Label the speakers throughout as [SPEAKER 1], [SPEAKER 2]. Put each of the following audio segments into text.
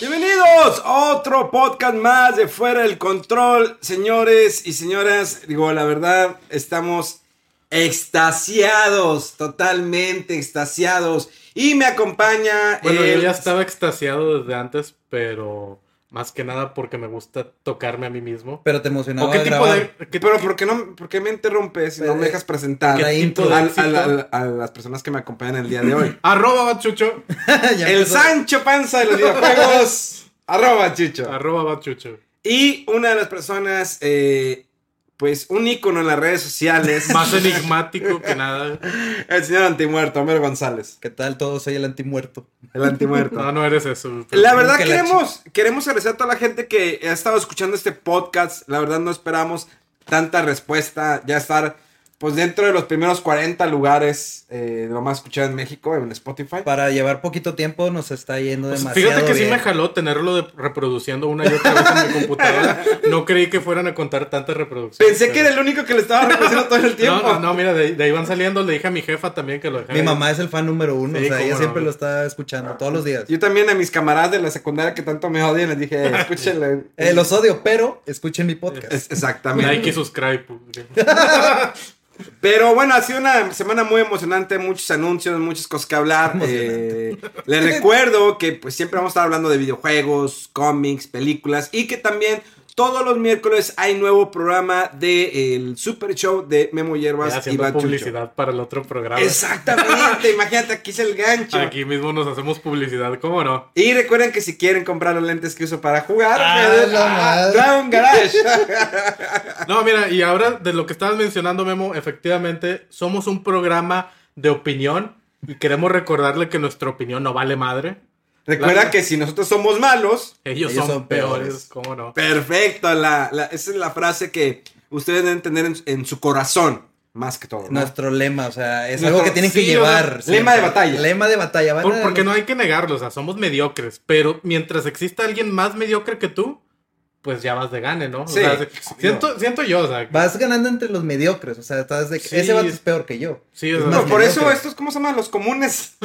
[SPEAKER 1] Bienvenidos a otro podcast más de Fuera del Control, señores y señoras. Digo, la verdad, estamos extasiados, totalmente extasiados. Y me acompaña.
[SPEAKER 2] Bueno,
[SPEAKER 1] el-
[SPEAKER 2] yo ya estaba extasiado desde antes, pero más que nada porque me gusta tocarme a mí mismo.
[SPEAKER 3] Pero te emocionaba
[SPEAKER 2] ¿O qué tipo
[SPEAKER 3] grabar.
[SPEAKER 2] de, qué- Eh,
[SPEAKER 1] Pero, ¿por qué, no, por qué me interrumpes si no
[SPEAKER 3] Pero,
[SPEAKER 1] me dejas presentar
[SPEAKER 3] ¿qué
[SPEAKER 1] al-
[SPEAKER 3] tipo
[SPEAKER 2] de
[SPEAKER 1] al-
[SPEAKER 2] éxito?
[SPEAKER 1] al- al- a las personas que me acompañan el día de hoy?
[SPEAKER 2] Arroba Batchucho.
[SPEAKER 3] Ya
[SPEAKER 1] el
[SPEAKER 3] empezó.
[SPEAKER 1] Sancho Panza de los videojuegos. arroba, Chicho.
[SPEAKER 2] Arroba Batchucho.
[SPEAKER 1] Y una de las personas, eh, pues, un ícono en las redes sociales.
[SPEAKER 2] Más enigmático que nada.
[SPEAKER 1] El señor antimuerto, Homero González.
[SPEAKER 3] ¿Qué tal todos? Soy el antimuerto.
[SPEAKER 1] El antimuerto.
[SPEAKER 2] No, no eres eso. pero-
[SPEAKER 1] La verdad
[SPEAKER 3] Nunca la
[SPEAKER 1] queremos, queremos agradecer a toda la gente que ha estado escuchando este podcast. La verdad no esperamos tanta respuesta. Ya estar pues dentro de los primeros 40 lugares eh, lo más escuchado en México, en Spotify.
[SPEAKER 3] Para llevar poquito tiempo nos está yendo
[SPEAKER 2] Pues,
[SPEAKER 3] demasiado
[SPEAKER 2] fíjate que sí
[SPEAKER 3] bien.
[SPEAKER 2] me jaló tenerlo de- reproduciendo una y otra vez en mi computadora. No creí que fueran a contar tantas reproducciones.
[SPEAKER 1] Pensé que
[SPEAKER 2] pero-
[SPEAKER 1] era el único que le estaba reproduciendo todo el tiempo.
[SPEAKER 2] No, no, no, mira, de, de ahí van saliendo. Le dije a mi jefa también que lo dejara.
[SPEAKER 3] Mi mamá es el fan número uno,
[SPEAKER 2] Sí,
[SPEAKER 3] o sea,
[SPEAKER 2] cómo
[SPEAKER 3] ella
[SPEAKER 2] no.
[SPEAKER 3] siempre lo está escuchando todos los días.
[SPEAKER 1] Yo también a mis camaradas de la secundaria que tanto me odian les dije, escúchenle.
[SPEAKER 3] Eh, los odio, pero escuchen mi podcast.
[SPEAKER 1] Es- exactamente.
[SPEAKER 2] Like y subscribe.
[SPEAKER 1] Pues, Pero bueno, ha sido una semana muy emocionante, muchos anuncios, muchas cosas que hablar.
[SPEAKER 3] Emocionante.
[SPEAKER 1] Eh, les recuerdo que pues siempre vamos a estar hablando de videojuegos, cómics, películas y que también todos los miércoles hay nuevo programa del Super Show de Memo Hierbas y
[SPEAKER 2] Haciendo
[SPEAKER 1] Bachucho.
[SPEAKER 2] publicidad para el otro programa.
[SPEAKER 1] Exactamente, imagínate, aquí es el gancho.
[SPEAKER 2] Aquí mismo nos hacemos publicidad, ¿cómo no?
[SPEAKER 1] Y recuerden que si quieren comprar los lentes que uso para jugar,
[SPEAKER 3] Ah,
[SPEAKER 1] me-
[SPEAKER 3] la
[SPEAKER 1] ah,
[SPEAKER 3] madre.
[SPEAKER 1] Down Garage.
[SPEAKER 2] No, mira, y ahora de lo que estabas mencionando, Memo, efectivamente, somos un programa de opinión y queremos recordarle que nuestra opinión no vale madre.
[SPEAKER 1] Recuerda que si nosotros somos malos,
[SPEAKER 2] Ellos,
[SPEAKER 3] Ellos
[SPEAKER 2] son,
[SPEAKER 3] son
[SPEAKER 2] peores,
[SPEAKER 3] peores.
[SPEAKER 2] ¿cómo no?
[SPEAKER 1] Perfecto, la, la- esa es la frase que ustedes deben tener en, en su corazón, más que todo. ¿no?
[SPEAKER 3] Nuestro lema, o sea, es
[SPEAKER 1] Nuestro-
[SPEAKER 3] algo que tienen que
[SPEAKER 2] sí, o sea,
[SPEAKER 3] llevar.
[SPEAKER 1] lema de batalla.
[SPEAKER 3] Lema de batalla. van
[SPEAKER 2] Por-
[SPEAKER 3] a-
[SPEAKER 2] porque no hay que negarlo, o sea, somos mediocres, pero mientras exista alguien más mediocre que tú, pues ya vas de gane, ¿no? O
[SPEAKER 1] Sí,
[SPEAKER 2] sea, se-
[SPEAKER 1] sí,
[SPEAKER 2] siento, siento yo, o sea,
[SPEAKER 3] Vas ganando entre los mediocres, o sea, estás de que
[SPEAKER 2] Sí,
[SPEAKER 3] ese vato
[SPEAKER 2] es-
[SPEAKER 3] es peor que yo.
[SPEAKER 2] sí, o
[SPEAKER 3] Es
[SPEAKER 2] sea,
[SPEAKER 1] No,
[SPEAKER 3] más
[SPEAKER 1] por eso
[SPEAKER 3] mediocre.
[SPEAKER 1] estos, ¿cómo se llaman? Los comunes.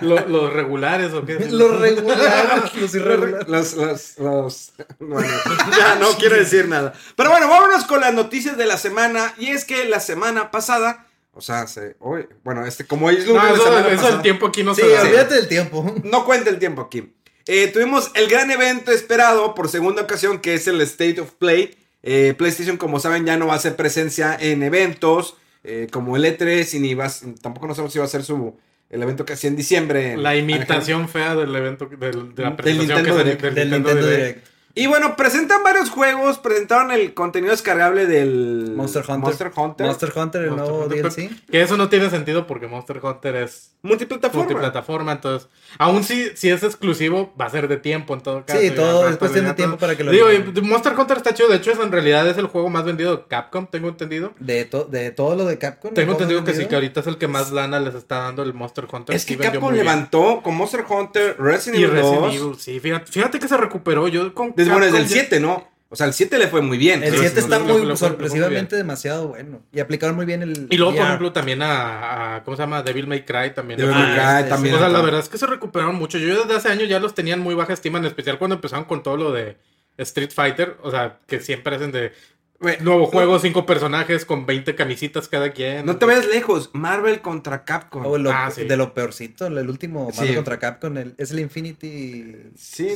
[SPEAKER 2] lo- los regulares o qué.
[SPEAKER 3] Los regulares, los irregulares.
[SPEAKER 1] los, los, los- bueno, ya no quiero decir nada. Pero bueno, vámonos con las noticias de la semana. Y es que la semana pasada, o sea, se- hoy, bueno, este, como hoy es
[SPEAKER 2] No,
[SPEAKER 1] lunes, la
[SPEAKER 2] eso,
[SPEAKER 1] semana
[SPEAKER 2] eso
[SPEAKER 1] pasada-
[SPEAKER 2] el tiempo aquí no
[SPEAKER 3] Sí,
[SPEAKER 2] se da.
[SPEAKER 3] olvídate del tiempo.
[SPEAKER 1] No cuenta el tiempo aquí. Eh, tuvimos el gran evento esperado por segunda ocasión, que es el State of Play. Eh, PlayStation, como saben, ya no va a hacer presencia en eventos eh, como el E3 y ni va a s- tampoco no sabemos si va a ser su el evento que hacía en diciembre. en
[SPEAKER 2] La
[SPEAKER 1] Anaheim.
[SPEAKER 2] imitación fea del evento, del- de la
[SPEAKER 1] Del
[SPEAKER 2] presentación que
[SPEAKER 1] Nintendo
[SPEAKER 2] se-
[SPEAKER 1] Direct,
[SPEAKER 2] pues, del
[SPEAKER 3] Del
[SPEAKER 2] Nintendo Direct.
[SPEAKER 1] Y bueno, presentan varios juegos, presentaron el contenido descargable del
[SPEAKER 3] Monster Hunter.
[SPEAKER 1] Monster Hunter.
[SPEAKER 3] Monster Hunter, el nuevo
[SPEAKER 2] Monster Hunter,
[SPEAKER 3] DLC.
[SPEAKER 2] Que eso no tiene sentido porque Monster Hunter es
[SPEAKER 1] Multiplataforma.
[SPEAKER 2] multiplataforma, entonces, aún si, si es exclusivo, va a ser de tiempo en todo caso.
[SPEAKER 3] Sí,
[SPEAKER 2] y
[SPEAKER 3] todo
[SPEAKER 2] va a
[SPEAKER 3] es cuestión de
[SPEAKER 2] estar
[SPEAKER 3] tiempo
[SPEAKER 2] todo.
[SPEAKER 3] para que lo
[SPEAKER 2] Digo,
[SPEAKER 3] liberen.
[SPEAKER 2] y Monster Hunter está chido, de hecho, es, en realidad es el juego más vendido de Capcom, tengo entendido.
[SPEAKER 3] De, to- de todo lo de Capcom.
[SPEAKER 2] Tengo
[SPEAKER 3] ¿no?
[SPEAKER 2] entendido que sí,
[SPEAKER 3] ¿Vendido?
[SPEAKER 2] que ahorita es el que más lana les está dando el Monster Hunter.
[SPEAKER 1] Es
[SPEAKER 2] sí
[SPEAKER 1] que
[SPEAKER 2] vendió
[SPEAKER 1] Capcom
[SPEAKER 2] muy bien.
[SPEAKER 1] levantó con Monster Hunter, Resident
[SPEAKER 2] Y
[SPEAKER 1] Evil
[SPEAKER 2] Resident
[SPEAKER 1] 2.
[SPEAKER 2] Evil, sí, fíjate, fíjate que se recuperó. Yo con
[SPEAKER 1] Desde, bueno,
[SPEAKER 2] Capcom
[SPEAKER 1] desde el
[SPEAKER 2] ya-
[SPEAKER 1] 7, ¿no? O sea, el 7 le fue muy bien.
[SPEAKER 3] El
[SPEAKER 2] Sí,
[SPEAKER 3] 7
[SPEAKER 2] sí,
[SPEAKER 3] está
[SPEAKER 2] sí, lo- lo-
[SPEAKER 3] muy
[SPEAKER 2] lo- lo-
[SPEAKER 3] sorpresivamente
[SPEAKER 2] lo-
[SPEAKER 3] demasiado bueno. Y aplicaron muy bien el.
[SPEAKER 2] Y luego, por
[SPEAKER 3] VR.
[SPEAKER 2] ejemplo, también a, a- ¿Cómo se llama? Devil May Cry también.
[SPEAKER 1] Devil
[SPEAKER 2] Ah,
[SPEAKER 1] May Cry
[SPEAKER 3] este, sí.
[SPEAKER 1] también.
[SPEAKER 2] O sea, la
[SPEAKER 1] Ajá.
[SPEAKER 2] verdad es que se recuperaron mucho. Yo desde hace años ya los tenían muy baja estima, en especial cuando empezaron con todo lo de Street Fighter. O sea, que siempre hacen de
[SPEAKER 1] Güey,
[SPEAKER 2] nuevo
[SPEAKER 1] no-
[SPEAKER 2] juego, cinco personajes con 20 camisitas cada quien.
[SPEAKER 1] No te vayas lejos, Marvel contra Capcom.
[SPEAKER 3] O Oh, lo-
[SPEAKER 2] Ah, sí.
[SPEAKER 3] De lo peorcito, el último Marvel
[SPEAKER 1] Sí.
[SPEAKER 3] contra Capcom el- es el Infinity.
[SPEAKER 1] sí, no,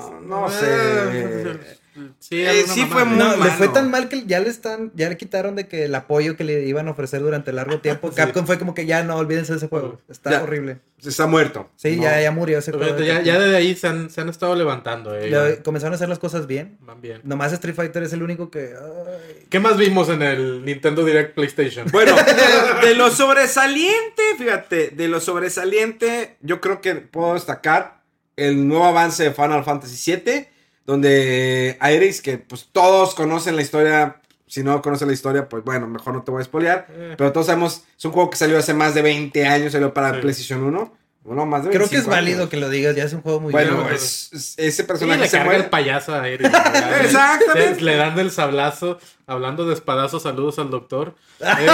[SPEAKER 3] Stomp.
[SPEAKER 1] no
[SPEAKER 2] Ah,
[SPEAKER 1] sé.
[SPEAKER 2] Sí,
[SPEAKER 1] Eh,
[SPEAKER 2] alguna
[SPEAKER 1] sí
[SPEAKER 2] mamá,
[SPEAKER 1] fue
[SPEAKER 2] ¿no?
[SPEAKER 1] muy
[SPEAKER 3] No, le
[SPEAKER 1] malo.
[SPEAKER 3] fue tan mal que ya le están, ya le quitaron de que el apoyo que le iban a ofrecer durante largo tiempo.
[SPEAKER 2] Sí.
[SPEAKER 3] Capcom fue como que ya no olvídense de ese juego. Está
[SPEAKER 1] Ya.
[SPEAKER 3] horrible.
[SPEAKER 1] Está muerto.
[SPEAKER 3] Sí,
[SPEAKER 1] No.
[SPEAKER 3] ya, ya murió ese juego.
[SPEAKER 2] Fíjate, Ya, ya desde ahí se han, se han estado levantando. Eh,
[SPEAKER 3] Le- Comenzaron a hacer las cosas bien.
[SPEAKER 2] van bien.
[SPEAKER 3] Nomás Street Fighter es el único que. ay.
[SPEAKER 2] ¿Qué más vimos en el Nintendo Direct PlayStation?
[SPEAKER 1] Bueno, de lo sobresaliente, fíjate, de lo sobresaliente, yo creo que puedo destacar el nuevo avance de Final Fantasy VII, donde Iris, que pues todos conocen la historia, si no conocen la historia, pues bueno, mejor no te voy a spoilear,
[SPEAKER 2] Eh.
[SPEAKER 1] pero todos sabemos, es un juego que salió hace más de 20 años, salió para
[SPEAKER 2] Sí.
[SPEAKER 1] PlayStation 1, bueno, más de
[SPEAKER 3] Creo que es
[SPEAKER 1] 25
[SPEAKER 3] válido
[SPEAKER 1] años.
[SPEAKER 3] que lo digas. Ya es un juego muy
[SPEAKER 1] Bueno,
[SPEAKER 3] viejo.
[SPEAKER 2] pero-
[SPEAKER 1] es- es- ese
[SPEAKER 2] Sí, le
[SPEAKER 1] personaje se
[SPEAKER 2] carga
[SPEAKER 1] muere.
[SPEAKER 2] el payaso a Eric. ¿verdad?
[SPEAKER 1] Exactamente.
[SPEAKER 2] Se- Le dan el sablazo. Hablando de espadazos, saludos al doctor. Eh,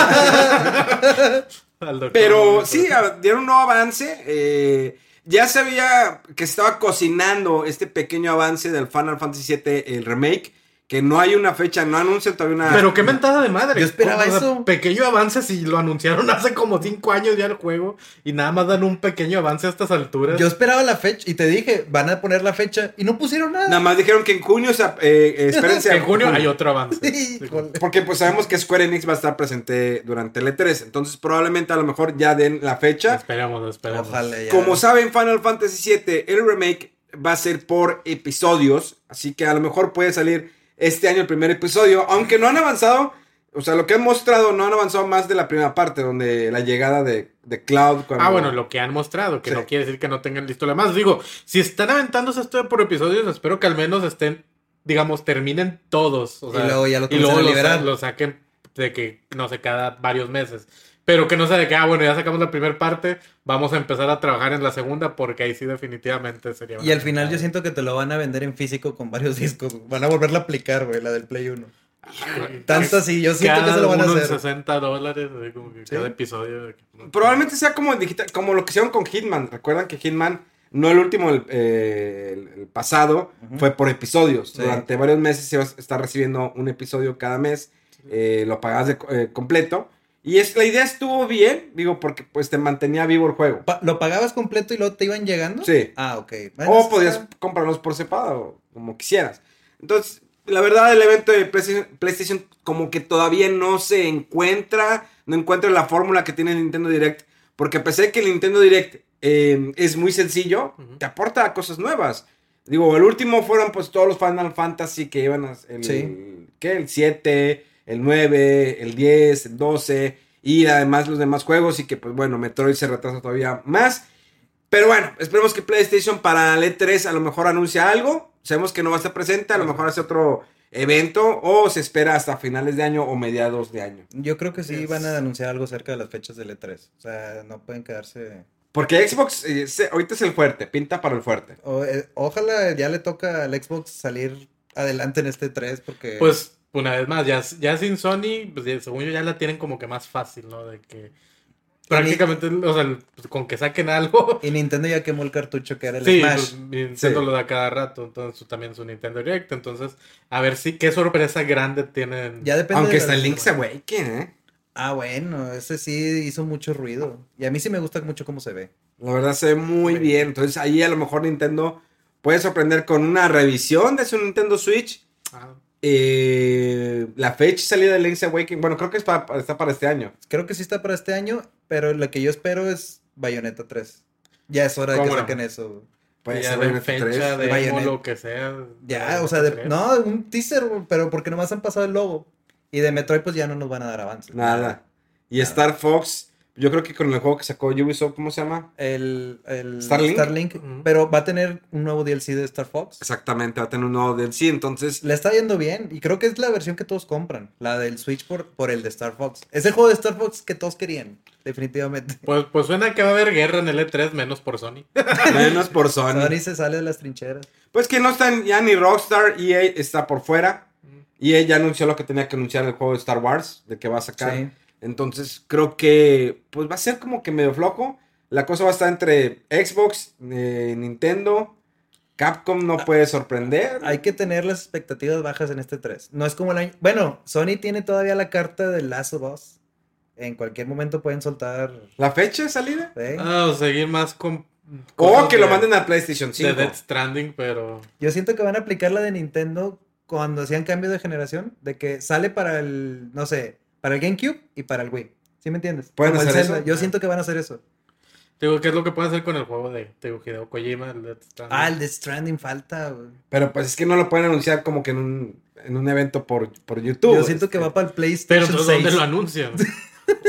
[SPEAKER 2] al doctor.
[SPEAKER 1] Pero sí, a- dieron un nuevo avance. eh, ya sabía que estaba cocinando este pequeño avance del Final Fantasy VII, el remake. Que no hay una fecha, no anuncian todavía una.
[SPEAKER 2] Pero qué mentada de madre.
[SPEAKER 3] Yo esperaba
[SPEAKER 2] O sea,
[SPEAKER 3] eso.
[SPEAKER 2] Pequeño avance si lo anunciaron hace como 5 años ya el juego y nada más dan un pequeño avance a estas alturas.
[SPEAKER 3] Yo esperaba la fecha y te dije, van a poner la fecha y no pusieron nada.
[SPEAKER 1] Nada más dijeron que en junio, se- eh, eh, espérense. a-
[SPEAKER 2] en junio hay otro avance.
[SPEAKER 3] Híjole.
[SPEAKER 1] Porque pues sabemos que Square Enix va a estar presente durante el E3. Entonces probablemente a lo mejor ya den la fecha.
[SPEAKER 2] Esperamos, esperamos.
[SPEAKER 3] Ojalá ya.
[SPEAKER 1] Como saben, Final Fantasy VII, el remake va a ser por episodios, así que a lo mejor puede salir este año el primer episodio, aunque no han avanzado, o sea, lo que han mostrado no han avanzado más de la primera parte, donde la llegada de, de Cloud. cuando-
[SPEAKER 2] Ah, bueno, lo que han mostrado, que
[SPEAKER 1] Sí.
[SPEAKER 2] no quiere decir que no tengan listo lo demás. Digo, si están aventándose esto por episodios, espero que al menos estén, digamos, terminen todos. o
[SPEAKER 3] Y
[SPEAKER 2] sea,
[SPEAKER 3] luego ya lo
[SPEAKER 2] y
[SPEAKER 3] comiencen
[SPEAKER 2] luego
[SPEAKER 3] a
[SPEAKER 2] lo,
[SPEAKER 3] liberar.
[SPEAKER 2] sa- lo saquen de que, no sé, cada varios meses. Pero que no sea de que, ah, bueno, ya sacamos la primera parte, vamos a empezar a trabajar en la segunda, porque ahí sí definitivamente sería...
[SPEAKER 3] Y
[SPEAKER 2] una
[SPEAKER 3] al final yo
[SPEAKER 2] chingada.
[SPEAKER 3] siento que te lo van a vender en físico con varios discos. güey. Van a volverla a aplicar, güey, la del Play 1. Tanto así, yo siento
[SPEAKER 2] Cada
[SPEAKER 3] que se lo van a
[SPEAKER 2] uno en
[SPEAKER 3] hacer.
[SPEAKER 2] 60 dólares, así como que
[SPEAKER 3] Sí.
[SPEAKER 2] cada episodio. de que-
[SPEAKER 1] Probablemente sea como, el digital, como lo que hicieron con Hitman. Recuerdan que Hitman, no el último, el, eh, el- el pasado, fue por episodios.
[SPEAKER 3] Sí.
[SPEAKER 1] Durante varios meses se va a estar recibiendo un episodio cada mes. eh, lo pagabas de, eh, completo. Y es, la idea estuvo bien, digo, porque pues te mantenía vivo el juego.
[SPEAKER 3] Pa- ¿Lo pagabas completo y luego te iban llegando?
[SPEAKER 1] Sí.
[SPEAKER 3] Ah, ok. Bueno,
[SPEAKER 1] O
[SPEAKER 3] eso
[SPEAKER 1] podías
[SPEAKER 3] está-
[SPEAKER 1] comprarlos por separado, como quisieras. Entonces, la verdad, el evento de PlayStation, PlayStation como que todavía no se encuentra, no encuentra la fórmula que tiene el Nintendo Direct. Porque a pesar de que el Nintendo Direct eh, es muy sencillo,
[SPEAKER 2] Ujú.
[SPEAKER 1] te aporta cosas nuevas. Digo, el último fueron pues todos los Final Fantasy que iban a... El,
[SPEAKER 3] Sí.
[SPEAKER 1] ¿qué? El 7, el 9, el 10, el 12 y además los demás juegos y que pues bueno, Metroid se retrasa todavía más. Pero bueno, esperemos que PlayStation para el E3 a lo mejor anuncia algo. Sabemos que no va a estar presente, a lo mejor hace otro evento o se espera hasta finales de año o mediados de año.
[SPEAKER 3] Yo creo que sí van a anunciar algo cerca de las fechas del E3. O sea, no pueden quedarse.
[SPEAKER 1] Porque Xbox eh, se- ahorita es el fuerte, pinta para el fuerte.
[SPEAKER 3] O- eh, ojalá ya le toca al Xbox salir adelante en este E3 porque.
[SPEAKER 2] Pues una vez más, ya, ya sin Sony, pues ya- según yo ya la tienen como que más fácil, ¿no? De que prácticamente, o sea, pues, con que saquen algo.
[SPEAKER 3] Y Nintendo ya quemó el cartucho que era el
[SPEAKER 2] Sí,
[SPEAKER 3] Smash.
[SPEAKER 2] pues, Nintendo
[SPEAKER 1] Sí.
[SPEAKER 2] lo da cada rato, entonces su- también su Nintendo Direct, entonces a ver si qué sorpresa grande tienen.
[SPEAKER 3] Ya depende
[SPEAKER 1] Aunque
[SPEAKER 3] de
[SPEAKER 1] está
[SPEAKER 3] las-
[SPEAKER 1] el Link's Awakening, ¿eh?
[SPEAKER 3] Ah, bueno, ese sí hizo mucho ruido. Y a mí sí me gusta mucho cómo se ve.
[SPEAKER 1] La verdad se ve muy bien. Entonces ahí a lo mejor Nintendo puede sorprender con una revisión de su Nintendo Switch.
[SPEAKER 2] Ah,
[SPEAKER 1] Eh, la fecha de salida de Link's Awakening, bueno, creo que es para, está para este año.
[SPEAKER 3] Creo que sí está para este año, pero lo que yo espero es Bayonetta 3. Ya es hora de que
[SPEAKER 2] ¿Cómo no?
[SPEAKER 3] saquen eso.
[SPEAKER 1] Puede
[SPEAKER 2] ya
[SPEAKER 1] ser este
[SPEAKER 2] ven
[SPEAKER 1] Bayonetta
[SPEAKER 2] fecha
[SPEAKER 1] 3.
[SPEAKER 2] de
[SPEAKER 3] E Bayonetta.
[SPEAKER 2] lo que sea. E
[SPEAKER 3] Ya, o sea, de-
[SPEAKER 2] tres.
[SPEAKER 3] no, un teaser, güey, pero porque nomás han pasado el logo. Y de Metroid, pues ya no nos van a dar avances.
[SPEAKER 1] Nada. Y Star Fox, yo creo que con el juego que sacó Ubisoft, ¿cómo se llama?
[SPEAKER 3] El, el
[SPEAKER 1] Starlink.
[SPEAKER 3] Starlink,
[SPEAKER 2] Ujú.
[SPEAKER 3] pero va a tener un nuevo DLC de Star Fox.
[SPEAKER 1] Exactamente, va a tener un nuevo DLC. Entonces,
[SPEAKER 3] Le está yendo bien y creo que es la versión que todos compran, la del Switch por, por el de Star Fox. Es el juego de Star Fox que todos querían, definitivamente.
[SPEAKER 2] Pues, pues suena que va a haber guerra en el E3, menos por Sony.
[SPEAKER 1] menos por Sony.
[SPEAKER 3] Sony se sale de las trincheras.
[SPEAKER 1] Pues que no están ya ni Rockstar, EA está por fuera. EA ya anunció lo que tenía que anunciar el juego de Star Wars, de que va a sacar.
[SPEAKER 3] Sí.
[SPEAKER 1] Entonces, creo que pues va a ser como que medio flojo. La cosa va a estar entre Xbox, eh, Nintendo, Capcom
[SPEAKER 2] Ah,
[SPEAKER 1] no puede sorprender.
[SPEAKER 3] Hay que tener las expectativas bajas en este 3. No es como el año. Bueno, Sony tiene todavía la carta del Last of Us. En cualquier momento pueden soltar.
[SPEAKER 1] ¿La fecha de salida?
[SPEAKER 3] ¿eh?
[SPEAKER 2] Ah, o seguir más con...
[SPEAKER 1] O
[SPEAKER 2] cosas
[SPEAKER 1] que lo
[SPEAKER 2] de-
[SPEAKER 1] manden a PlayStation
[SPEAKER 2] pues, de
[SPEAKER 1] 5.
[SPEAKER 2] Death Stranding, pero...
[SPEAKER 3] Yo siento que van a aplicar la de Nintendo cuando hacían cambio de generación, de que sale para el, no sé, para el GameCube y para el Wii. ¿Sí me entiendes?
[SPEAKER 1] ¿Pueden
[SPEAKER 3] el
[SPEAKER 1] hacer
[SPEAKER 3] Zelda.
[SPEAKER 1] eso?
[SPEAKER 3] Yo siento que van a hacer eso.
[SPEAKER 2] Te Digo, ¿qué es lo que pueden hacer con el juego de te digo, Hideo Kojima? El Death Stranding?
[SPEAKER 3] Ah, el de Stranding falta, güey.
[SPEAKER 1] Pero pues es que no lo pueden anunciar como que en un, en un evento por, por YouTube.
[SPEAKER 3] Yo siento que va para el
[SPEAKER 2] Pero
[SPEAKER 3] PlayStation
[SPEAKER 2] entonces,
[SPEAKER 3] 6.
[SPEAKER 2] ¿dónde lo anuncian?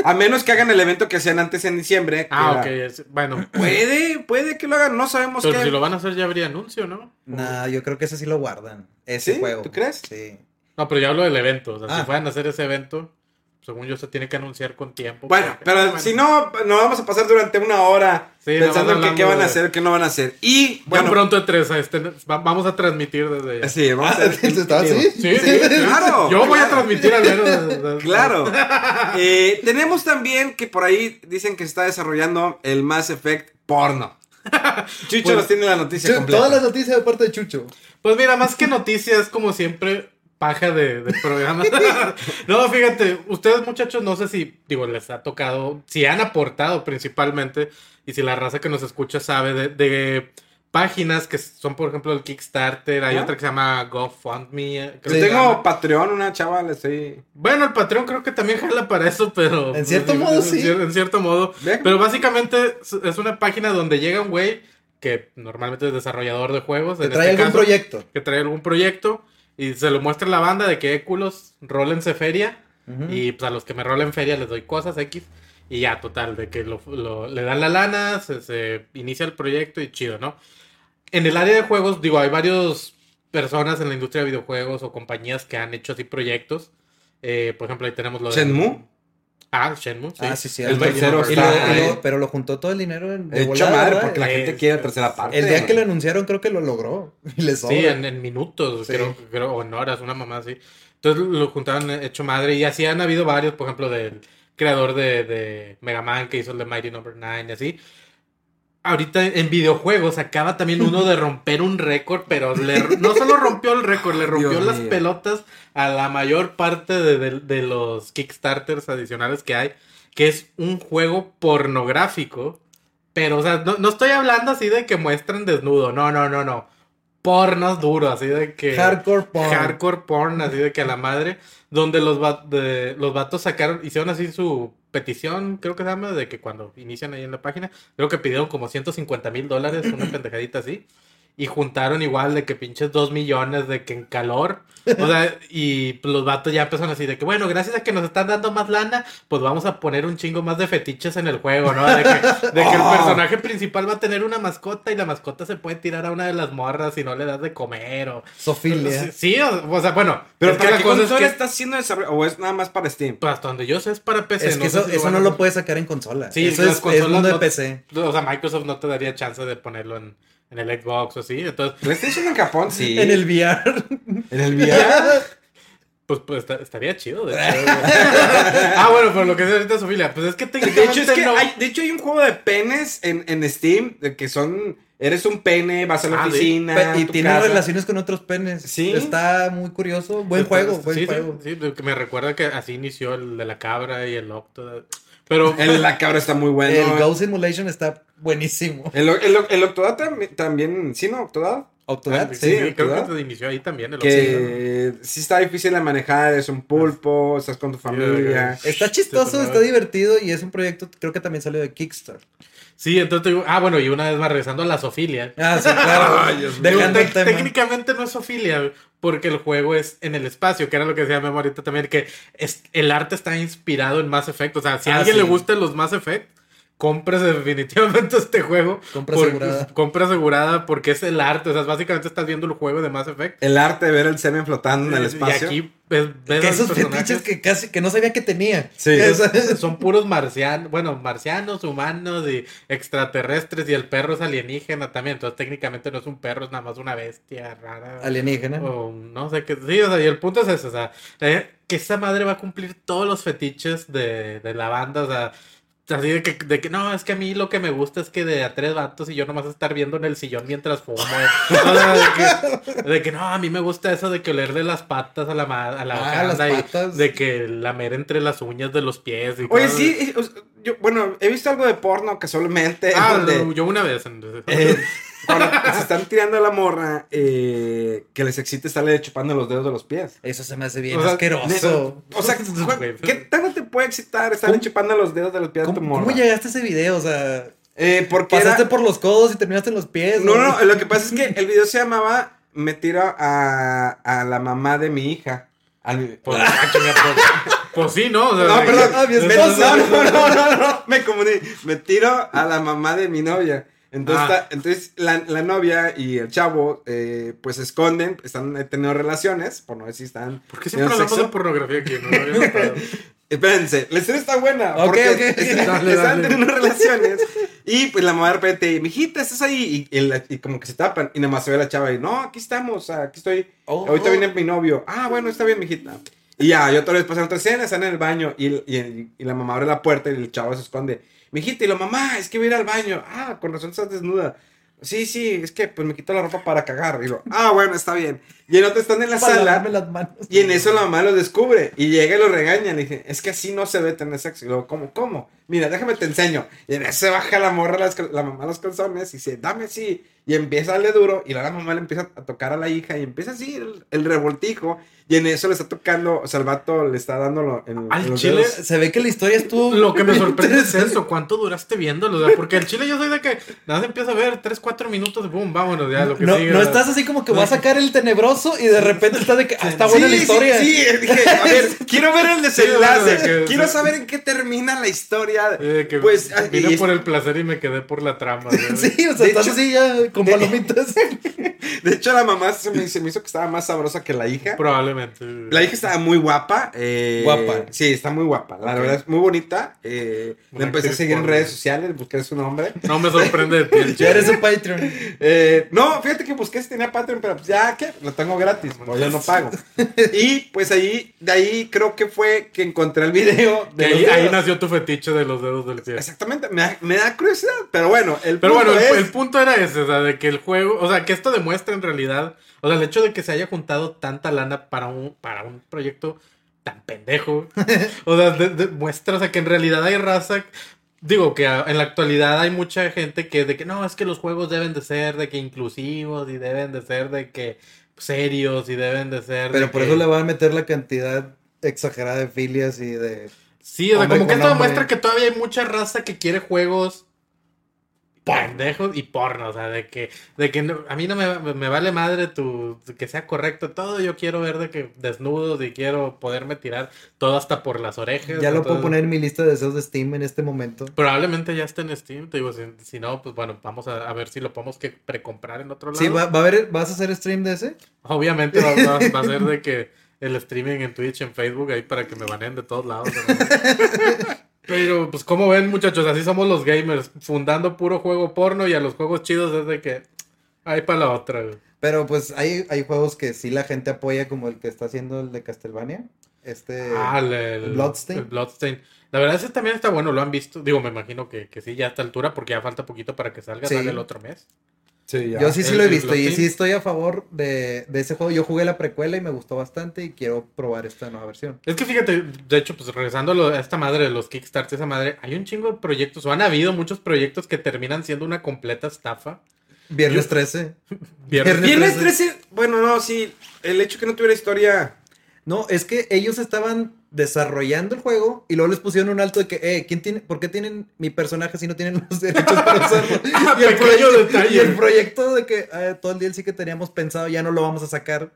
[SPEAKER 1] A menos que hagan el evento que hacían antes en diciembre. que era-
[SPEAKER 2] ah, ok. es- bueno,
[SPEAKER 1] Puede, puede que lo hagan, no sabemos
[SPEAKER 2] pero
[SPEAKER 1] qué.
[SPEAKER 2] si lo van a hacer ya habría anuncio, ¿no?
[SPEAKER 3] Nah, yo creo que ese sí lo guardan. Ese
[SPEAKER 1] ¿Sí?
[SPEAKER 3] juego.
[SPEAKER 1] ¿Tú crees?
[SPEAKER 3] Sí.
[SPEAKER 2] No, pero yo hablo del evento. O sea,
[SPEAKER 3] Ah.
[SPEAKER 2] si fueran a hacer ese evento, según yo, se tiene que anunciar con tiempo.
[SPEAKER 1] Bueno,
[SPEAKER 2] porque-
[SPEAKER 1] pero
[SPEAKER 2] bueno.
[SPEAKER 1] si no, nos vamos a pasar durante una hora
[SPEAKER 2] Sí,
[SPEAKER 1] pensando
[SPEAKER 2] nomás
[SPEAKER 1] en que qué
[SPEAKER 2] hablando
[SPEAKER 1] van a
[SPEAKER 2] de-
[SPEAKER 1] hacer, qué no van a hacer. Y
[SPEAKER 2] Ya
[SPEAKER 1] bueno,
[SPEAKER 2] pronto entre esa, este, va- vamos a transmitir desde allá.
[SPEAKER 1] sí, vamos a hacer-
[SPEAKER 4] ¿Estás así?
[SPEAKER 2] Sí,
[SPEAKER 1] Sí,
[SPEAKER 2] sí,
[SPEAKER 1] claro.
[SPEAKER 2] Yo voy a transmitir al menos. desde- desde-
[SPEAKER 1] Claro. Eh, tenemos también que por ahí dicen que se está desarrollando el Mass Effect porno. Chucho
[SPEAKER 2] Pues,
[SPEAKER 1] nos tiene la noticia
[SPEAKER 4] Chu-
[SPEAKER 1] completa.
[SPEAKER 4] Todas las noticias de parte de Chucho.
[SPEAKER 2] Pues mira, más que noticias, como siempre, paja de, de programa. no, fíjate, ustedes muchachos, no sé si, digo, les ha tocado, si han aportado principalmente, y si la raza que nos escucha sabe de, de páginas que son, por ejemplo, el Kickstarter, hay
[SPEAKER 1] ¿Ah?
[SPEAKER 2] otra que se llama GoFundMe. eh, creo
[SPEAKER 1] Yo
[SPEAKER 2] que se
[SPEAKER 1] tengo
[SPEAKER 2] llama.
[SPEAKER 1] Patreon, una chava, le estoy...
[SPEAKER 2] Bueno, el Patreon creo que también jala para eso, pero...
[SPEAKER 4] En cierto modo,
[SPEAKER 2] en
[SPEAKER 4] sí.
[SPEAKER 2] cier- En cierto modo.
[SPEAKER 1] Ve.
[SPEAKER 2] Pero básicamente es- es una página donde llega un güey que normalmente es desarrollador de juegos.
[SPEAKER 4] Te
[SPEAKER 2] en
[SPEAKER 4] trae
[SPEAKER 2] este
[SPEAKER 4] algún
[SPEAKER 2] caso,
[SPEAKER 4] proyecto.
[SPEAKER 2] que trae algún proyecto y se lo muestra a la banda de que "Eh, culos, rólense feria y pues a los que me rolen feria les doy cosas X y ya, total, de que lo, lo- le dan la lana, se, se inicia el proyecto y chido, ¿no? En el área de juegos, digo, hay varios personas en la industria de videojuegos o compañías que han hecho así proyectos. Eh, por ejemplo, ahí tenemos lo de...
[SPEAKER 1] Shenmue.
[SPEAKER 2] Ah, Shenmue, sí.
[SPEAKER 3] Ah, sí, sí.
[SPEAKER 1] El
[SPEAKER 3] algo.
[SPEAKER 1] tercero
[SPEAKER 3] Y luego-
[SPEAKER 1] está-
[SPEAKER 3] y luego- pero lo juntó todo el dinero en de
[SPEAKER 1] Hecho
[SPEAKER 3] volada,
[SPEAKER 1] madre,
[SPEAKER 3] ¿verdad?
[SPEAKER 1] porque la
[SPEAKER 2] Eh,
[SPEAKER 1] gente quiere la tercera parte.
[SPEAKER 3] El día que lo anunciaron creo que lo logró. Y le sobra.
[SPEAKER 2] Sí, en, en minutos,
[SPEAKER 3] Sí.
[SPEAKER 2] creo, creo, o en horas, una mamá así. Entonces lo juntaron hecho madre y así han habido varios, por ejemplo, del creador de, de Mega Man que hizo el de Mighty Number 9 y así. Ahorita en videojuegos acaba también uno de romper un récord, pero le- no solo rompió el récord, le rompió
[SPEAKER 1] Dios
[SPEAKER 2] las
[SPEAKER 1] mío.
[SPEAKER 2] pelotas a la mayor parte de, de- de los Kickstarters adicionales que hay, que es un juego pornográfico. Pero, o sea, no, no estoy hablando así de que muestran desnudo, no, no, no, no. Pornos duro, así de que...
[SPEAKER 3] Hardcore porn.
[SPEAKER 2] Hardcore porn, así de que a la madre. Donde los, va- de- los vatos sacaron, hicieron así su petición, creo que se llama, de que cuando inician ahí en la página, creo que pidieron como 150 mil dólares, una pendejadita así. Y juntaron igual de que pinches 2 millones de que en calor. O sea, y pues, los vatos ya empezaron así de que, bueno, gracias a que nos están dando más lana, pues vamos a poner un chingo más de fetiches en el juego, ¿no? De que, de que el personaje principal va a tener una mascota y la mascota se puede tirar a una de las morras si no le das de comer o... Sí,
[SPEAKER 3] Sofilia.
[SPEAKER 2] sí, o, o sea, bueno.
[SPEAKER 1] Pero
[SPEAKER 2] es que
[SPEAKER 1] para
[SPEAKER 2] la
[SPEAKER 1] qué
[SPEAKER 2] cosa es
[SPEAKER 1] consola
[SPEAKER 2] que
[SPEAKER 1] está haciendo desarrollo, o es nada más para Steam.
[SPEAKER 2] pues, hasta donde yo sé es para PC.
[SPEAKER 3] Es que
[SPEAKER 2] sé
[SPEAKER 3] eso,
[SPEAKER 2] si
[SPEAKER 3] eso
[SPEAKER 2] van a-
[SPEAKER 3] no lo puedes sacar en consola.
[SPEAKER 2] Sí,
[SPEAKER 3] eso
[SPEAKER 2] las
[SPEAKER 3] es, es
[SPEAKER 2] consolas
[SPEAKER 3] mundo de
[SPEAKER 2] no-
[SPEAKER 3] PC.
[SPEAKER 2] O sea, Microsoft no te daría chance de ponerlo en, en el Xbox o así. Entonces,
[SPEAKER 1] PlayStation en Japón, sí.
[SPEAKER 3] En el VR.
[SPEAKER 1] En el VR.
[SPEAKER 2] pues, pues está- estaría chido. de hecho. ah, bueno, pero lo que es ahorita Sofía, pues es que
[SPEAKER 1] De hecho,
[SPEAKER 2] técnicamente
[SPEAKER 1] es que
[SPEAKER 2] no.
[SPEAKER 1] hay, de hecho, hay un juego de penes en, en Steam de que son. Eres un pene, vas a la
[SPEAKER 2] Ah, sí.
[SPEAKER 1] oficina.
[SPEAKER 3] y
[SPEAKER 1] tu
[SPEAKER 3] tiene
[SPEAKER 1] casa.
[SPEAKER 3] relaciones con otros penes.
[SPEAKER 1] Sí.
[SPEAKER 3] Está muy curioso. Buen juego, buen
[SPEAKER 2] sí, sí,
[SPEAKER 3] juego.
[SPEAKER 2] Sí, de- que me recuerda que así inició el de la cabra y el octo. Pero
[SPEAKER 1] El, la cabra está muy bueno. eh,
[SPEAKER 3] El Go Simulation está buenísimo.
[SPEAKER 1] El, el, el Octodad tam- también, sí, ¿no? Octodad.
[SPEAKER 3] Octodad,
[SPEAKER 2] ah, sí,
[SPEAKER 3] sí.
[SPEAKER 1] sí,
[SPEAKER 2] creo
[SPEAKER 1] ¿verdad?
[SPEAKER 2] que inició ahí también el Octo.
[SPEAKER 1] Que sí está difícil de manejar, es un pulpo, estás con tu familia.
[SPEAKER 3] Está chistoso,
[SPEAKER 2] Sí,
[SPEAKER 3] está divertido y es un proyecto, creo que también salió de Kickstarter.
[SPEAKER 2] Sí, entonces te digo, ah, bueno, y una vez más regresando a la Sofilia.
[SPEAKER 3] Ah, sí, claro. Dejando
[SPEAKER 2] Digo,
[SPEAKER 3] el
[SPEAKER 2] tec-
[SPEAKER 3] tema.
[SPEAKER 2] Técnicamente no es Ophelia, porque el juego es en el espacio, que era lo que decía Memo ahorita también, que es- el arte está inspirado en Mass Effect. O sea, si a
[SPEAKER 3] Ah,
[SPEAKER 2] alguien
[SPEAKER 3] sí.
[SPEAKER 2] le gustan los Mass Effect, compres definitivamente este juego.
[SPEAKER 3] Compra
[SPEAKER 2] porque-
[SPEAKER 3] asegurada.
[SPEAKER 2] Compra asegurada porque es el arte. O sea, básicamente estás viendo el juego de Mass Effect.
[SPEAKER 1] El arte de ver el semen flotando en el espacio.
[SPEAKER 2] Y aquí ves, ves
[SPEAKER 3] Que
[SPEAKER 2] a los
[SPEAKER 3] esos
[SPEAKER 2] personajes.
[SPEAKER 3] fetiches que casi que no sabía que tenía.
[SPEAKER 1] Sí.
[SPEAKER 3] Eso-
[SPEAKER 2] Son puros marcianos, bueno, marcianos, humanos y extraterrestres y el perro es alienígena también, entonces técnicamente no es un perro, es nada más una bestia rara.
[SPEAKER 1] ¿Eh?
[SPEAKER 3] alienígena.
[SPEAKER 1] Oh.
[SPEAKER 2] O no sé qué. Sí, o sea, y el punto es ese, o sea, eh, que esa madre va a cumplir todos los fetiches de, de la banda, o sea, así de que, de que, no, es que a mí lo que me gusta es que de a tres vatos y yo nomás estar viendo en el sillón mientras fumo. O sea, de, que, de que, no, a mí me gusta eso de que olerle las patas a la, ma- a la
[SPEAKER 3] Ah, las
[SPEAKER 2] banda y
[SPEAKER 3] patas.
[SPEAKER 2] de que lamer entre las uñas de los pies. y
[SPEAKER 1] Oye,
[SPEAKER 2] cosas.
[SPEAKER 1] sí, eh, o sea, eh, yo, bueno, he visto algo de porno casualmente.
[SPEAKER 2] Ah,
[SPEAKER 1] donde-
[SPEAKER 2] yo una vez. en-
[SPEAKER 1] Eh, cuando- están tirando a la morra, eh, que les excite estarle chupando los dedos de los pies.
[SPEAKER 3] Eso se me hace bien
[SPEAKER 2] O sea,
[SPEAKER 3] asqueroso.
[SPEAKER 1] O sea, ¿cu- ¿qué tanto te puede excitar estarle
[SPEAKER 3] ¿Cómo?
[SPEAKER 1] chupando los dedos de los pies a
[SPEAKER 3] ¿Cómo,
[SPEAKER 1] tu morra?
[SPEAKER 3] cómo llegaste a ese video? O sea,
[SPEAKER 1] Eh, porque era-
[SPEAKER 3] pasaste por los codos y terminaste en los pies.
[SPEAKER 1] No, no, no, lo que pasa es que el video se llamaba Me tiro a, a la mamá de mi hija. Al-
[SPEAKER 2] Pues, ah, chinga, pues- pues sí, ¿no? O sea,
[SPEAKER 1] No,
[SPEAKER 2] de-
[SPEAKER 1] perdón,
[SPEAKER 3] ah, mi
[SPEAKER 1] me-
[SPEAKER 3] esposa.
[SPEAKER 1] no, no, no, no, no, me confundí. Me tiro a la mamá de mi novia. Entonces,
[SPEAKER 2] Ah.
[SPEAKER 1] ta- entonces la, la novia y el chavo, eh, pues se esconden, están eh, teniendo relaciones, por no decir están.
[SPEAKER 2] ¿Por qué siempre hablamos de
[SPEAKER 1] sexo?
[SPEAKER 2] pornografía aquí? No, No había notado.
[SPEAKER 1] Espérense, la historia está buena.
[SPEAKER 3] Ok,
[SPEAKER 1] porque
[SPEAKER 3] ok.
[SPEAKER 1] es-
[SPEAKER 2] Dale,
[SPEAKER 1] Estaban
[SPEAKER 2] dale.
[SPEAKER 1] teniendo relaciones. Y pues la mamá de repente, mijita, estás ahí. Y, y la- y como que se tapan. Y nada más se ve la chava y no, aquí estamos, aquí estoy.
[SPEAKER 3] Oh.
[SPEAKER 1] Ahorita viene mi novio. Ah, bueno, está bien, mijita. Y ya, yo otra vez pasaron otra escena, están en el baño. Y, el- y el- y la mamá abre la puerta y el chavo se esconde. Mijita, y la mamá, es que voy a ir al baño. Ah, con razón estás desnuda. Sí, sí, es que pues me quito la ropa para cagar. Y lo, ah, bueno, está bien. Y el otro están en la
[SPEAKER 3] Para
[SPEAKER 1] sala.
[SPEAKER 3] lavarme las manos.
[SPEAKER 1] Y en eso la mamá lo descubre y llega y lo regaña. Le dice, es que así no se debe tener sexo. Y luego, ¿cómo? ¿Cómo? Mira, déjame te enseño. Y en eso se baja la morra, las cal- la mamá los calzones y dice, dame así. Y empieza a darle duro y luego la mamá le empieza a tocar a la hija y empieza así el, el revoltijo. Y en eso le está tocando, o sea, el vato le está dando lo- en,
[SPEAKER 2] Al
[SPEAKER 1] en los
[SPEAKER 2] chile,
[SPEAKER 1] dedos.
[SPEAKER 3] Se ve que la historia estuvo.
[SPEAKER 2] Lo que me sorprende es
[SPEAKER 3] interesante.
[SPEAKER 2] eso, cuánto duraste viéndolo, o sea, porque el chile yo soy de que nada más empiezo a ver 3, 4 minutos, boom, vámonos ya, lo que
[SPEAKER 3] No,
[SPEAKER 2] sigue.
[SPEAKER 3] no
[SPEAKER 2] ¿verdad?
[SPEAKER 3] estás así como que va a sacar el tenebroso y de repente estás de que ah, está
[SPEAKER 1] Sí,
[SPEAKER 3] buena la
[SPEAKER 1] sí,
[SPEAKER 3] historia.
[SPEAKER 1] Sí, dije, a ver, quiero ver el desenlace.
[SPEAKER 2] bueno, que-
[SPEAKER 1] quiero saber en qué termina la historia.
[SPEAKER 2] Eh, que
[SPEAKER 1] pues, ah,
[SPEAKER 2] vine
[SPEAKER 1] y-
[SPEAKER 2] por el placer y me quedé por la trama. ¿verdad?
[SPEAKER 3] Sí, o
[SPEAKER 1] De
[SPEAKER 3] sea, estás
[SPEAKER 1] hecho-
[SPEAKER 3] así ya con
[SPEAKER 1] de-
[SPEAKER 3] palomitas.
[SPEAKER 1] de hecho, la mamá se me, se me hizo que estaba más sabrosa que la hija.
[SPEAKER 2] Probablemente.
[SPEAKER 1] La hija estaba muy guapa. eh,
[SPEAKER 3] Guapa.
[SPEAKER 1] Sí, está muy guapa. La
[SPEAKER 2] Ok.
[SPEAKER 1] verdad es muy bonita. eh, la
[SPEAKER 2] Una
[SPEAKER 1] empecé a
[SPEAKER 2] actriz
[SPEAKER 1] seguir en
[SPEAKER 2] porno.
[SPEAKER 1] redes sociales, busqué su nombre.
[SPEAKER 2] No me sorprende de ti el
[SPEAKER 3] Ya
[SPEAKER 2] chile.
[SPEAKER 3] eres un Patreon.
[SPEAKER 1] Eh, no, fíjate que busqué si tenía Patreon, pero pues ya que lo tengo gratis, pues yo no pago. Y pues ahí, de ahí creo que fue que encontré el video
[SPEAKER 2] Que
[SPEAKER 1] de
[SPEAKER 2] ahí,
[SPEAKER 1] los
[SPEAKER 2] ahí
[SPEAKER 1] dedos.
[SPEAKER 2] nació tu fetiche de los dedos del pie.
[SPEAKER 1] Exactamente, me da, me da curiosidad, pero bueno, el
[SPEAKER 2] Pero
[SPEAKER 1] punto
[SPEAKER 2] bueno, el,
[SPEAKER 1] es,
[SPEAKER 2] el punto era ese, o sea, de que el juego, o sea, que esto demuestra en realidad, o sea, el hecho de que se haya juntado tanta lana para un, para un proyecto tan pendejo, o sea, de- demuestra, o sea, que en realidad hay raza, digo, que a- en la actualidad hay mucha gente que de que no, es que los juegos deben de ser de que inclusivos y deben de ser de que serios y deben de ser... de
[SPEAKER 3] Pero por
[SPEAKER 2] que-
[SPEAKER 3] eso le van a meter la cantidad exagerada de filias y de
[SPEAKER 2] Sí, o sea,
[SPEAKER 3] Hombre
[SPEAKER 2] como que
[SPEAKER 3] con
[SPEAKER 2] esto
[SPEAKER 3] hombre.
[SPEAKER 2] demuestra que todavía hay mucha raza que quiere juegos pendejos y porno, o sea, de que, de que no- a mí no me, me vale madre tu, tu- que sea correcto todo, yo quiero ver de que desnudos y quiero poderme tirar todo hasta por las orejas.
[SPEAKER 3] Ya lo puedo
[SPEAKER 2] entonces,
[SPEAKER 3] poner en mi lista de deseos de Steam en este momento.
[SPEAKER 2] Probablemente ya esté en Steam, te digo, si, si no, pues bueno, vamos a, a ver si lo podemos que precomprar en otro lado.
[SPEAKER 3] Sí, va, va a haber, ¿vas a hacer stream de ese?
[SPEAKER 2] Obviamente va, va- va a ser de que el streaming en Twitch, en Facebook, ahí para que me baneen de todos lados. ¿no? Pero, pues, como ven, muchachos, así somos los gamers, fundando puro juego porno y a los juegos chidos es de que ahí para la otra. güey.
[SPEAKER 3] Pero pues hay, hay juegos que sí la gente apoya, como el que está haciendo el de Castlevania. Este.
[SPEAKER 2] ah, el, el-
[SPEAKER 3] Bloodstain.
[SPEAKER 2] el Bloodstain. La verdad, ese también está bueno, lo han visto. Digo, me imagino que, que sí, ya a esta altura, porque ya falta poquito para que salga,
[SPEAKER 3] Sí.
[SPEAKER 2] sale el otro mes.
[SPEAKER 1] Sí, ya.
[SPEAKER 3] yo sí sí
[SPEAKER 2] el-
[SPEAKER 3] lo he
[SPEAKER 2] el
[SPEAKER 3] visto y
[SPEAKER 2] Bloodstain.
[SPEAKER 3] sí estoy a favor de, de ese juego. Yo jugué la precuela y me gustó bastante y quiero probar esta nueva versión.
[SPEAKER 2] Es que fíjate, de hecho, pues regresando a, lo- a esta madre de los Kickstarts, esa madre, hay un chingo de proyectos, o han habido muchos proyectos que terminan siendo una completa estafa.
[SPEAKER 3] Viernes
[SPEAKER 2] Yo-
[SPEAKER 3] 13.
[SPEAKER 2] Viernes
[SPEAKER 1] Viernes
[SPEAKER 3] 13.
[SPEAKER 1] 13, bueno, no, sí, el hecho que no tuviera historia,
[SPEAKER 3] No, es que ellos estaban desarrollando el juego y luego les pusieron un alto de que, eh, ¿quién tiene, ¿por qué tienen mi personaje si no tienen los derechos para usarlo?
[SPEAKER 2] Ah,
[SPEAKER 3] y, el
[SPEAKER 2] pequeño
[SPEAKER 3] proyecto,
[SPEAKER 2] detalle.
[SPEAKER 3] y el proyecto de que eh, todo el día sí que teníamos pensado ya no lo vamos a sacar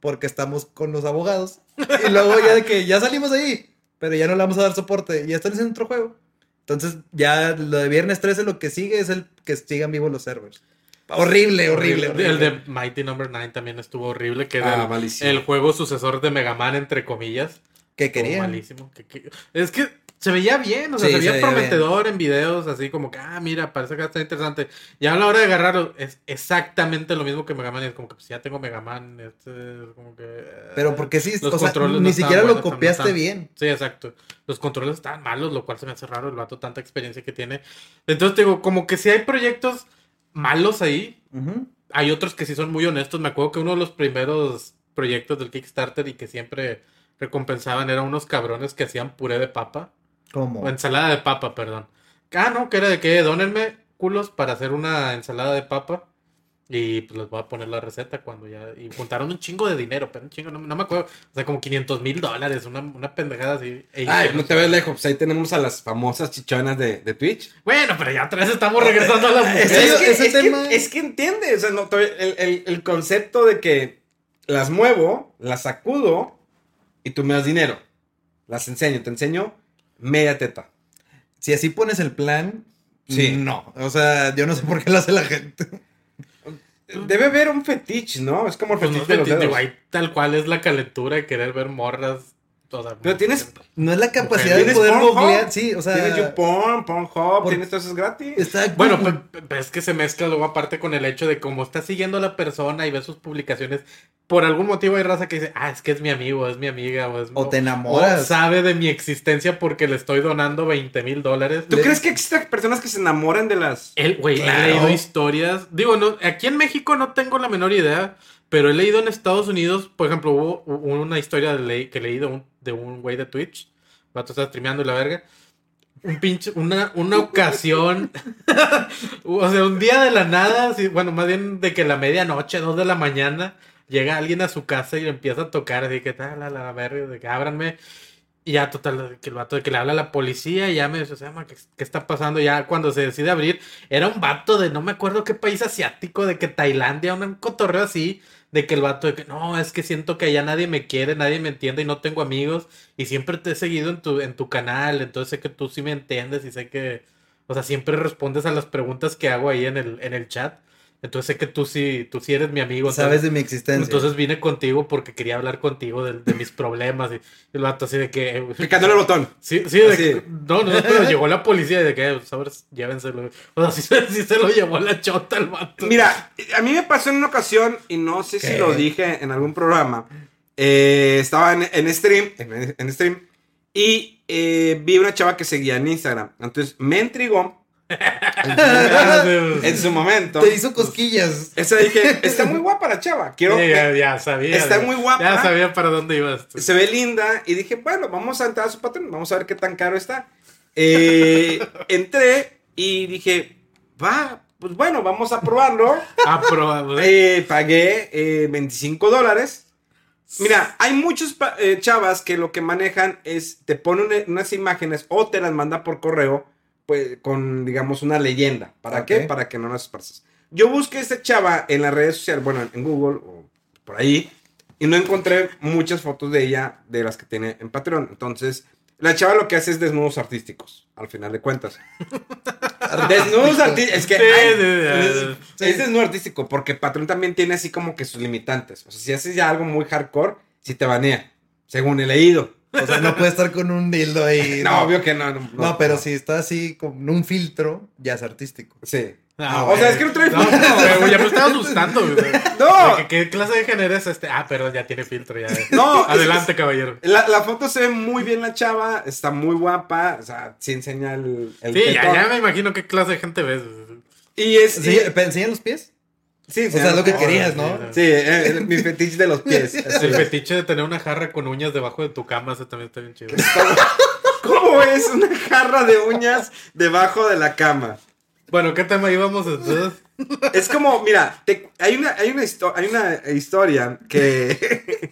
[SPEAKER 3] porque estamos con los abogados. Y luego ya de que ya salimos de ahí, pero ya no le vamos a dar soporte y ya están haciendo otro juego. Entonces ya lo de viernes 13 lo que sigue es el que sigan vivos los servers. Horrible, horrible, horrible.
[SPEAKER 2] Pues, El de Mighty Number 9 también estuvo horrible, que
[SPEAKER 1] Ah,
[SPEAKER 2] era el,
[SPEAKER 1] malísimo.
[SPEAKER 2] el juego sucesor de Mega Man, entre comillas.
[SPEAKER 3] que
[SPEAKER 2] Estuvo
[SPEAKER 3] querían.
[SPEAKER 2] Malísimo. que- que- Es que se veía bien, o sea,
[SPEAKER 3] Sí,
[SPEAKER 2] se veía
[SPEAKER 3] se veía
[SPEAKER 2] prometedor en videos, así como que, ah, mira, parece que está interesante. Y a la hora de agarrarlo, es exactamente lo mismo que Mega Man. y es como que, pues ya tengo Mega Man, este, es como que... eh,
[SPEAKER 3] Pero porque sí,
[SPEAKER 2] los
[SPEAKER 3] o sea,
[SPEAKER 2] controles no
[SPEAKER 3] ni
[SPEAKER 2] estaban
[SPEAKER 3] siquiera lo
[SPEAKER 2] buenos, no
[SPEAKER 3] copiaste
[SPEAKER 2] estaban-
[SPEAKER 3] bien.
[SPEAKER 2] Sí, exacto. Los controles estaban malos, lo cual se me hace raro el vato, tanta experiencia que tiene. Entonces, te digo, como que si hay proyectos malos ahí,
[SPEAKER 3] Ujú.
[SPEAKER 2] hay otros que sí son muy honestos. Me acuerdo que uno de los primeros proyectos del Kickstarter y que siempre recompensaban eran unos cabrones que hacían puré de papa.
[SPEAKER 3] ¿Cómo?
[SPEAKER 2] O ensalada de papa, perdón. Ah, no, que era de que, dónenme culos para hacer una ensalada de papa. Y pues les voy a poner la receta cuando ya. Y juntaron un chingo de dinero, pero un chingo, no, no me acuerdo. O sea, como 500 mil dólares, una, una pendejada así.
[SPEAKER 1] Ay,
[SPEAKER 2] E hicieron-
[SPEAKER 1] no te ves lejos. Pues ahí tenemos a las famosas chichonas de, de Twitch.
[SPEAKER 2] Bueno, pero ya tres estamos regresando a las mujeres.
[SPEAKER 1] Es que,
[SPEAKER 3] ese
[SPEAKER 1] es que-
[SPEAKER 3] tema-
[SPEAKER 1] es que entiende, o sea, no, todavía el, el- el concepto de que las muevo, las sacudo y tú me das dinero. Las enseño, te enseño media teta.
[SPEAKER 3] Si así pones el plan,
[SPEAKER 1] Sí.
[SPEAKER 3] no. O sea, yo no sé por qué lo hace la gente.
[SPEAKER 1] Debe haber un fetiche, ¿no? Es como el
[SPEAKER 2] Pues no
[SPEAKER 1] fetiche
[SPEAKER 2] es
[SPEAKER 1] de los
[SPEAKER 2] fetiche,
[SPEAKER 1] dedos.
[SPEAKER 2] güey, tal cual es la calentura de querer ver morras. o sea,
[SPEAKER 1] Pero tienes-
[SPEAKER 3] No es la capacidad de
[SPEAKER 1] ¿Tienes
[SPEAKER 3] poder
[SPEAKER 1] Pornhub?
[SPEAKER 3] googlear. Sí, o sea.
[SPEAKER 1] Tienes YouPorn, Pornhub,
[SPEAKER 3] Por-
[SPEAKER 1] tienes todo eso es gratis.
[SPEAKER 3] Está
[SPEAKER 2] Bueno,
[SPEAKER 3] Google.
[SPEAKER 2] pe- pe- pero es que se mezcla luego aparte con el hecho de cómo está siguiendo a la persona y ve sus publicaciones. Por algún motivo hay raza que dice, ah, es que es mi amigo, es mi amiga, o es
[SPEAKER 3] O te
[SPEAKER 2] o
[SPEAKER 3] enamoras.
[SPEAKER 2] sabe de mi existencia porque le estoy donando 20 mil dólares.
[SPEAKER 1] ¿Tú
[SPEAKER 3] le-
[SPEAKER 1] crees que existen personas que se enamoran de las...
[SPEAKER 2] Él, güey,
[SPEAKER 3] Claro.
[SPEAKER 2] he leído historias. Digo, no, aquí en México no tengo la menor idea, pero he leído en Estados Unidos, por ejemplo, hubo u- una historia de ley- que leí de un, de un güey de Twitch. El Vato está streameando y la verga. Un pinche, una, una ocasión. o sea, un día de la nada, sí, bueno, más bien de que la medianoche, dos de la mañana, llega alguien a su casa y empieza a tocar, así que tal, la, la verga, de que ábranme. Y ya, total, que el vato de que le habla a la policía y ya me dice, o sea, ma, ¿qué, qué está pasando? Ya cuando se decide abrir, era un vato de no me acuerdo qué país asiático, de que Tailandia, un, un cotorreo así, de que el vato de que no, es que siento que allá nadie me quiere, nadie me entiende y no tengo amigos y siempre te he seguido en tu, en tu canal, entonces sé que tú sí me entiendes y sé que, o sea, siempre respondes a las preguntas que hago ahí en el, en el chat, entonces sé que tú sí, tú sí eres mi amigo.
[SPEAKER 3] Sabes
[SPEAKER 2] entonces-
[SPEAKER 3] de mi existencia.
[SPEAKER 2] entonces vine contigo porque quería hablar contigo de, de mis problemas. Y el vato así de que. eh, güey.
[SPEAKER 1] Picándole el botón.
[SPEAKER 2] Sí, sí, de
[SPEAKER 1] Así.
[SPEAKER 2] que- no, no, pero llegó la policía y de que, eh, sabes, llévenselo. O sea, sí, se- sí se lo llevó la chota el vato.
[SPEAKER 1] Mira, a mí me pasó en una ocasión, y no sé si
[SPEAKER 3] ¿Qué?
[SPEAKER 1] lo dije en algún programa, eh, estaba en, en stream, en, en stream, y eh, vi una chava que seguía en Instagram. Entonces me intrigó
[SPEAKER 2] Ah, sí,
[SPEAKER 1] en su momento.
[SPEAKER 3] Te hizo cosquillas.
[SPEAKER 1] Esa dije, está muy guapa la chava, quiero...
[SPEAKER 2] sí, ya, ya sabía.
[SPEAKER 1] Está
[SPEAKER 2] ya-
[SPEAKER 1] muy guapa.
[SPEAKER 2] Ya sabía para dónde ibas. tú.
[SPEAKER 1] Se ve linda, y dije, bueno, vamos a entrar a su patrón, vamos a ver qué tan caro está. Eh, entré y dije, va, pues bueno, vamos a probarlo.
[SPEAKER 2] Ah, Aprobable.
[SPEAKER 1] Eh, pagué eh, 25 dólares. Mira, hay muchos pa- eh, chavas que lo que manejan es te ponen una- unas imágenes o te las manda por correo pues, con, digamos, una leyenda. ¿Para
[SPEAKER 3] Ok.
[SPEAKER 1] qué? Para que no las esparces. Yo busqué a esta chava en las redes sociales, bueno, en Google o por ahí, y no encontré muchas fotos de ella de las que tiene en Patreon. Entonces, la chava lo que hace es desnudos artísticos, al final de cuentas. Desnudos artísticos. Es que
[SPEAKER 2] Sí,
[SPEAKER 1] ay,
[SPEAKER 2] sí, sí.
[SPEAKER 1] es- es desnudo artístico, porque Patrón también tiene así como que sus limitantes. O sea, si haces ya algo muy hardcore, si te banea, según he leído.
[SPEAKER 3] O sea, no puede estar con un dildo ahí.
[SPEAKER 1] No, obvio que no. No,
[SPEAKER 3] No, pero si está así con un filtro, ya es artístico.
[SPEAKER 1] Sí.
[SPEAKER 2] Ah,
[SPEAKER 1] o sea,
[SPEAKER 2] güey.
[SPEAKER 1] es que no trae
[SPEAKER 2] No,
[SPEAKER 1] filtro.
[SPEAKER 2] güey, güey, ya me estaba asustando. güey.
[SPEAKER 1] No.
[SPEAKER 2] ¿Qué, qué clase de género es este? Ah, perdón, ya tiene filtro. Ya.
[SPEAKER 1] No, es-
[SPEAKER 2] Adelante, caballero.
[SPEAKER 1] La, la foto se ve muy bien la chava, está muy guapa, o sea, sí enseña el, el
[SPEAKER 2] Sí, ya,
[SPEAKER 1] tetón.
[SPEAKER 2] ya me imagino qué clase de gente ves.
[SPEAKER 1] Y es...
[SPEAKER 3] Sí,
[SPEAKER 1] y-
[SPEAKER 3] ¿pero ¿Enseñan los pies?
[SPEAKER 1] sí,
[SPEAKER 3] O sea, es lo que
[SPEAKER 1] no,
[SPEAKER 3] querías,
[SPEAKER 2] no,
[SPEAKER 3] ¿no?
[SPEAKER 2] no, no.
[SPEAKER 1] Sí, eh, el- mi fetiche de los pies. así.
[SPEAKER 2] El fetiche de tener una jarra con uñas debajo de tu cama, eso también está bien chido.
[SPEAKER 1] ¿Cómo es una jarra de uñas debajo de la cama?
[SPEAKER 2] Bueno, ¿qué tema íbamos entonces?
[SPEAKER 1] Es como, mira, te- hay, una, hay, una histo- hay una historia que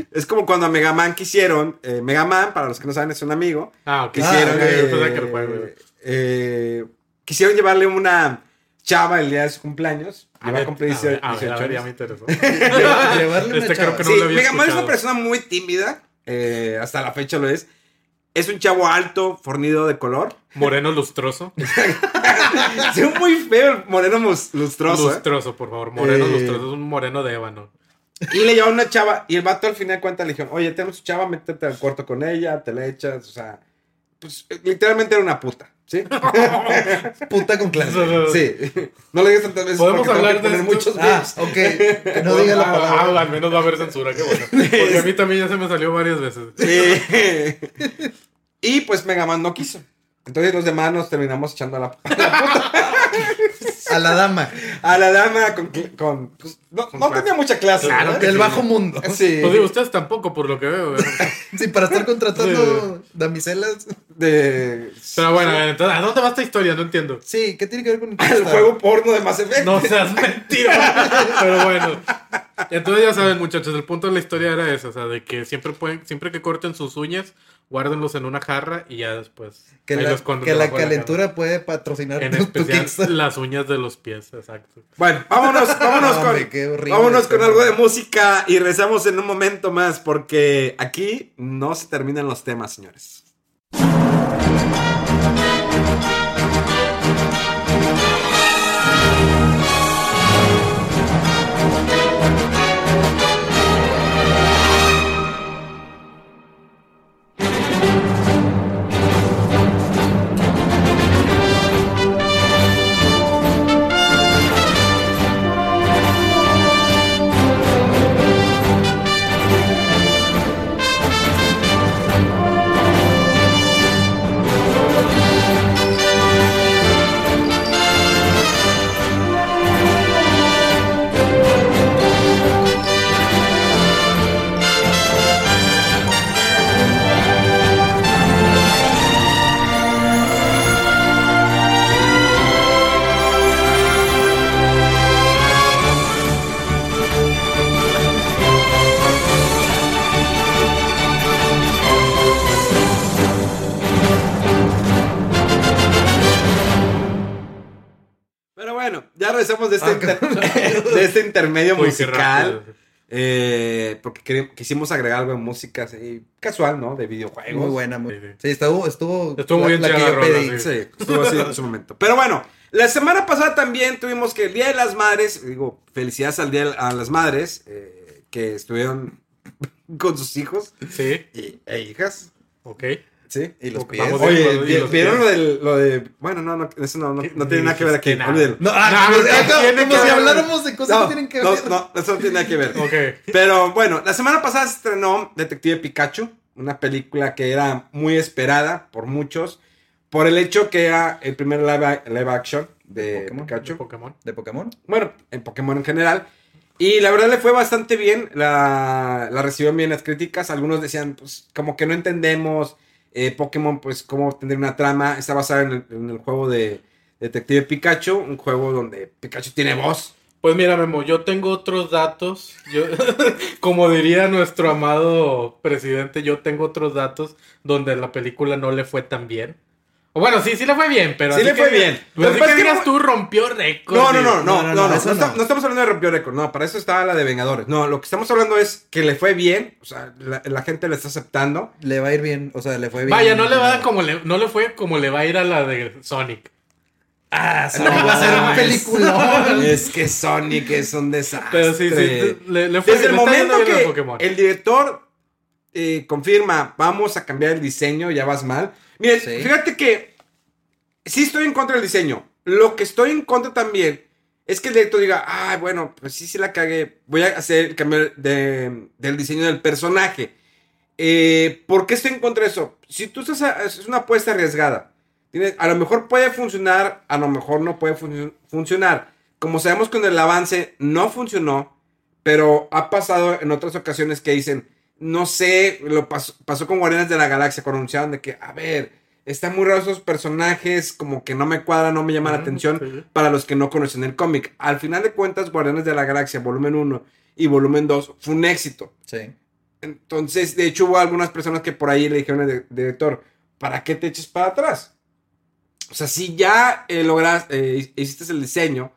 [SPEAKER 1] es como cuando a Mega Man quisieron, eh, Mega Man, para los que no saben, es un amigo,
[SPEAKER 2] Ah, ok.
[SPEAKER 1] quisieron,
[SPEAKER 2] ok,
[SPEAKER 1] eh,
[SPEAKER 2] yo pensaba que era para- güey.
[SPEAKER 1] eh, quisieron llevarle una chava el día de su cumpleaños.
[SPEAKER 2] A
[SPEAKER 1] Iba
[SPEAKER 2] ver,
[SPEAKER 1] Ah, a cumplir
[SPEAKER 2] a ver,
[SPEAKER 1] 18
[SPEAKER 2] a ver, a ver, ya me interesó.
[SPEAKER 3] Llevarle una
[SPEAKER 2] Este creo
[SPEAKER 3] chava.
[SPEAKER 2] que no
[SPEAKER 1] Sí,
[SPEAKER 2] lo había
[SPEAKER 1] Mega Man es
[SPEAKER 2] escuchado.
[SPEAKER 1] una persona muy tímida, eh, hasta la fecha lo es. Es un chavo alto, fornido de color.
[SPEAKER 2] Moreno lustroso.
[SPEAKER 1] Se ve muy feo el moreno mus- lustroso. ¿eh?
[SPEAKER 2] Lustroso, por favor. Moreno
[SPEAKER 1] Eh.
[SPEAKER 2] lustroso. Es un moreno de ébano.
[SPEAKER 1] Y le llevaron una chava. Y el vato al final de cuentas le dijeron, oye, tenemos su chava, métete al cuarto con ella, te la echas. O sea, pues eh, literalmente era una puta. ¿Sí?
[SPEAKER 3] Puta con clase.
[SPEAKER 1] sí. No le digas tantas veces.
[SPEAKER 2] Podemos
[SPEAKER 1] porque tengo que
[SPEAKER 2] hablar de
[SPEAKER 1] poner
[SPEAKER 2] esto.
[SPEAKER 1] muchos
[SPEAKER 3] Ah,
[SPEAKER 1] beeps.
[SPEAKER 3] ok. Que no diga la
[SPEAKER 2] Ah,
[SPEAKER 3] palabra.
[SPEAKER 2] ah, al menos va a haber censura, qué bueno. Porque a Ah, mí también ya se me salió varias veces.
[SPEAKER 1] Eh, y pues Mega Man no quiso. Entonces los demás nos terminamos echando a la, a la puta,
[SPEAKER 3] A la dama.
[SPEAKER 1] a la dama con... cl- con- pues, no
[SPEAKER 2] Con
[SPEAKER 1] no
[SPEAKER 2] clase.
[SPEAKER 1] tenía mucha clase.
[SPEAKER 2] Claro
[SPEAKER 1] ¿verdad?
[SPEAKER 2] que
[SPEAKER 3] Del
[SPEAKER 2] sí.
[SPEAKER 3] bajo mundo.
[SPEAKER 1] Sí.
[SPEAKER 2] Pues digo, ustedes tampoco, por lo que veo. güey.
[SPEAKER 3] Sí, para estar contratando damiselas.
[SPEAKER 1] De...
[SPEAKER 2] Pero bueno, a ver, entonces, ¿a dónde va esta historia? No entiendo.
[SPEAKER 3] Sí, ¿qué tiene que ver con
[SPEAKER 1] El
[SPEAKER 3] Conquista?
[SPEAKER 1] juego porno de Mass Effect.
[SPEAKER 2] No seas mentira. Pero bueno. Entonces ya saben, muchachos, el punto de la historia era ese, o sea, de que siempre pueden, siempre que corten sus uñas, guárdenlos en una jarra y ya después
[SPEAKER 3] Que
[SPEAKER 2] ahí
[SPEAKER 3] la,
[SPEAKER 2] los esconden
[SPEAKER 3] que la
[SPEAKER 2] debajo de
[SPEAKER 3] calentura puede patrocinar
[SPEAKER 2] jarra. En
[SPEAKER 3] tu, tu Kickstarter.
[SPEAKER 2] especial las uñas de los pies, exacto.
[SPEAKER 1] Bueno, vámonos, vámonos
[SPEAKER 3] No,
[SPEAKER 1] con,
[SPEAKER 3] hombre, qué horrible
[SPEAKER 1] vámonos
[SPEAKER 3] este
[SPEAKER 1] con algo de
[SPEAKER 3] hombre.
[SPEAKER 1] música y rezamos en un momento más porque aquí no se terminan los temas, señores. Pero bueno, ya regresamos de este,
[SPEAKER 3] Ah,
[SPEAKER 1] inter- de este intermedio
[SPEAKER 2] Uy, qué
[SPEAKER 1] musical.
[SPEAKER 2] rápido.
[SPEAKER 1] eh, porque quere- quisimos agregar algo de música así, casual, ¿no? De videojuegos.
[SPEAKER 3] Muy buena, muy
[SPEAKER 2] Sí, sí.
[SPEAKER 3] Sí, estuvo, estuvo,
[SPEAKER 2] Estuvo muy
[SPEAKER 3] la- la
[SPEAKER 2] bien
[SPEAKER 3] que
[SPEAKER 2] tirada
[SPEAKER 3] yo
[SPEAKER 2] la rola,
[SPEAKER 3] pedí.
[SPEAKER 2] sí.
[SPEAKER 1] Sí, estuvo así en su momento. Pero bueno, la semana pasada también tuvimos que el Día de las Madres, digo, felicidades al Día de- a las Madres eh, que estuvieron con sus hijos
[SPEAKER 2] Sí,
[SPEAKER 1] y- e hijas.
[SPEAKER 2] ok.
[SPEAKER 1] Sí, y
[SPEAKER 2] los
[SPEAKER 1] pies.
[SPEAKER 2] vamos
[SPEAKER 1] Oye,
[SPEAKER 2] viendo, y
[SPEAKER 1] vi-
[SPEAKER 2] los
[SPEAKER 1] ¿vieron lo
[SPEAKER 2] pies.
[SPEAKER 1] del- lo de, Bueno, no, no, eso no, no, no tiene nada que ver aquí.
[SPEAKER 2] Dijiste nada.
[SPEAKER 1] olvídalo.
[SPEAKER 3] No, ah,
[SPEAKER 2] No,
[SPEAKER 3] como,
[SPEAKER 2] no,
[SPEAKER 3] ah, como-
[SPEAKER 2] tiene
[SPEAKER 3] como
[SPEAKER 2] que
[SPEAKER 3] si
[SPEAKER 2] ver.
[SPEAKER 3] habláramos de cosas
[SPEAKER 1] No,
[SPEAKER 3] que tienen que
[SPEAKER 1] no,
[SPEAKER 3] ver.
[SPEAKER 1] no, eso no tiene nada que ver.
[SPEAKER 2] Ok.
[SPEAKER 1] Pero bueno, la semana pasada se estrenó Detective Pikachu, una película que era muy esperada por muchos, por el hecho que era el primer live, live action de
[SPEAKER 3] Pokémon,
[SPEAKER 1] Pikachu.
[SPEAKER 2] de Pokémon.
[SPEAKER 3] ¿De Pokémon?
[SPEAKER 1] bueno, en Pokémon en general. Y la verdad le fue bastante bien, la, la recibieron bien las críticas. Algunos decían, pues, como que no entendemos eh, Pokémon, pues, cómo tendría una trama. Está basada en el, en el juego de Detective Pikachu, un juego donde Pikachu tiene voz.
[SPEAKER 2] Pues mira, Memo, yo tengo otros datos. Yo, como diría nuestro amado presidente, yo tengo otros datos donde la película no le fue tan bien. O bueno, sí, sí le fue bien, pero.
[SPEAKER 1] Sí
[SPEAKER 2] así
[SPEAKER 1] le fue
[SPEAKER 2] que-
[SPEAKER 1] bien.
[SPEAKER 2] Pues
[SPEAKER 1] Lo
[SPEAKER 2] así
[SPEAKER 1] que pasa
[SPEAKER 2] que
[SPEAKER 1] es que
[SPEAKER 2] digas
[SPEAKER 1] no-
[SPEAKER 2] tú rompió récord.
[SPEAKER 1] No, no,
[SPEAKER 2] y-
[SPEAKER 1] no, no, no, no, no,
[SPEAKER 3] eso
[SPEAKER 1] está-
[SPEAKER 3] no.
[SPEAKER 1] no estamos hablando de rompió récord, no, para eso estaba la de Vengadores. No, lo que estamos hablando es que le fue bien, o sea, la, la gente le está aceptando.
[SPEAKER 3] Le va a ir bien, o sea, le fue bien.
[SPEAKER 2] Vaya, no le va a dar como le, no le fue como le va a ir a la de Sonic.
[SPEAKER 3] Ah, no, va a ser
[SPEAKER 2] no,
[SPEAKER 3] un
[SPEAKER 2] es-
[SPEAKER 3] peliculón.
[SPEAKER 1] Es que Sonic es un desastre.
[SPEAKER 2] Pero sí, sí, le, le fue
[SPEAKER 1] Desde el
[SPEAKER 2] le está yendo
[SPEAKER 1] momento
[SPEAKER 2] bien a
[SPEAKER 1] que
[SPEAKER 2] Pokémon.
[SPEAKER 1] el director eh, confirma, vamos a cambiar el diseño, ya vas mal. Miren,
[SPEAKER 3] Sí.
[SPEAKER 1] fíjate que sí estoy en contra del diseño. Lo que estoy en contra también es que el director diga, ay, bueno, pues sí, sí la cagué. Voy a hacer el cambio de- del diseño del personaje. Eh, ¿Por qué estoy en contra de eso? Si tú estás, a- es una apuesta arriesgada. Tienes- a lo mejor puede funcionar, a lo mejor no puede func- funcionar. Como sabemos con el avance, no funcionó, pero ha pasado en otras ocasiones que dicen, no sé, lo pasó, pasó con Guardianes de la Galaxia, cuando anunciaron de que, a ver, están muy raros esos personajes, como que no me cuadra, no me llama la
[SPEAKER 2] Ujú,
[SPEAKER 1] atención,
[SPEAKER 2] sí.
[SPEAKER 1] para los que no conocen el cómic. Al final de cuentas, Guardianes de la Galaxia, volumen 1 y volumen 2, fue un éxito.
[SPEAKER 3] Sí.
[SPEAKER 1] Entonces, de hecho, hubo algunas personas que por ahí le dijeron al di- director, ¿para qué te eches para atrás? O sea, si ya eh, logras, eh, hiciste el diseño,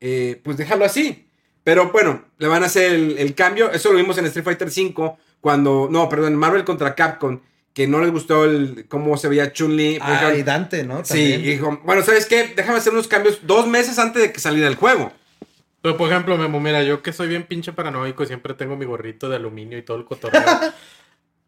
[SPEAKER 1] eh, pues déjalo así. Pero bueno, le van a hacer el, el cambio. Eso lo vimos en Street Fighter V, cuando, no, perdón, Marvel contra Capcom, que no les gustó el, cómo se veía Chun-Li.
[SPEAKER 2] pues
[SPEAKER 1] por
[SPEAKER 3] Ah,
[SPEAKER 1] ejemplo.
[SPEAKER 3] y Dante, ¿no?
[SPEAKER 1] Sí,
[SPEAKER 3] También.
[SPEAKER 1] dijo, bueno, ¿sabes qué? Déjame hacer unos cambios dos meses antes de que saliera el juego.
[SPEAKER 2] Pero por ejemplo, Memo, mira, yo que soy bien pinche paranoico y siempre tengo mi gorrito de aluminio y todo el cotorreo.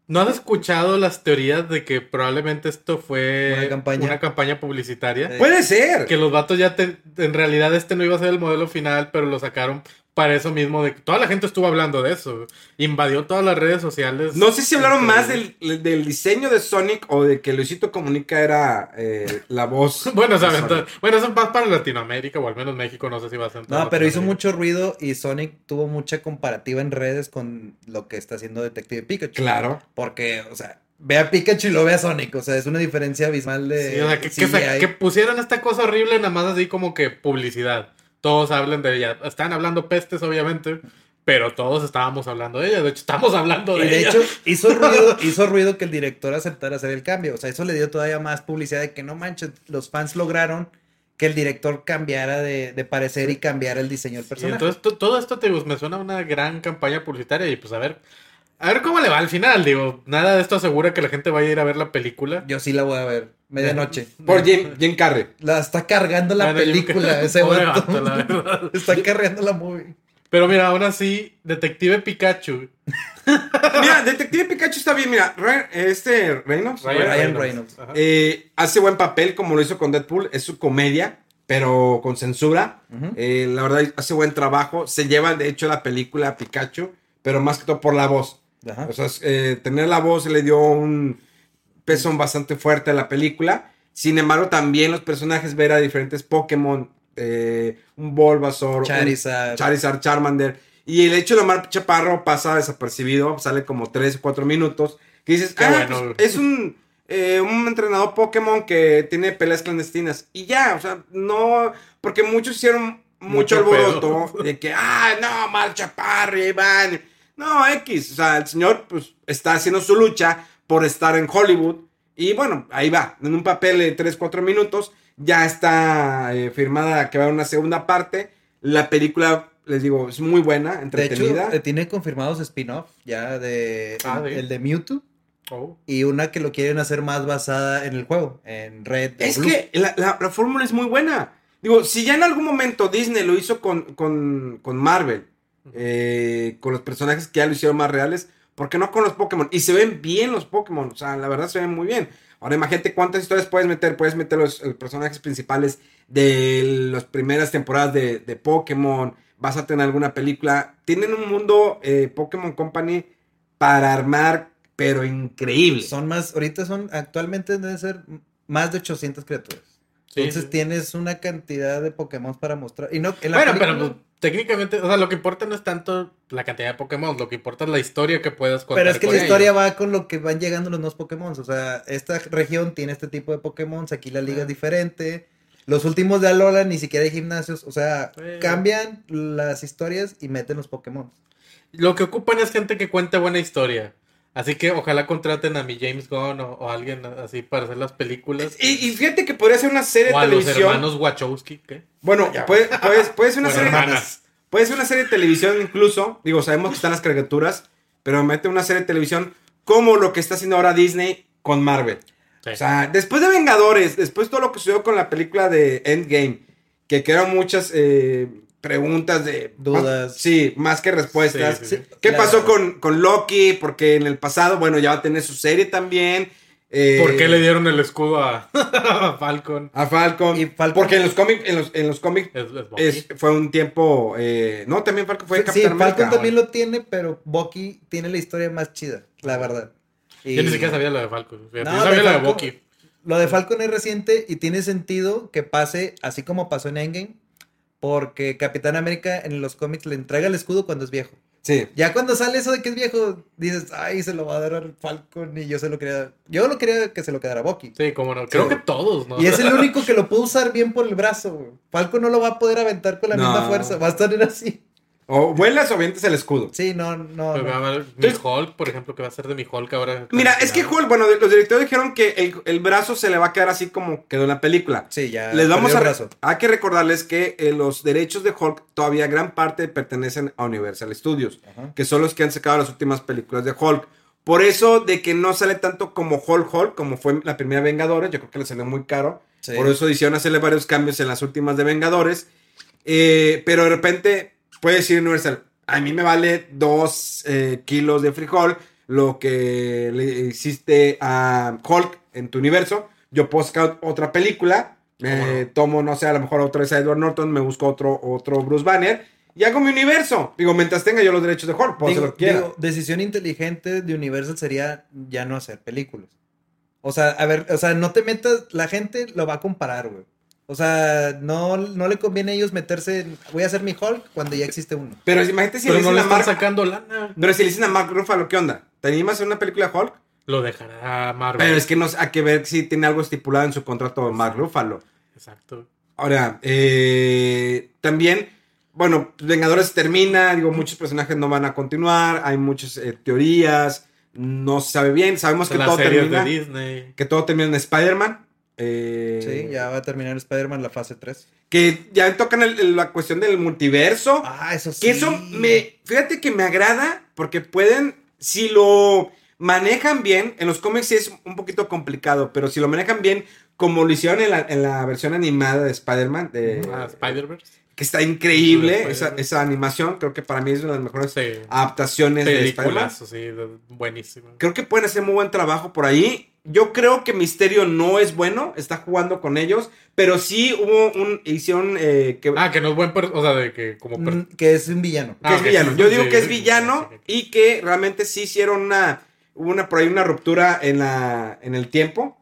[SPEAKER 2] ¿No has escuchado las teorías de que probablemente esto fue
[SPEAKER 3] Una campaña.
[SPEAKER 2] una campaña publicitaria?
[SPEAKER 3] Sí.
[SPEAKER 1] Puede ser.
[SPEAKER 2] Que los vatos ya te- en realidad este no iba a ser el modelo final, pero lo sacaron para eso mismo de que toda la gente estuvo hablando de eso. Invadió todas las redes sociales.
[SPEAKER 1] No sé si hablaron
[SPEAKER 2] Este,
[SPEAKER 1] más del, del diseño de Sonic o de que Luisito Comunica era eh, la voz.
[SPEAKER 2] Bueno, o sea,
[SPEAKER 1] de Sonic.
[SPEAKER 2] entonces- bueno, eso es más para Latinoamérica o al menos México, no sé si va a ser. en toda
[SPEAKER 3] No, pero hizo
[SPEAKER 2] Latinoamérica.
[SPEAKER 3] mucho ruido y Sonic tuvo mucha comparativa en redes con lo que está haciendo Detective Pikachu.
[SPEAKER 1] Claro.
[SPEAKER 3] Porque, o sea, ve a Pikachu y lo ve a Sonic. O sea, es una diferencia abismal de.
[SPEAKER 2] Sí, o sea, que, que
[SPEAKER 3] CGI.
[SPEAKER 2] sa- que pusieran esta cosa horrible nada más así como que publicidad. Todos hablan de ella. Están hablando pestes, obviamente, pero todos estábamos hablando de ella. De hecho, estamos hablando
[SPEAKER 3] Y
[SPEAKER 2] de,
[SPEAKER 3] de
[SPEAKER 2] ella.
[SPEAKER 3] hecho, hizo ruido, hizo ruido que el director aceptara hacer el cambio. O sea, eso le dio todavía más publicidad de que no manches, los fans lograron que el director cambiara de, de parecer y cambiara el diseño del
[SPEAKER 2] Y
[SPEAKER 3] personaje.
[SPEAKER 2] entonces to- todo esto te digo, me suena a una gran campaña publicitaria y pues a ver, a ver cómo le va al final, digo, nada de esto asegura que la gente vaya a ir a ver la película.
[SPEAKER 3] Yo sí la voy a ver, medianoche.
[SPEAKER 1] Por Jim, Jim Carrey.
[SPEAKER 3] La está cargando la
[SPEAKER 2] Bueno, yo creo que-
[SPEAKER 3] película, ese
[SPEAKER 2] Pobre
[SPEAKER 3] vato.
[SPEAKER 2] vato, la verdad.
[SPEAKER 3] Está cargando la movie.
[SPEAKER 2] Pero mira, aún así, Detective Pikachu.
[SPEAKER 1] Mira, Detective Pikachu está bien. Mira, Re- este Reynolds
[SPEAKER 3] Ryan Reynolds.
[SPEAKER 2] Ajá.
[SPEAKER 1] eh, hace buen papel como lo hizo con Deadpool. Es su comedia, pero con censura.
[SPEAKER 3] Ujú.
[SPEAKER 1] Eh, la verdad, hace buen trabajo. Se lleva, de hecho, la película a Pikachu, pero más que todo por la voz.
[SPEAKER 3] Ajá.
[SPEAKER 1] O sea, es- eh, tener la voz le dio un peso bastante fuerte a la película. Sin embargo, también los personajes ver a diferentes Pokémon, eh, un Bulbasaur, un
[SPEAKER 3] Charizard.
[SPEAKER 1] Charizard, Charmander. Y el hecho de Omar Chaparro pasa desapercibido, sale como 3 o 4 minutos. Que dices,
[SPEAKER 2] Qué
[SPEAKER 1] ah,
[SPEAKER 2] bueno.
[SPEAKER 1] pues, es un, eh, un entrenador Pokémon que tiene peleas clandestinas. Y ya, o sea, no, porque muchos hicieron mucho,
[SPEAKER 2] Mucho
[SPEAKER 1] alboroto de que, ah, no, Omar Chaparro, y ahí van. No, X, o sea, el señor pues está haciendo su lucha por estar en Hollywood. Y bueno, ahí va, en un papel de 3, 4 minutos. Ya está eh, firmada que va a haber una segunda parte. La película, les digo, es muy buena,
[SPEAKER 3] De hecho,
[SPEAKER 1] entretenida.
[SPEAKER 3] eh, tiene confirmados spin-off ya de
[SPEAKER 2] Ah,
[SPEAKER 3] el,
[SPEAKER 2] sí.
[SPEAKER 3] el de Mewtwo
[SPEAKER 2] Oh.
[SPEAKER 3] y una que lo quieren hacer más basada en el juego, en Red.
[SPEAKER 1] es
[SPEAKER 3] Blue.
[SPEAKER 1] que la, la- la fórmula es muy buena. Digo, si ya en algún momento Disney lo hizo con, con- con Marvel, eh, con los personajes que ya lo hicieron más reales, ¿por qué no con los Pokémon? Y se ven bien los Pokémon, o sea, la verdad se ven muy bien. Ahora imagínate cuántas historias puedes meter. Puedes meter los, los personajes principales de las primeras temporadas de, de Pokémon. Vas a tener alguna película. Tienen un mundo eh, Pokémon Company para armar, pero increíble.
[SPEAKER 3] Son más, ahorita son, actualmente deben ser más de 800 criaturas.
[SPEAKER 2] Sí,
[SPEAKER 3] Entonces
[SPEAKER 2] sí.
[SPEAKER 3] tienes una cantidad de Pokémon para mostrar. Y no, en la
[SPEAKER 2] Bueno, pero
[SPEAKER 3] película-
[SPEAKER 2] pues, técnicamente, o sea, lo que importa no es tanto la cantidad de Pokémon, lo que importa es la historia que puedas pues, contar.
[SPEAKER 3] Pero es que
[SPEAKER 2] con
[SPEAKER 3] la historia
[SPEAKER 2] ellos.
[SPEAKER 3] va con lo que van llegando los nuevos Pokémon. O sea, esta región tiene este tipo de Pokémon. Aquí la
[SPEAKER 2] Ah.
[SPEAKER 3] liga es diferente. Los últimos de Alola ni siquiera hay gimnasios. O sea,
[SPEAKER 2] Sí.
[SPEAKER 3] cambian las historias y meten los Pokémon.
[SPEAKER 2] Lo que ocupan es gente que cuente buena historia. Así que ojalá contraten a mi James Gunn o, o alguien así para hacer las películas.
[SPEAKER 1] Y, y fíjate que podría ser una serie
[SPEAKER 2] o a
[SPEAKER 1] de
[SPEAKER 2] los
[SPEAKER 1] televisión.
[SPEAKER 2] hermanos Wachowski, ¿qué?
[SPEAKER 1] Bueno, puede, puede- puede ser una
[SPEAKER 2] Bueno,
[SPEAKER 1] serie.
[SPEAKER 2] hermanas.
[SPEAKER 1] Puede ser una serie de televisión incluso. Digo, sabemos que están las caricaturas. Pero mete una serie de televisión como lo que está haciendo ahora Disney con Marvel. O sea, después de Vengadores, después todo lo que sucedió con la película de Endgame, que quedaron muchas eh, preguntas de.
[SPEAKER 3] Dudas.
[SPEAKER 1] sí, más que respuestas.
[SPEAKER 2] Sí, sí, sí.
[SPEAKER 1] ¿Qué
[SPEAKER 3] Claro.
[SPEAKER 1] pasó con, con Loki? Porque en el pasado, bueno, ya va a tener su serie también. Eh,
[SPEAKER 2] ¿Por qué le dieron el escudo a, a Falcon?
[SPEAKER 1] A Falcon.
[SPEAKER 3] Y Falcon-
[SPEAKER 1] Porque en los cómics, en los, en los cómics
[SPEAKER 2] Es, es Bucky.
[SPEAKER 1] es- fue un tiempo. eh, no, también Falcon fue
[SPEAKER 3] Sí,
[SPEAKER 1] Capitán América.
[SPEAKER 3] Falcon también lo tiene, pero Bucky tiene la historia más chida, la verdad. Y-
[SPEAKER 1] eh,
[SPEAKER 2] Yo ni siquiera sabía lo de Falcon. Fíjate,
[SPEAKER 3] No,
[SPEAKER 2] Yo sabía
[SPEAKER 3] de
[SPEAKER 2] lo de
[SPEAKER 3] Falcon-
[SPEAKER 2] Bucky.
[SPEAKER 3] Lo de Falcon es reciente y tiene sentido que pase así como pasó en Endgame, porque Capitán América en los cómics le entrega el escudo cuando es viejo.
[SPEAKER 1] Sí.
[SPEAKER 3] Ya cuando sale eso de que es viejo, dices, ay, se lo va a dar al Falcon y yo se lo quería dar". Yo lo quería que se lo quedara Bucky.
[SPEAKER 2] Sí, como no. Creo
[SPEAKER 1] Sí.
[SPEAKER 2] que todos, ¿no?
[SPEAKER 3] Y es el único que lo puede usar bien por el brazo. güey. Falcon no lo va a poder aventar con la
[SPEAKER 1] No.
[SPEAKER 3] misma fuerza, va a estar en así.
[SPEAKER 1] O vuelas o avientas el escudo.
[SPEAKER 3] Sí, no, no.
[SPEAKER 2] Pero va a
[SPEAKER 3] no.
[SPEAKER 2] haber Mi Hulk, por ejemplo, que va a ser de mi Hulk ahora.
[SPEAKER 1] Mira, es que Hulk, bueno, los directores dijeron que el, el brazo se le va a quedar así como quedó en la película.
[SPEAKER 3] Sí, ya.
[SPEAKER 1] Les vamos a.
[SPEAKER 3] perdió el
[SPEAKER 1] re-
[SPEAKER 3] brazo.
[SPEAKER 1] Hay que recordarles que eh, los derechos de Hulk todavía gran parte pertenecen a Universal Studios,
[SPEAKER 3] Ajá.
[SPEAKER 1] que son los que han sacado las últimas películas de Hulk. Por eso de que no sale tanto como Hulk Hulk, como fue la primera Vengadores, yo creo que le salió muy caro.
[SPEAKER 3] Sí.
[SPEAKER 1] Por eso hicieron hacerle varios cambios en las últimas de Vengadores. Eh, pero de repente puede decir Universal, a mí me vale dos eh, kilos de frijol lo que le hiciste a Hulk en tu universo. Yo puedo sacar otra película.
[SPEAKER 2] ¿Cómo
[SPEAKER 1] eh, Tomo, no sé, a lo mejor otra vez a Edward Norton, me busco otro, otro Bruce Banner y hago mi universo. Digo, mientras tenga yo los derechos de juego, puedo hacer lo
[SPEAKER 3] Digo-
[SPEAKER 1] que quiera.
[SPEAKER 3] digo, decisión inteligente de Universal sería ya no hacer películas. O sea, a ver, o sea, no te metas, la gente lo va a comparar, güey. O sea, no, no le conviene a ellos meterse en, voy a hacer mi Hulk cuando ya existe uno.
[SPEAKER 1] pero imagínate si le
[SPEAKER 2] Pero no
[SPEAKER 1] dicen
[SPEAKER 2] le
[SPEAKER 1] a
[SPEAKER 2] están
[SPEAKER 1] Mark.
[SPEAKER 2] sacando lana.
[SPEAKER 1] Pero si le dicen a Mark Ruffalo, ¿qué onda? ¿Te animas a hacer una película de Hulk?
[SPEAKER 2] Lo dejará Marvel.
[SPEAKER 1] Pero es que no sé, hay que ver si tiene algo estipulado en su contrato de Mark Ruffalo.
[SPEAKER 2] Exacto.
[SPEAKER 1] Ahora, eh, también, bueno, Vengadores termina, digo, muchos personajes no van a continuar, hay muchas eh, teorías, no se sabe bien, sabemos que todo,
[SPEAKER 2] Las series
[SPEAKER 1] termina,
[SPEAKER 2] de Disney.
[SPEAKER 1] que todo termina en Spider-Man. eh,
[SPEAKER 3] Sí, ya va a terminar Spider-Man la fase 3.
[SPEAKER 1] Que ya tocan el- el- la cuestión del multiverso.
[SPEAKER 3] Ah, eso sí.
[SPEAKER 1] Que eso me. Fíjate que me agrada porque pueden. Si lo manejan bien, en los cómics sí es un poquito complicado, pero si lo manejan bien, como lo hicieron en la, en la versión animada de Spider-Man, de-
[SPEAKER 2] Ah, Spider-Verse.
[SPEAKER 1] que está increíble
[SPEAKER 2] De
[SPEAKER 1] esa,
[SPEAKER 2] Spider-Man.
[SPEAKER 1] esa animación, creo que para mí es una de las mejores
[SPEAKER 2] Sí.
[SPEAKER 1] adaptaciones Ah, de Spider-Man.
[SPEAKER 2] Peliculazo, sí. de- Buenísimo.
[SPEAKER 1] Creo que pueden hacer muy buen trabajo por ahí. Yo creo que Misterio no es bueno, está jugando con ellos, pero sí hubo un. Hicieron. eh, que,
[SPEAKER 2] Ah, que no es buen. per- O sea, de que como. per-
[SPEAKER 3] Mm, Que es un villano.
[SPEAKER 1] que
[SPEAKER 2] Ah,
[SPEAKER 1] es
[SPEAKER 2] ok,
[SPEAKER 1] villano.
[SPEAKER 2] sí,
[SPEAKER 1] Yo
[SPEAKER 2] sí,
[SPEAKER 1] digo
[SPEAKER 2] sí,
[SPEAKER 1] que es
[SPEAKER 2] sí,
[SPEAKER 1] villano
[SPEAKER 2] sí, sí, sí.
[SPEAKER 1] y que realmente sí hicieron una, hubo una por ahí una ruptura en la en el tiempo.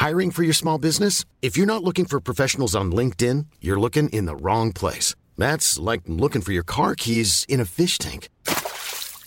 [SPEAKER 4] Hiring for your small business? If you're not looking for professionals on LinkedIn, you're looking in the wrong place. That's like looking for your car keys in a fish tank.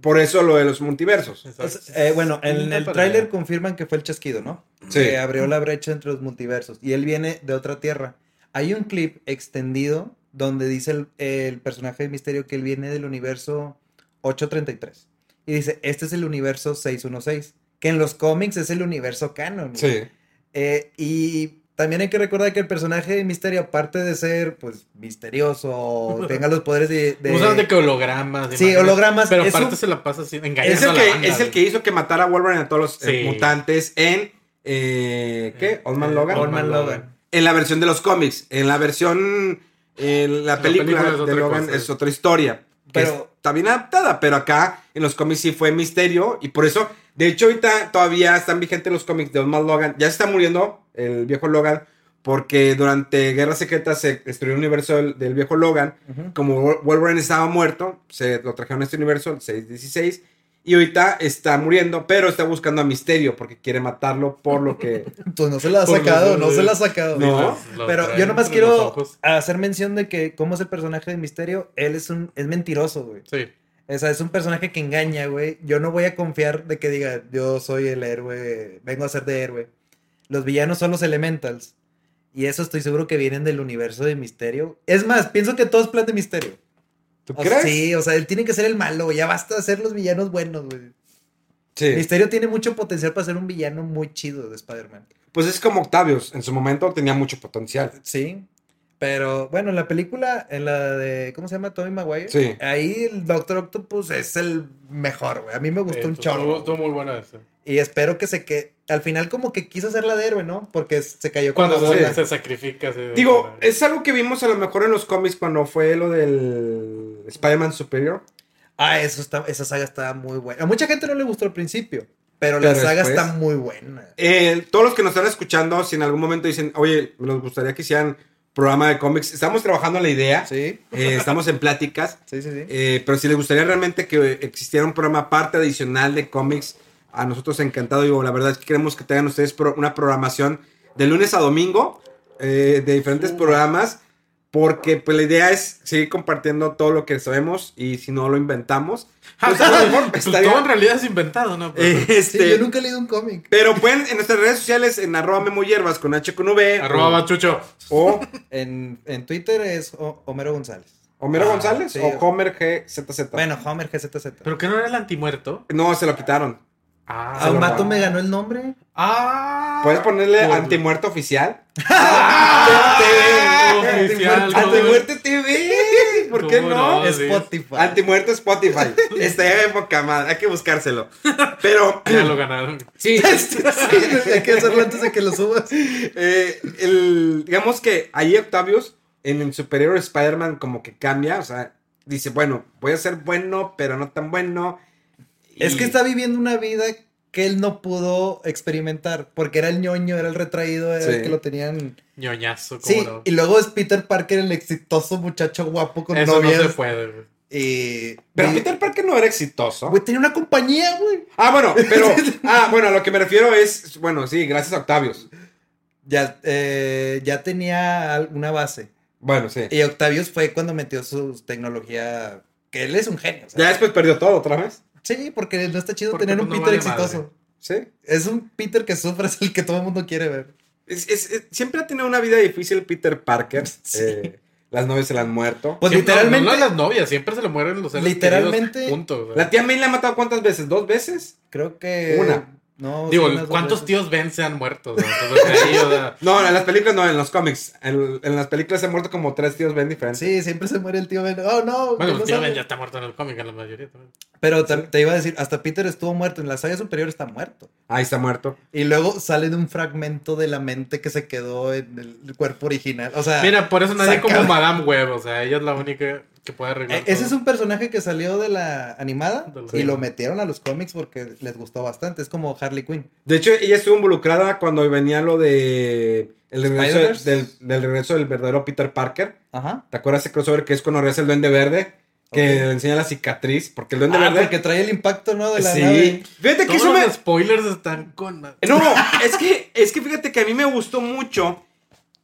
[SPEAKER 1] Por eso lo de los multiversos.
[SPEAKER 3] O sea, eh, bueno, en
[SPEAKER 2] Linda
[SPEAKER 3] el
[SPEAKER 2] para-
[SPEAKER 3] tráiler confirman que fue el chasquido, ¿no?
[SPEAKER 1] Sí.
[SPEAKER 3] Que abrió la brecha entre los multiversos. Y él viene de otra tierra. Hay un clip extendido donde dice el, el personaje de Misterio que él viene del universo 833. Y dice, este es el universo 616. Que en los cómics es el universo canon. Eh, y también hay que recordar que el personaje de Misterio, aparte de ser, pues, misterioso, o tenga los poderes de... de-
[SPEAKER 2] Usan Pues de que hologramas. de
[SPEAKER 3] Sí,
[SPEAKER 2] imágenes,
[SPEAKER 3] hologramas,
[SPEAKER 2] Pero
[SPEAKER 3] es
[SPEAKER 2] aparte
[SPEAKER 3] un-
[SPEAKER 2] se la pasa así, engañando
[SPEAKER 1] Es el
[SPEAKER 2] a la
[SPEAKER 1] que
[SPEAKER 2] banda,
[SPEAKER 1] es el
[SPEAKER 2] güey.
[SPEAKER 1] que hizo que matara a Wolverine a todos los eh,
[SPEAKER 2] Sí.
[SPEAKER 1] mutantes en eh, ¿qué?
[SPEAKER 2] Eh,
[SPEAKER 1] Old Man
[SPEAKER 2] eh,
[SPEAKER 1] Logan.
[SPEAKER 3] Old Man Logan.
[SPEAKER 1] En la versión de los cómics, en la versión en la
[SPEAKER 2] La
[SPEAKER 1] película,
[SPEAKER 2] película es
[SPEAKER 1] de
[SPEAKER 2] otra
[SPEAKER 1] Logan
[SPEAKER 2] cosa.
[SPEAKER 1] es otra historia. que
[SPEAKER 3] Pero-
[SPEAKER 1] está bien adaptada, pero acá en los cómics sí fue misterio y por eso, de hecho ahorita todavía están vigentes los cómics de Osman Logan. Ya se está muriendo el viejo Logan porque durante Guerra Secreta se destruyó el universo del, del viejo Logan. Como Wol- Wolverine estaba muerto, se lo trajeron a este universo, el 616. Y ahorita está muriendo, pero está buscando a Misterio porque quiere matarlo por lo que...
[SPEAKER 3] Pues no se la ha
[SPEAKER 2] Pues,
[SPEAKER 3] sacado,
[SPEAKER 2] eh,
[SPEAKER 3] no se la ha sacado.
[SPEAKER 1] No,
[SPEAKER 2] los- los
[SPEAKER 3] pero
[SPEAKER 2] traen
[SPEAKER 3] yo nomás
[SPEAKER 2] entre los
[SPEAKER 3] quiero
[SPEAKER 2] ojos.
[SPEAKER 3] hacer mención de que cómo es el personaje de Misterio, él es un es mentiroso, güey.
[SPEAKER 2] Sí.
[SPEAKER 3] O sea, es un personaje que engaña, güey. Yo no voy a confiar de que diga, yo soy el héroe, vengo a ser de héroe. Los villanos son los elementals. Y eso estoy seguro que vienen del universo de Misterio. Es más, pienso que todo es plan de Misterio.
[SPEAKER 1] ¿Tú
[SPEAKER 3] O sea,
[SPEAKER 1] crees?
[SPEAKER 3] sí, o sea, él tiene que ser el malo, güey. ya basta de ser los villanos buenos, güey.
[SPEAKER 1] Sí.
[SPEAKER 3] Misterio tiene mucho potencial para ser un villano muy chido de Spider-Man.
[SPEAKER 1] Pues es como Octavius, en su momento tenía mucho potencial.
[SPEAKER 3] Sí. Pero bueno, en la película, en la de, ¿cómo se llama? Tommy Maguire.
[SPEAKER 1] Sí.
[SPEAKER 3] Ahí el Doctor Octopus es el mejor, güey. A mí me gustó
[SPEAKER 2] Eh,
[SPEAKER 3] un
[SPEAKER 2] estuvo-
[SPEAKER 3] chorro.
[SPEAKER 2] Estuvo muy buena esa.
[SPEAKER 3] Y espero que se que al final como que quiso hacer la de héroe, ¿no? Porque se cayó con
[SPEAKER 2] Cuando
[SPEAKER 3] la bola.
[SPEAKER 2] se, se sacrifica. así de-
[SPEAKER 1] Digo, es algo que vimos a lo mejor en los cómics cuando fue lo del Spider-Man Superior.
[SPEAKER 3] Ah, eso está, esa saga está muy buena. A mucha gente no le gustó al principio, pero, la
[SPEAKER 1] Pero
[SPEAKER 3] saga
[SPEAKER 1] después-
[SPEAKER 3] está muy buena.
[SPEAKER 1] Eh, todos los que nos están escuchando, si en algún momento dicen, oye, nos gustaría que hicieran programa de cómics, estamos trabajando en la idea,
[SPEAKER 3] Sí,
[SPEAKER 1] eh, estamos en pláticas,
[SPEAKER 3] sí, sí, sí.
[SPEAKER 1] eh, pero si les gustaría realmente que existiera un programa aparte adicional de cómics, a nosotros encantado, digo, la verdad es que queremos que tengan ustedes pro- una programación de lunes a domingo eh, de diferentes programas, porque pues la idea es seguir compartiendo todo lo que sabemos y si no lo inventamos, pues, a lo mejor
[SPEAKER 2] Pues
[SPEAKER 1] estaría-
[SPEAKER 2] todo en realidad es inventado, ¿no? Pero-
[SPEAKER 1] Eh,
[SPEAKER 3] Sí,
[SPEAKER 1] este,
[SPEAKER 3] yo nunca he leído un cómic.
[SPEAKER 1] pero pueden en nuestras redes sociales, en arroba memo hierbas con H con V.
[SPEAKER 2] Arroba Bachucho.
[SPEAKER 1] O
[SPEAKER 3] En, en Twitter es Ho- Homero González.
[SPEAKER 1] Homero
[SPEAKER 3] Ah,
[SPEAKER 1] González
[SPEAKER 3] sí.
[SPEAKER 1] o Homer GZZ.
[SPEAKER 3] Bueno, Homer GZZ.
[SPEAKER 2] ¿Pero que no era el antimuerto?
[SPEAKER 1] No, se lo quitaron.
[SPEAKER 2] Ah,
[SPEAKER 3] A un
[SPEAKER 2] ¿verdad?
[SPEAKER 3] vato me ganó el nombre.
[SPEAKER 2] Ah.
[SPEAKER 1] ¿Puedes ponerle
[SPEAKER 2] Por-
[SPEAKER 1] antimuerto oficial?
[SPEAKER 2] Ah,
[SPEAKER 1] TV.
[SPEAKER 2] oficial,
[SPEAKER 1] Antimuerto
[SPEAKER 2] güey.
[SPEAKER 1] TV. ¿por qué
[SPEAKER 2] ¿Cómo
[SPEAKER 1] no?
[SPEAKER 2] no?
[SPEAKER 3] Spotify.
[SPEAKER 1] Antimuerto Spotify. Estaría de poca madre. Hay que buscárselo. Pero.
[SPEAKER 3] Pues,
[SPEAKER 2] Ya lo ganaron.
[SPEAKER 1] Sí.
[SPEAKER 3] Hay que hacerlo antes de que lo subas.
[SPEAKER 1] Eh, el- digamos que ahí Octavius en el superior Spider-Man como que cambia, o sea, dice, bueno, voy a ser bueno, pero no tan bueno. Y-
[SPEAKER 3] Es que está viviendo una vida que él no pudo experimentar, porque era el ñoño, era el retraído, era
[SPEAKER 1] Sí.
[SPEAKER 3] el que lo tenían.
[SPEAKER 2] Ñoñazo, ¿cómo
[SPEAKER 3] Sí,
[SPEAKER 2] no?
[SPEAKER 3] y luego es Peter Parker, el exitoso muchacho guapo con
[SPEAKER 2] Eso no
[SPEAKER 3] novias.
[SPEAKER 2] se puede, güey.
[SPEAKER 3] Y-
[SPEAKER 1] Pero
[SPEAKER 3] y-
[SPEAKER 1] Peter Parker no era exitoso.
[SPEAKER 3] Güey, tenía una compañía, güey.
[SPEAKER 1] Ah, bueno, pero... ah, bueno, a lo que me refiero es, bueno, sí, gracias a Octavius.
[SPEAKER 3] Ya, eh, ya tenía al- una base.
[SPEAKER 1] Bueno, sí.
[SPEAKER 3] Y Octavius fue cuando metió su tecnología. Que él es un genio. o sea.
[SPEAKER 1] Ya después perdió todo otra vez.
[SPEAKER 3] Sí, porque no está chido
[SPEAKER 2] Porque
[SPEAKER 3] tener
[SPEAKER 2] pues
[SPEAKER 3] un
[SPEAKER 2] no vale
[SPEAKER 3] Peter exitoso.
[SPEAKER 2] madre.
[SPEAKER 1] Sí.
[SPEAKER 3] Es un Peter que sufre, es el que todo el mundo quiere ver.
[SPEAKER 1] Es- es- es- siempre ha tenido una vida difícil Peter Parker.
[SPEAKER 3] Sí.
[SPEAKER 1] Eh, las novias se la han muerto.
[SPEAKER 3] Pues
[SPEAKER 2] Siempre-
[SPEAKER 3] literalmente,
[SPEAKER 2] No, no a las novias, siempre se le mueren los seres
[SPEAKER 3] Literalmente-
[SPEAKER 2] queridos juntos, güey.
[SPEAKER 1] La tía May la ha matado cuántas veces? ¿Dos veces?
[SPEAKER 3] creo que.
[SPEAKER 1] Una.
[SPEAKER 3] No, sí, unas
[SPEAKER 2] Digo,
[SPEAKER 3] dos
[SPEAKER 2] ¿cuántos
[SPEAKER 3] veces.
[SPEAKER 2] tíos Ben se han muerto? güey? Entonces, ahí, o sea,
[SPEAKER 1] No, en las películas no, en los cómics. En, en las películas se han muerto como tres tíos bien diferentes.
[SPEAKER 3] Sí, siempre se muere el tío Ben. Oh, no.
[SPEAKER 2] Bueno,
[SPEAKER 3] que
[SPEAKER 2] el
[SPEAKER 3] no
[SPEAKER 2] tío
[SPEAKER 3] sabe.
[SPEAKER 2] Ben ya está muerto en el cómic, en la mayoría también.
[SPEAKER 3] Pero te, te iba a decir, hasta Peter estuvo muerto. En la saga superior está muerto.
[SPEAKER 1] Ahí está muerto.
[SPEAKER 3] Y luego sale de un fragmento de la mente que se quedó en el cuerpo original. O sea,
[SPEAKER 2] Mira, por eso nadie
[SPEAKER 3] Ah, saca-
[SPEAKER 2] como Madame Web, o sea, ella es la única que puede arreglar.
[SPEAKER 3] E- ese
[SPEAKER 2] todo.
[SPEAKER 3] es un personaje que salió de la animada
[SPEAKER 2] De la
[SPEAKER 3] y lo
[SPEAKER 2] serie.
[SPEAKER 3] metieron a los cómics porque les gustó bastante. Es como Harley Quinn.
[SPEAKER 1] De hecho, ella estuvo involucrada cuando venía lo de. El regreso
[SPEAKER 3] ¿Spider-Verse?
[SPEAKER 1] del, del regreso del verdadero Peter Parker.
[SPEAKER 3] Ajá.
[SPEAKER 1] ¿Te acuerdas ese crossover que es cuando regresa el Duende Verde? Que
[SPEAKER 3] Ok.
[SPEAKER 1] le enseña la cicatriz. Porque el Duende
[SPEAKER 3] Ah,
[SPEAKER 1] Verde.
[SPEAKER 3] porque trae el impacto, ¿no? De la
[SPEAKER 1] sí.
[SPEAKER 3] nave.
[SPEAKER 1] Fíjate que
[SPEAKER 2] Todos
[SPEAKER 1] eso me.
[SPEAKER 2] los spoilers están con. la-
[SPEAKER 1] No, es que, es que fíjate que a mí me gustó mucho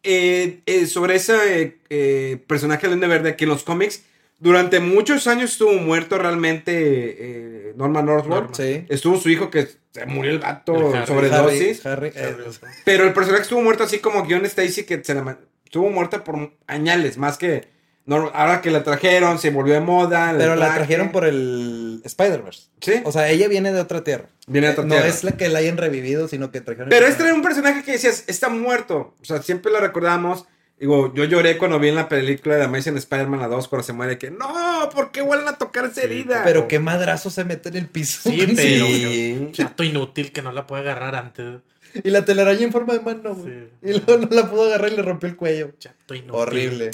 [SPEAKER 1] eh, eh, sobre ese eh, eh, personaje del Duende Verde que en los cómics. Durante muchos años estuvo muerto realmente eh, Norman Osborn.
[SPEAKER 2] Norman.
[SPEAKER 3] Sí.
[SPEAKER 1] Estuvo su hijo que se murió el vato
[SPEAKER 2] El Harry.
[SPEAKER 1] sobredosis.
[SPEAKER 3] Harry, eh,
[SPEAKER 1] Pero el personaje estuvo muerto así como Guion Stacy, que se la ma- estuvo muerta por añales, más que. no- ahora que la trajeron, se volvió de moda.
[SPEAKER 3] pero la
[SPEAKER 1] traje.
[SPEAKER 2] ¿eh?
[SPEAKER 3] trajeron por el Spider-Verse.
[SPEAKER 1] Sí.
[SPEAKER 3] O sea, ella viene de otra tierra.
[SPEAKER 1] Viene de otra
[SPEAKER 3] Eh, No
[SPEAKER 1] tierra.
[SPEAKER 3] es la que la hayan revivido, sino que trajeron.
[SPEAKER 1] Pero este era un personaje que decías, está muerto. O sea, siempre lo recordamos. Digo, yo lloré cuando vi en la película de Amazing Spider-Man la 2 cuando se muere. Que no, ¿por qué vuelven a tocar esa herida?
[SPEAKER 3] Pero qué madrazo se mete en el piso.
[SPEAKER 2] Sí, pero.
[SPEAKER 1] Sí.
[SPEAKER 2] Chato inútil que no la puede agarrar antes.
[SPEAKER 3] Y la telaraña en forma de mano, güey.
[SPEAKER 2] Sí.
[SPEAKER 3] Y luego no la pudo agarrar y le rompió el cuello.
[SPEAKER 2] Chato inútil.
[SPEAKER 3] Horrible.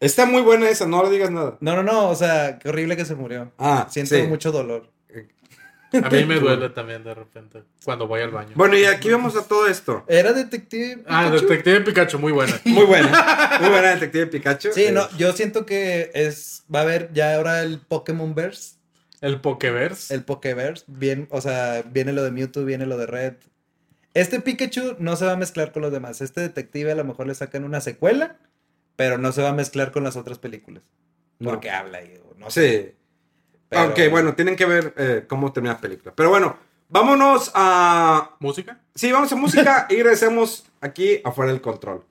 [SPEAKER 1] Está muy buena esa, no le digas nada.
[SPEAKER 3] No, no, no. O sea, qué horrible que se murió.
[SPEAKER 1] Ah,
[SPEAKER 3] Siento
[SPEAKER 1] sí.
[SPEAKER 3] mucho dolor.
[SPEAKER 2] A mí me duele también de repente cuando voy al baño.
[SPEAKER 1] Bueno, y aquí vamos a todo esto.
[SPEAKER 3] Era detective.
[SPEAKER 2] ah,
[SPEAKER 3] Pikachu?
[SPEAKER 2] Detective Pikachu, muy buena.
[SPEAKER 1] Muy buena. Muy buena Detective Pikachu.
[SPEAKER 3] Sí,
[SPEAKER 1] Eh,
[SPEAKER 3] no, yo siento que es. Va a haber ya ahora el Pokémon Verse.
[SPEAKER 2] El Pokeverse.
[SPEAKER 3] El Pokéverse. Bien, o sea, viene lo de Mewtwo, viene lo de Red. Este Pikachu no se va a mezclar con los demás. Este detective a lo mejor le sacan una secuela, pero no se va a mezclar con las otras películas.
[SPEAKER 1] No.
[SPEAKER 3] Porque habla y o no sé.
[SPEAKER 1] Sí.
[SPEAKER 3] pero-
[SPEAKER 1] Ok, bueno, tienen que ver eh, cómo termina la película. Pero bueno, vámonos a.
[SPEAKER 2] ¿Música?
[SPEAKER 1] Sí, vamos a música y regresamos aquí afuera del control.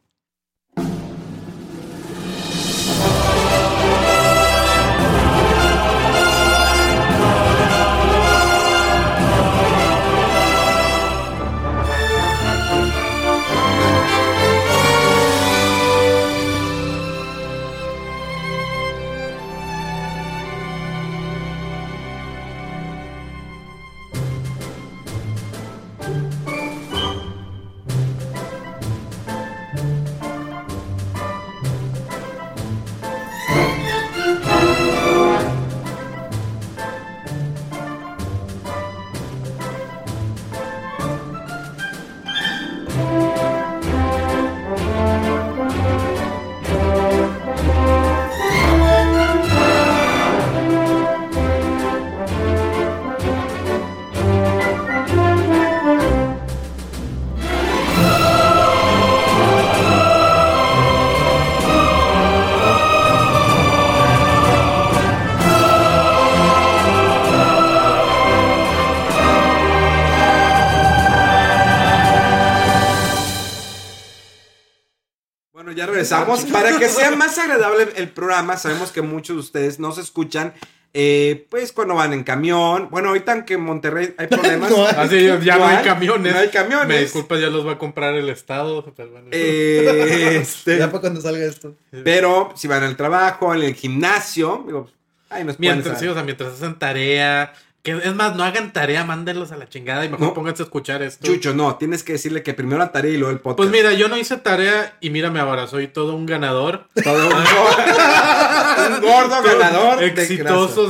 [SPEAKER 1] Bueno, ya regresamos. Para que sea más agradable el programa, sabemos que muchos de ustedes nos escuchan eh, pues cuando van en camión. Bueno, ahorita en que en Monterrey hay problemas.
[SPEAKER 3] No hay.
[SPEAKER 2] Así Ah, ya no hay
[SPEAKER 1] ¿Cuál?
[SPEAKER 2] camiones.
[SPEAKER 1] No hay camiones.
[SPEAKER 2] Me disculpas, ya los va a comprar el Estado. pero bueno.
[SPEAKER 1] Eh, este,
[SPEAKER 3] Ya para cuando salga esto.
[SPEAKER 1] pero si van al trabajo, en el gimnasio, digo, ay, nos pueden
[SPEAKER 2] mientras, sí,
[SPEAKER 1] saber.
[SPEAKER 2] o sea, mientras hacen tarea. Que es más, no hagan tarea, mándenlos a la chingada y mejor
[SPEAKER 1] No.
[SPEAKER 2] pónganse a escuchar esto.
[SPEAKER 1] Chucho, no, tienes que decirle que primero la tarea y luego el podcast.
[SPEAKER 2] Pues mira, yo no hice tarea y mírame ahora, soy todo un ganador.
[SPEAKER 1] Todo un, gordo, un gordo ganador. de
[SPEAKER 2] Exitoso,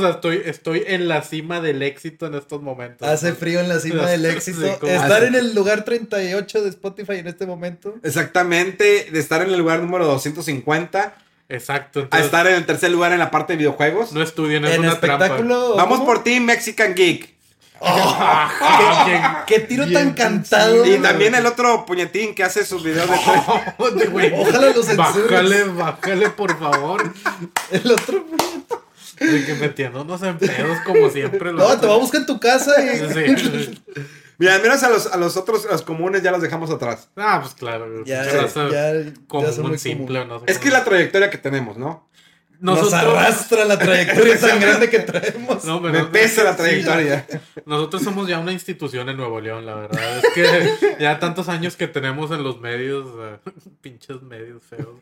[SPEAKER 1] grasa.
[SPEAKER 2] o sea, estoy, estoy en la cima del éxito en estos momentos.
[SPEAKER 3] Hace frío en la cima del éxito.
[SPEAKER 2] Sí, ¿cómo
[SPEAKER 3] Estar
[SPEAKER 1] hace? Eh,
[SPEAKER 3] en el lugar 38 de Spotify en este momento.
[SPEAKER 1] Exactamente, de estar en el lugar número 250
[SPEAKER 2] Exacto.
[SPEAKER 1] a
[SPEAKER 2] entonces,
[SPEAKER 1] estar en el tercer lugar en la parte de videojuegos.
[SPEAKER 2] No estudien, es
[SPEAKER 3] en
[SPEAKER 2] una trampa.
[SPEAKER 3] espectáculo.
[SPEAKER 1] Vamos
[SPEAKER 3] ¿cómo?
[SPEAKER 1] por ti, Mexican Geek.
[SPEAKER 2] Ah,
[SPEAKER 3] Qué tiro tan cantado.
[SPEAKER 1] Y también el otro puñetín que hace sus videos de
[SPEAKER 2] ¿Dónde, güey?
[SPEAKER 3] Ojalá los censures.
[SPEAKER 2] Bájale, bájale, por favor.
[SPEAKER 3] El otro.
[SPEAKER 2] De que metiéndonos en pedos como siempre.
[SPEAKER 3] No, te va a buscar en tu casa y.
[SPEAKER 2] Sí.
[SPEAKER 1] Mira, al menos a los, a los otros, a los comunes ya los dejamos atrás.
[SPEAKER 2] Ah, pues claro.
[SPEAKER 3] Ya,
[SPEAKER 2] pinche raza
[SPEAKER 3] ya, ya son
[SPEAKER 2] común,
[SPEAKER 3] muy
[SPEAKER 2] simple, no sé
[SPEAKER 1] Es que es
[SPEAKER 2] cómo.
[SPEAKER 1] la trayectoria que tenemos, ¿no?
[SPEAKER 3] Nos arrastra la trayectoria tan grande que traemos.
[SPEAKER 2] No, pero-
[SPEAKER 1] Me pesa la trayectoria.
[SPEAKER 2] Nosotros somos ya una institución en Nuevo León, la verdad. Es que ya tantos años que tenemos en los medios, eh, pinches medios feos.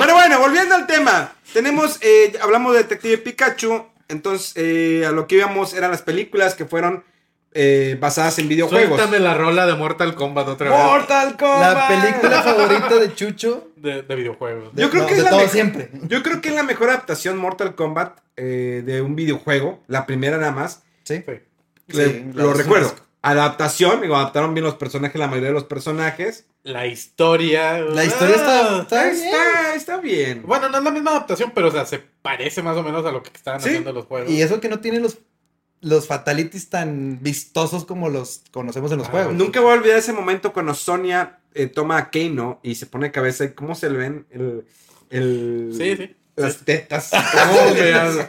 [SPEAKER 1] Pero bueno, volviendo al tema. Tenemos, eh, hablamos de Detective Pikachu. Entonces, eh, a lo que íbamos eran las películas que fueron eh, basadas en videojuegos.
[SPEAKER 2] Suéltame la rola de Mortal Kombat otra vez.
[SPEAKER 1] Mortal Kombat.
[SPEAKER 3] La película favorita de Chucho.
[SPEAKER 2] De, de videojuegos.
[SPEAKER 1] Yo creo
[SPEAKER 3] no,
[SPEAKER 1] que
[SPEAKER 3] de
[SPEAKER 1] es la
[SPEAKER 3] todo
[SPEAKER 1] mej-
[SPEAKER 3] siempre.
[SPEAKER 1] Yo creo que es la mejor adaptación Mortal Kombat eh, de un videojuego. La primera nada más.
[SPEAKER 3] Sí.
[SPEAKER 1] Le-
[SPEAKER 3] Sí, la
[SPEAKER 1] lo
[SPEAKER 3] dos es
[SPEAKER 1] recuerdo.
[SPEAKER 3] un asco.
[SPEAKER 1] Adaptación, digo, adaptaron bien los personajes, la mayoría de los personajes.
[SPEAKER 2] La historia. Ah.
[SPEAKER 3] La historia está. está
[SPEAKER 1] Está,
[SPEAKER 3] bien.
[SPEAKER 1] está bien.
[SPEAKER 2] Bueno, no es la misma adaptación, pero o sea, se parece más o menos a lo que estaban
[SPEAKER 1] Sí.
[SPEAKER 2] haciendo los juegos.
[SPEAKER 3] Y eso que no tiene los, los fatalities tan vistosos como los conocemos en los
[SPEAKER 2] Ah,
[SPEAKER 3] juegos.
[SPEAKER 1] Nunca voy a olvidar ese momento cuando Sonia eh, toma a Keino y se pone cabeza y cómo se le ven el, el-
[SPEAKER 2] Sí, sí.
[SPEAKER 1] las tetas.
[SPEAKER 2] No, me hagas.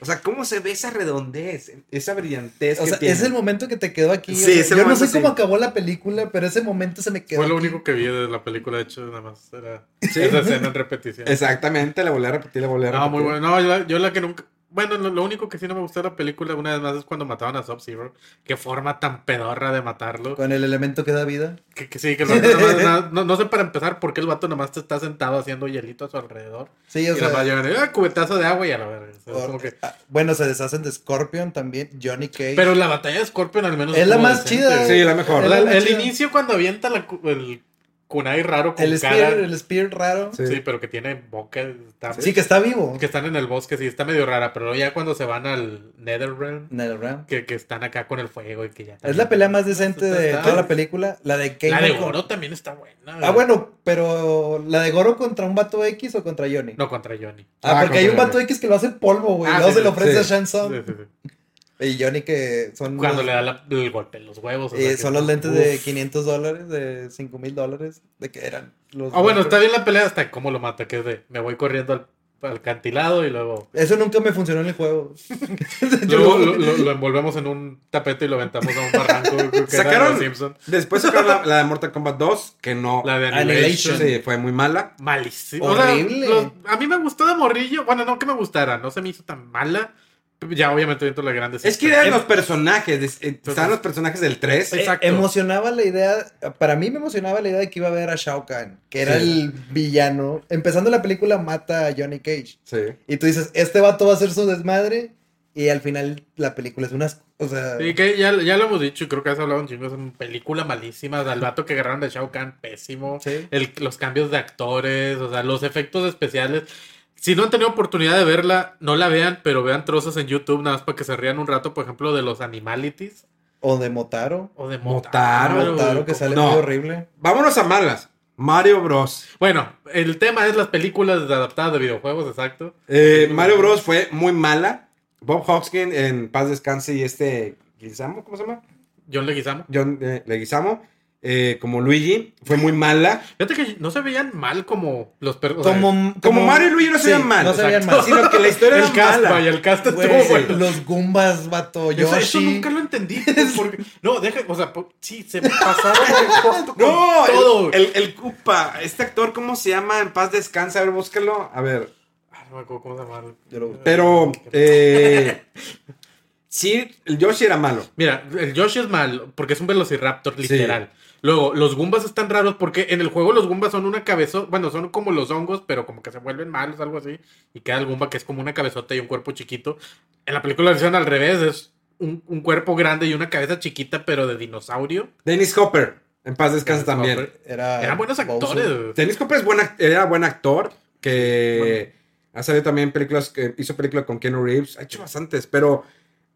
[SPEAKER 1] o sea, cómo se ve esa redondez, esa brillantez.
[SPEAKER 3] o
[SPEAKER 1] que
[SPEAKER 3] sea,
[SPEAKER 1] tiene.
[SPEAKER 3] es el momento que te quedó aquí. o
[SPEAKER 1] Sí,
[SPEAKER 3] sea,
[SPEAKER 1] es el
[SPEAKER 3] yo no
[SPEAKER 1] momento,
[SPEAKER 3] sé cómo
[SPEAKER 1] sí.
[SPEAKER 3] acabó la película, pero ese momento se me quedó.
[SPEAKER 2] Fue lo
[SPEAKER 3] aquí.
[SPEAKER 2] único que vi de la película, de hecho, nada más era
[SPEAKER 1] Sí.
[SPEAKER 2] esa escena en repetición.
[SPEAKER 1] Exactamente, la volví a repetir, la volví a repetir.
[SPEAKER 2] No, Ah, muy bueno. No, yo la, yo la que nunca. Bueno, lo, lo único que sí no me gustó de la película, una vez más, es cuando mataban a Sub-Zero. Qué forma tan pedorra de matarlo.
[SPEAKER 3] Con el elemento que da vida.
[SPEAKER 2] Que, que sí, que el vato nomás- na- no, no sé para empezar por qué el vato nomás te está sentado haciendo hielito a su alrededor.
[SPEAKER 3] Sí,
[SPEAKER 2] Y
[SPEAKER 3] o sea,
[SPEAKER 2] nomás llegan, "Ah, cubetazo de agua y a la verga. O sea, es
[SPEAKER 3] por-
[SPEAKER 2] como que-
[SPEAKER 3] ah, Bueno, se deshacen de Scorpion también. Johnny Cage.
[SPEAKER 2] Pero la batalla de Scorpion al menos
[SPEAKER 3] Es la
[SPEAKER 2] estuvo
[SPEAKER 3] más
[SPEAKER 2] decente.
[SPEAKER 3] chida.
[SPEAKER 1] Sí, la mejor.
[SPEAKER 3] Es
[SPEAKER 2] La-
[SPEAKER 3] más
[SPEAKER 2] el
[SPEAKER 3] chida.
[SPEAKER 2] inicio cuando avienta la cu- el kunai raro con
[SPEAKER 3] El
[SPEAKER 2] cara.
[SPEAKER 3] Spear, el Spear raro. Sí.
[SPEAKER 1] Sí.
[SPEAKER 2] Sí, pero que tiene boca. está-
[SPEAKER 3] que está vivo.
[SPEAKER 2] Que están en el bosque, sí, está medio rara. Pero ya cuando se van al Netherrealm,
[SPEAKER 3] Nada, ¿verdad?
[SPEAKER 2] que, que están acá con el fuego y que ya.
[SPEAKER 3] Mm. Es la pelea más decente de
[SPEAKER 2] Está-
[SPEAKER 3] toda la película. La de Kane.
[SPEAKER 2] La de
[SPEAKER 3] con-
[SPEAKER 2] Goro también está buena.
[SPEAKER 3] Ah, bueno, pero ¿la de Goro contra un vato X o contra Johnny?
[SPEAKER 2] No contra Johnny.
[SPEAKER 3] Ah,
[SPEAKER 1] Ah,
[SPEAKER 3] porque hay un
[SPEAKER 2] contra
[SPEAKER 3] vato X que lo hace polvo, güey.
[SPEAKER 2] Ah,
[SPEAKER 3] luego
[SPEAKER 2] sí,
[SPEAKER 3] se lo
[SPEAKER 2] sí,
[SPEAKER 3] ofrece
[SPEAKER 1] sí.
[SPEAKER 3] a Shansom.
[SPEAKER 2] Sí, sí, sí.
[SPEAKER 3] Y Johnny que son.
[SPEAKER 2] Cuando
[SPEAKER 3] los-
[SPEAKER 2] le da la- el golpe en los huevos. o sea,
[SPEAKER 3] eh,
[SPEAKER 2] que-
[SPEAKER 3] son los lentes
[SPEAKER 2] Uf.
[SPEAKER 3] de 500 dólares, de 5 mil dólares, de que eran los.
[SPEAKER 2] Ah, bueno, está
[SPEAKER 3] lentes.
[SPEAKER 2] bien la pelea hasta cómo lo mata, que es de me voy corriendo al, al cantilado y luego,
[SPEAKER 3] Eso nunca me funcionó en el juego. Yo
[SPEAKER 2] luego
[SPEAKER 3] no-
[SPEAKER 2] lo, lo- lo envolvemos en un tapete y lo aventamos a un barranco. creo que era de
[SPEAKER 1] Sacaron-
[SPEAKER 2] los Simpson.
[SPEAKER 1] Después sacaron la, la de Mortal Kombat 2, que no.
[SPEAKER 2] La de
[SPEAKER 3] Annihilation.
[SPEAKER 2] Annihilation.
[SPEAKER 1] Sí, fue muy mala.
[SPEAKER 2] Malísimo. O sea,
[SPEAKER 3] Horrible.
[SPEAKER 2] los- a mí me gustó de morrillo. Bueno, no que me gustara, no se me hizo tan mala. Ya, obviamente, dentro de la grande.
[SPEAKER 1] Es que eran los personajes, des- eh,
[SPEAKER 2] pues
[SPEAKER 1] estaban los personajes del 3.
[SPEAKER 3] Eh,
[SPEAKER 2] Exacto.
[SPEAKER 3] emocionaba la idea, para mí me emocionaba la idea de que iba a ver a Shao Kahn, que era
[SPEAKER 2] Sí.
[SPEAKER 3] el villano. Empezando la película, mata a Johnny Cage.
[SPEAKER 1] Sí.
[SPEAKER 3] Y tú dices, este vato va a hacer su desmadre. Y al final la película es un asco. O sea,
[SPEAKER 2] Sí, que ya, ya lo hemos dicho y creo que has hablado un chingo. Es una película malísima. Al vato que agarraron de Shao Kahn, pésimo.
[SPEAKER 3] Sí.
[SPEAKER 2] El- los cambios de actores, o sea, los efectos especiales. Si no han tenido oportunidad de verla, no la vean, pero vean trozos en YouTube nada más para que se rían un rato, por ejemplo, de los Animalities
[SPEAKER 3] o de Motaro.
[SPEAKER 2] o de
[SPEAKER 1] Motaro,
[SPEAKER 2] Motaro.
[SPEAKER 3] Motaro que
[SPEAKER 2] como-
[SPEAKER 3] sale
[SPEAKER 1] no.
[SPEAKER 3] muy horrible.
[SPEAKER 1] Vámonos a malas. Mario Bros.
[SPEAKER 2] Bueno, el tema es las películas adaptadas de videojuegos, exacto.
[SPEAKER 1] Eh, Mario Bros fue muy mala. Bob Hoskins en paz descanse y este Guisamo, ¿cómo se llama?
[SPEAKER 2] John Leguizamo.
[SPEAKER 1] John eh, Leguizamo, eh, como Luigi, fue muy mala.
[SPEAKER 2] Fíjate que no se veían mal como los per- o sea,
[SPEAKER 3] Como, como,
[SPEAKER 1] Mario y Luigi no se veían mal,
[SPEAKER 3] No se veían
[SPEAKER 2] exacto.
[SPEAKER 3] mal.
[SPEAKER 1] Sino que la historia
[SPEAKER 2] el
[SPEAKER 1] era
[SPEAKER 2] cast,
[SPEAKER 1] mala.
[SPEAKER 2] vaya, el cast
[SPEAKER 3] Güey,
[SPEAKER 2] estuvo bueno.
[SPEAKER 3] Los Goombas, vato, Yoshi.
[SPEAKER 2] Eso, eso nunca lo entendí. pues, porque- no, deja, o sea, po- sí, se pasaron el costo con
[SPEAKER 1] No, el-
[SPEAKER 2] todo.
[SPEAKER 1] el, el, Koopa, este actor, ¿cómo se llama? En paz descanse, a ver, búscalo. A ver,
[SPEAKER 2] Ah, No me acuerdo cómo se llama.
[SPEAKER 3] Yo lo busco.
[SPEAKER 1] Pero, eh, sí, el Yoshi era malo.
[SPEAKER 2] Mira, el Yoshi es malo porque es un velociraptor literal. Luego, los Goombas están raros porque en el juego los Goombas son una cabezota. Bueno, son como los hongos, pero como que se vuelven malos, algo así. Y queda el Goomba que es como una cabezota y un cuerpo chiquito. En la película lo hicieron al revés: es un, un cuerpo grande y una cabeza chiquita, pero de dinosaurio.
[SPEAKER 1] Dennis Hopper, en paz descansa
[SPEAKER 2] Dennis
[SPEAKER 1] también.
[SPEAKER 2] Hopper.
[SPEAKER 3] Era
[SPEAKER 2] Eran buenos
[SPEAKER 3] Ah, Bowser.
[SPEAKER 2] actores.
[SPEAKER 1] Dennis Hopper es buen act- era buen actor, que ha salido también películas, que hizo películas con Keanu Reeves, ha hecho bastantes, pero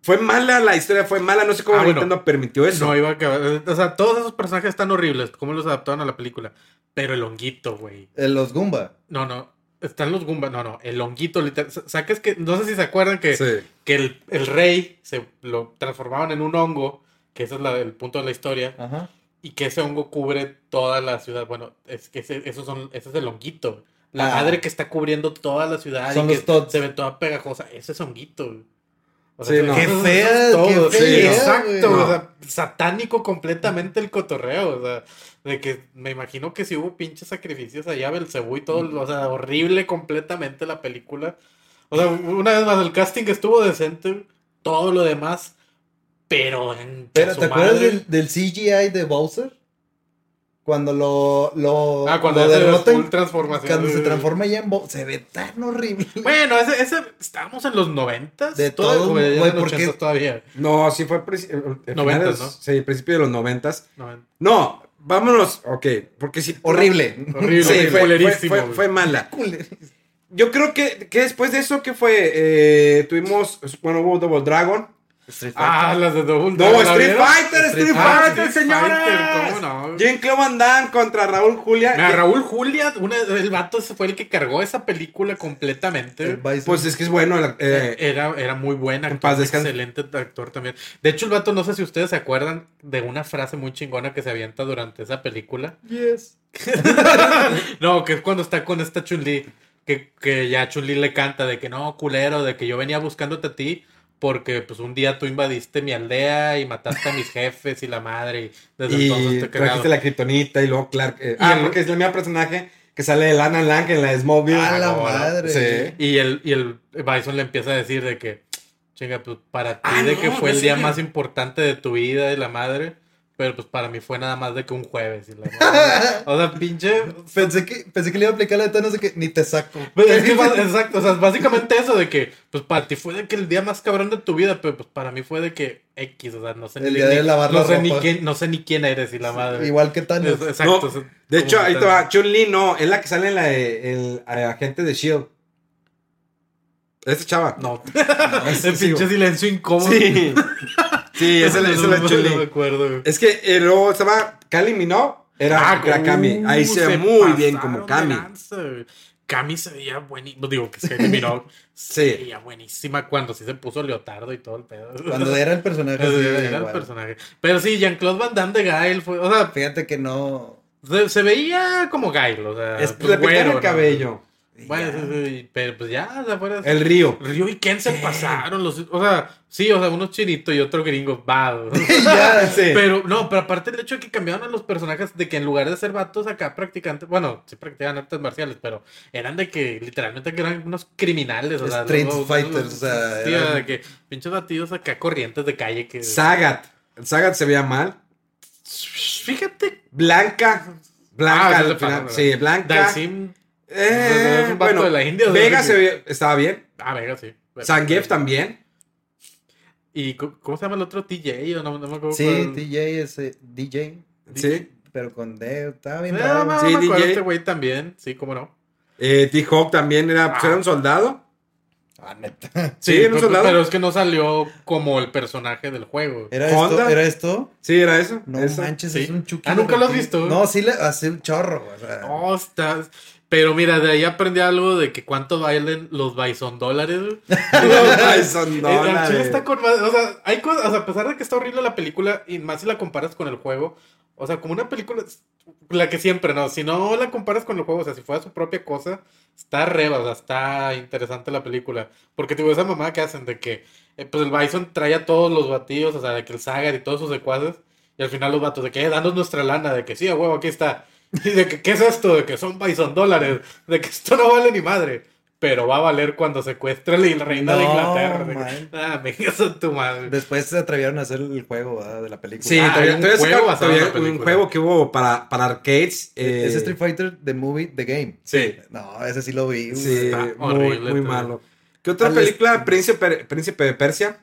[SPEAKER 1] fue mala la historia, fue mala, no sé cómo
[SPEAKER 2] Ah, bueno.
[SPEAKER 1] Nintendo permitió eso.
[SPEAKER 2] No iba a acabar. O sea, todos esos personajes están horribles. ¿Cómo los adaptaron a la película? Pero el honguito, güey.
[SPEAKER 3] Eh, los Goomba.
[SPEAKER 2] No, no. Están los Goombas. No, no. El honguito, literal. Sa- Sacas que. No sé si se acuerdan que,
[SPEAKER 1] Sí.
[SPEAKER 2] que el, el rey se lo transformaban en un hongo. Que ese es la- el punto de la historia.
[SPEAKER 3] Ajá.
[SPEAKER 2] Y que ese hongo cubre toda la ciudad. Bueno, es que ese, esos son, ese es el honguito. La
[SPEAKER 3] Ah.
[SPEAKER 2] madre que está cubriendo toda la ciudad.
[SPEAKER 3] Son
[SPEAKER 2] y
[SPEAKER 3] los
[SPEAKER 2] que
[SPEAKER 3] Tots.
[SPEAKER 2] se ve toda pegajosa. Ese es honguito. güey. O
[SPEAKER 1] Sí, no.
[SPEAKER 2] esos-
[SPEAKER 3] Qué
[SPEAKER 2] esos
[SPEAKER 3] fea,
[SPEAKER 2] son todos.
[SPEAKER 3] qué
[SPEAKER 2] Sí,
[SPEAKER 3] fea,
[SPEAKER 2] exacto.
[SPEAKER 3] güey.
[SPEAKER 2] o sea, satánico completamente el cotorreo. O sea, de que me imagino que si hubo pinches sacrificios allá, Belcebú y todo. O sea, horrible completamente la película. O sea, una vez más, el casting estuvo decente. Todo lo demás. Pero en.
[SPEAKER 3] Pero,
[SPEAKER 2] su
[SPEAKER 3] ¿te acuerdas
[SPEAKER 2] madre.
[SPEAKER 3] del, del CGI de Bowser? Cuando lo, lo,
[SPEAKER 2] Ah, cuando
[SPEAKER 3] lo
[SPEAKER 2] hace
[SPEAKER 3] derrotan,
[SPEAKER 2] full transformación.
[SPEAKER 3] Cuando se transforma ya en Bowser. Se ve tan horrible.
[SPEAKER 2] Bueno, ese, ese estábamos en los noventas.
[SPEAKER 3] De
[SPEAKER 2] Todavía-
[SPEAKER 3] todos,
[SPEAKER 2] güey, ya
[SPEAKER 3] güey,
[SPEAKER 2] en los
[SPEAKER 3] porque-
[SPEAKER 2] ochentas todavía.
[SPEAKER 1] No, sí fue princi- eh, finales-
[SPEAKER 2] ¿no?
[SPEAKER 1] Sí, principio de los noventas.
[SPEAKER 2] Noven-
[SPEAKER 1] No, vámonos, ok, porque sí.
[SPEAKER 3] Horrible.
[SPEAKER 2] Horrible,
[SPEAKER 1] Sí, fue- fue,
[SPEAKER 2] culerísimo,
[SPEAKER 1] fue-
[SPEAKER 2] güey.
[SPEAKER 1] fue mala. Yo creo que, que después de eso, ¿qué fue? Eh, tuvimos, bueno, hubo Double Dragon.
[SPEAKER 2] Ah, las de Double
[SPEAKER 1] No,
[SPEAKER 2] Dragon, ¿la
[SPEAKER 1] Street
[SPEAKER 2] vieron?
[SPEAKER 1] Fighter, Street
[SPEAKER 2] Ah,
[SPEAKER 1] Fighter,
[SPEAKER 2] Street
[SPEAKER 1] señores.
[SPEAKER 2] Fighter, ¿cómo no?
[SPEAKER 1] Jean Claude Van Damme contra Raúl Julia.
[SPEAKER 2] Mira,
[SPEAKER 1] Que-
[SPEAKER 2] Raúl Julia, una- el vato ese fue el que cargó esa película completamente.
[SPEAKER 3] El Bison.
[SPEAKER 1] Pues es que es bueno. la- eh,
[SPEAKER 2] Era, era muy buen actor,
[SPEAKER 1] paz descanse.
[SPEAKER 2] excelente actor también. De hecho, el vato, no sé si ustedes se acuerdan de una frase muy chingona que se avienta durante esa película.
[SPEAKER 3] Yes.
[SPEAKER 2] No, que es cuando está con esta Chun-Li. Que, que ya Chun-Li le canta de que no, culero, de que yo venía buscándote a ti porque pues un día tú invadiste mi aldea y mataste a mis jefes y la madre. Y desde entonces
[SPEAKER 1] y
[SPEAKER 2] te he cagado".
[SPEAKER 1] trajiste la kriptonita y luego Clark. eh,
[SPEAKER 2] Y
[SPEAKER 1] ah,
[SPEAKER 2] el-
[SPEAKER 1] porque es el mismo personaje que sale de Lana Lang en la de Smallville.
[SPEAKER 3] A la
[SPEAKER 1] no,
[SPEAKER 3] madre.
[SPEAKER 1] Sí.
[SPEAKER 2] Y el, y el Bison le empieza a decir de que, chinga, pues para ti
[SPEAKER 1] Ah,
[SPEAKER 2] de
[SPEAKER 1] no,
[SPEAKER 2] que
[SPEAKER 1] no
[SPEAKER 2] fue el
[SPEAKER 1] sé
[SPEAKER 2] día
[SPEAKER 1] qué.
[SPEAKER 2] más importante de tu vida y la madre, pero pues para mí fue nada más de que un jueves. y la madre. o sea, pinche...
[SPEAKER 3] Pensé que, pensé que le iba a aplicar la de Thanos de que ni te saco.
[SPEAKER 2] Pues, es que va- exacto, o sea, básicamente eso de que, pues para ti fue de que el día más cabrón de tu vida, pero pues para mí fue de que X, o sea, no sé,
[SPEAKER 3] El
[SPEAKER 2] ni,
[SPEAKER 3] día de
[SPEAKER 2] ni-
[SPEAKER 3] lavar
[SPEAKER 2] no
[SPEAKER 3] la
[SPEAKER 2] sé ni
[SPEAKER 3] ropa.
[SPEAKER 2] quién, no sé ni quién eres y la madre.
[SPEAKER 3] Igual que
[SPEAKER 2] Es-
[SPEAKER 3] Thanos.
[SPEAKER 2] exacto.
[SPEAKER 1] No,
[SPEAKER 2] o sea,
[SPEAKER 1] De hecho,
[SPEAKER 2] como
[SPEAKER 1] ahí te
[SPEAKER 2] tal.
[SPEAKER 1] va. Chun-Li no, es la que sale en la de el, eh, agente de Shield. Esta chava.
[SPEAKER 2] No,
[SPEAKER 1] sí,
[SPEAKER 2] ese pinche silencio incómodo.
[SPEAKER 1] Sí. sí, esa es la- esa es la
[SPEAKER 2] No me
[SPEAKER 1] Chun-Li.
[SPEAKER 2] acuerdo, güey.
[SPEAKER 1] Es que eh, luego estaba Kali Minogue. Era,
[SPEAKER 2] Ah,
[SPEAKER 1] era Kami. Ahí
[SPEAKER 2] uh,
[SPEAKER 1] se ve muy
[SPEAKER 2] pasaron
[SPEAKER 1] bien como
[SPEAKER 2] de
[SPEAKER 1] Kami.
[SPEAKER 2] lanza, güey. Cami se veía buenísima. Digo que se miró.
[SPEAKER 1] Sí.
[SPEAKER 2] Se veía buenísima cuando sí se puso leotardo y todo el pedo.
[SPEAKER 3] Cuando era el personaje.
[SPEAKER 2] Pero
[SPEAKER 3] sí,
[SPEAKER 2] era el
[SPEAKER 3] igual.
[SPEAKER 2] personaje. Pero sí, Jean-Claude Van Damme de Gael fue. O sea,
[SPEAKER 3] Fíjate que no.
[SPEAKER 2] se, se veía como Gael. O sea,
[SPEAKER 1] Es,
[SPEAKER 2] pues,
[SPEAKER 1] le picaron
[SPEAKER 2] güero,
[SPEAKER 1] el
[SPEAKER 2] ¿no?
[SPEAKER 1] cabello.
[SPEAKER 2] Bueno, sí, sí, pero pues ya, o sea, fuera
[SPEAKER 1] El río.
[SPEAKER 2] Ryu y Ken se pasaron. Los, o sea, sí, o sea, uno chinito y otro gringo. Va. o sea.
[SPEAKER 3] ya,
[SPEAKER 1] Sí.
[SPEAKER 2] Pero no, pero aparte el hecho de que cambiaron a los personajes de que en lugar de ser vatos acá practicantes, bueno, sí practicaban artes marciales, pero eran de que literalmente que eran unos criminales, o sea,
[SPEAKER 3] Street
[SPEAKER 2] no- no-
[SPEAKER 3] fighters, o sea,
[SPEAKER 2] sí,
[SPEAKER 3] eran-
[SPEAKER 2] de que pinches batidos acá corrientes de calle que
[SPEAKER 1] Sagat. Sagat se veía mal.
[SPEAKER 2] fíjate
[SPEAKER 1] Blanca. Blanca.
[SPEAKER 2] Ah, esa es
[SPEAKER 1] al
[SPEAKER 2] la
[SPEAKER 1] final.
[SPEAKER 2] palabra.
[SPEAKER 1] Sí, Blanca.
[SPEAKER 2] Dalsim,
[SPEAKER 1] Eh,
[SPEAKER 2] Es un vato
[SPEAKER 1] bueno,
[SPEAKER 2] de la India, o sea,
[SPEAKER 1] Vega
[SPEAKER 2] que-
[SPEAKER 1] se veía- estaba bien.
[SPEAKER 2] ah, venga, sí.
[SPEAKER 1] Zangief también.
[SPEAKER 2] ¿Y co- cómo se llama el otro TJ? O no, no me acuerdo.
[SPEAKER 3] Sí,
[SPEAKER 2] cuál-
[SPEAKER 3] DJ ese. DJ.
[SPEAKER 1] Sí.
[SPEAKER 3] Pero con D. Estaba
[SPEAKER 2] Ah,
[SPEAKER 3] bien
[SPEAKER 2] no,
[SPEAKER 3] raro.
[SPEAKER 2] no
[SPEAKER 1] Sí,
[SPEAKER 2] me acuerdo
[SPEAKER 1] DJ.
[SPEAKER 2] este güey también, sí, cómo no.
[SPEAKER 1] Eh, T-Hawk también era, pues,
[SPEAKER 2] Ah.
[SPEAKER 1] era un soldado.
[SPEAKER 3] Ah, neta.
[SPEAKER 1] Sí, era un
[SPEAKER 2] pero,
[SPEAKER 1] soldado.
[SPEAKER 2] pero es que no salió como el personaje del juego.
[SPEAKER 3] ¿Era esto?
[SPEAKER 1] Honda.
[SPEAKER 3] ¿Era esto?
[SPEAKER 1] Sí, era eso.
[SPEAKER 3] No
[SPEAKER 1] eso.
[SPEAKER 3] manches,
[SPEAKER 2] Sí.
[SPEAKER 3] es un chuquito.
[SPEAKER 2] Ah, ¿nunca lo has visto? Oh,
[SPEAKER 3] No, sí, le, hace un chorro. o sea.
[SPEAKER 2] Ostras. Pero mira, de ahí aprendí algo de que cuánto bailen los Bison dólares. güey.
[SPEAKER 1] Ay, son
[SPEAKER 2] El al chile
[SPEAKER 1] dólares.
[SPEAKER 2] está con madre. O sea, hay cosas, o sea, a pesar de que está horrible la película, y más si la comparas con el juego, o sea, como una película, la que siempre, ¿no? Si no la comparas con el juego, o sea, si fuera su propia cosa, está reba, o sea, está interesante la película. Porque, digo, esa mamá que hacen de que, eh, pues el Bison trae a todos los batidos, o sea, de que el Sagar y todos sus secuaces, y al final los vatos de que, eh, danos nuestra lana, de que sí, a huevo, aquí está. Y de que, ¿qué es esto? De que son Bison dólares, de que esto no vale ni madre. pero va a valer cuando secuestre la reina de
[SPEAKER 3] No,
[SPEAKER 2] Inglaterra.
[SPEAKER 3] man.
[SPEAKER 2] Ah, me cago en tu madre.
[SPEAKER 3] Después se atrevieron a hacer el juego ¿verdad? de la película.
[SPEAKER 1] Sí,
[SPEAKER 2] Ah, hay
[SPEAKER 1] todavía,
[SPEAKER 2] un
[SPEAKER 1] todavía
[SPEAKER 2] juego
[SPEAKER 1] sacaron-
[SPEAKER 2] basado en
[SPEAKER 1] todavía
[SPEAKER 2] la película.
[SPEAKER 1] un juego que hubo para, para arcades. eh,
[SPEAKER 3] Es e-, Street Fighter, The Movie, The Game.
[SPEAKER 2] Sí.
[SPEAKER 3] No, ese sí lo vi.
[SPEAKER 1] sí,
[SPEAKER 2] Está
[SPEAKER 1] muy,
[SPEAKER 2] horrible
[SPEAKER 1] muy
[SPEAKER 2] todo.
[SPEAKER 1] malo. ¿Qué otra
[SPEAKER 3] Al-
[SPEAKER 1] película? Príncipe, Príncipe de Persia.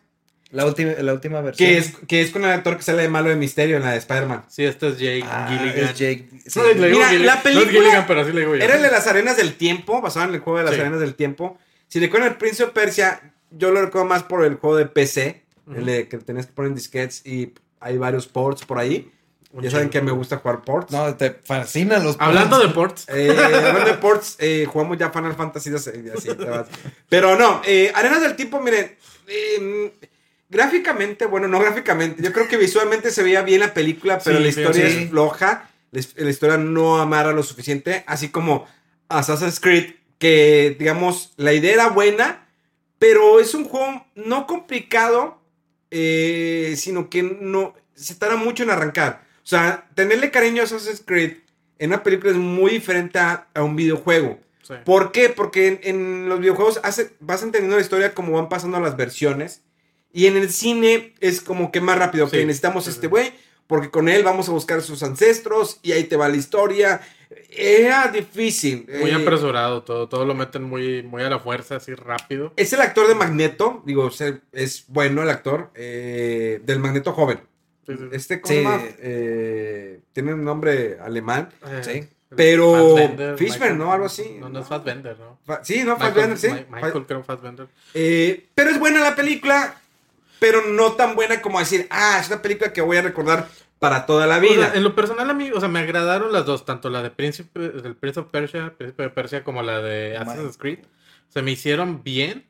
[SPEAKER 3] La última, la última versión.
[SPEAKER 1] Que es, que es con el actor que sale de malo de misterio en la de Spider-Man.
[SPEAKER 2] Sí, este es Jake
[SPEAKER 3] Ah,
[SPEAKER 2] Gilligan.
[SPEAKER 3] es Jake. sí.
[SPEAKER 2] No, le digo
[SPEAKER 1] Mira,
[SPEAKER 2] Gilligan.
[SPEAKER 1] la
[SPEAKER 2] No es
[SPEAKER 1] película
[SPEAKER 2] Gilligan, pero así le digo yo.
[SPEAKER 1] Era el de las arenas del tiempo, basado en el juego de las
[SPEAKER 2] Sí.
[SPEAKER 1] arenas del tiempo. Si recuerdan el Príncipe de Persia, yo lo recuerdo más por el juego de PC, el de que tenías que poner en disquetes y hay varios ports por ahí. ya saben que me gusta jugar ports.
[SPEAKER 3] No, te fascinan los.
[SPEAKER 2] Hablando de ports,
[SPEAKER 1] Eh, hablando de ports, eh, jugamos ya Final Fantasy así, así, te vas. Pero no, eh, Arenas del Tiempo, miren, eh, gráficamente, bueno, no gráficamente, yo creo que visualmente se veía bien la película, pero
[SPEAKER 2] Sí,
[SPEAKER 1] la historia
[SPEAKER 3] sí.
[SPEAKER 1] es floja, la, his- la historia no amarra lo suficiente, así como Assassin's Creed, que digamos, la idea era buena, pero es un juego no complicado, eh, sino que no se tarda mucho en arrancar. O sea, tenerle cariño a Assassin's Creed en una película es muy diferente a, a un videojuego.
[SPEAKER 2] Sí.
[SPEAKER 1] ¿Por qué? Porque en, en los videojuegos hace- vas entendiendo la historia como van pasando las versiones. Y en el cine es como que más rápido.
[SPEAKER 2] Sí.
[SPEAKER 1] que necesitamos
[SPEAKER 2] Sí,
[SPEAKER 1] este
[SPEAKER 2] sí.
[SPEAKER 1] güey porque con él vamos a buscar sus ancestros y ahí te va la historia. Era difícil.
[SPEAKER 2] muy
[SPEAKER 1] eh,
[SPEAKER 2] apresurado todo. Todo lo meten muy, muy a la fuerza, así rápido.
[SPEAKER 1] es el actor de Magneto, digo, se- es bueno el actor, eh, del Magneto joven.
[SPEAKER 2] Sí, sí.
[SPEAKER 1] Este, ¿cómo
[SPEAKER 3] Sí.
[SPEAKER 1] se llama? Eh, tiene un nombre alemán.
[SPEAKER 2] Eh,
[SPEAKER 3] Sí.
[SPEAKER 1] Pero
[SPEAKER 2] Fassbender,
[SPEAKER 1] Fishburne,
[SPEAKER 2] Michael-
[SPEAKER 1] ¿no? Algo así.
[SPEAKER 2] No, no es Fassbender, ¿no?
[SPEAKER 1] Fa- Sí, no,
[SPEAKER 2] Michael-
[SPEAKER 1] Fassbender, sí.
[SPEAKER 2] Mi- Michael, creo, Fassbender.
[SPEAKER 1] Eh, pero es buena la película, pero no tan buena como decir, ah, es una película que voy a recordar para toda la
[SPEAKER 2] O
[SPEAKER 1] vida.
[SPEAKER 2] sea, en lo personal a mí, o sea, me agradaron las dos, tanto la de Príncipe, del Prince of Persia, Príncipe de Persia, como la de Assassin's Creed. Se me hicieron bien,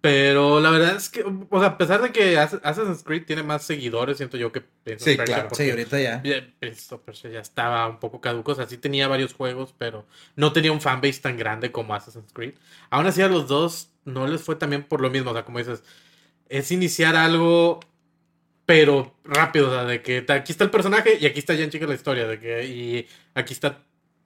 [SPEAKER 2] pero la verdad es que, o sea, a pesar de que Ass- Assassin's Creed tiene más seguidores, siento yo que Prince
[SPEAKER 1] Sí,
[SPEAKER 2] of Persia,
[SPEAKER 1] claro,
[SPEAKER 3] Sí,
[SPEAKER 2] porque
[SPEAKER 3] ahorita ya.
[SPEAKER 2] ya- Prince of Persia ya estaba un poco caduco, o sea, sí tenía varios juegos, pero no tenía un fanbase tan grande como Assassin's Creed. Aún así a los dos no les fue también por lo mismo, o sea, como dices, es iniciar algo, pero rápido, o sea, de que te- aquí está el personaje y aquí está ya en chica la historia, de que y aquí está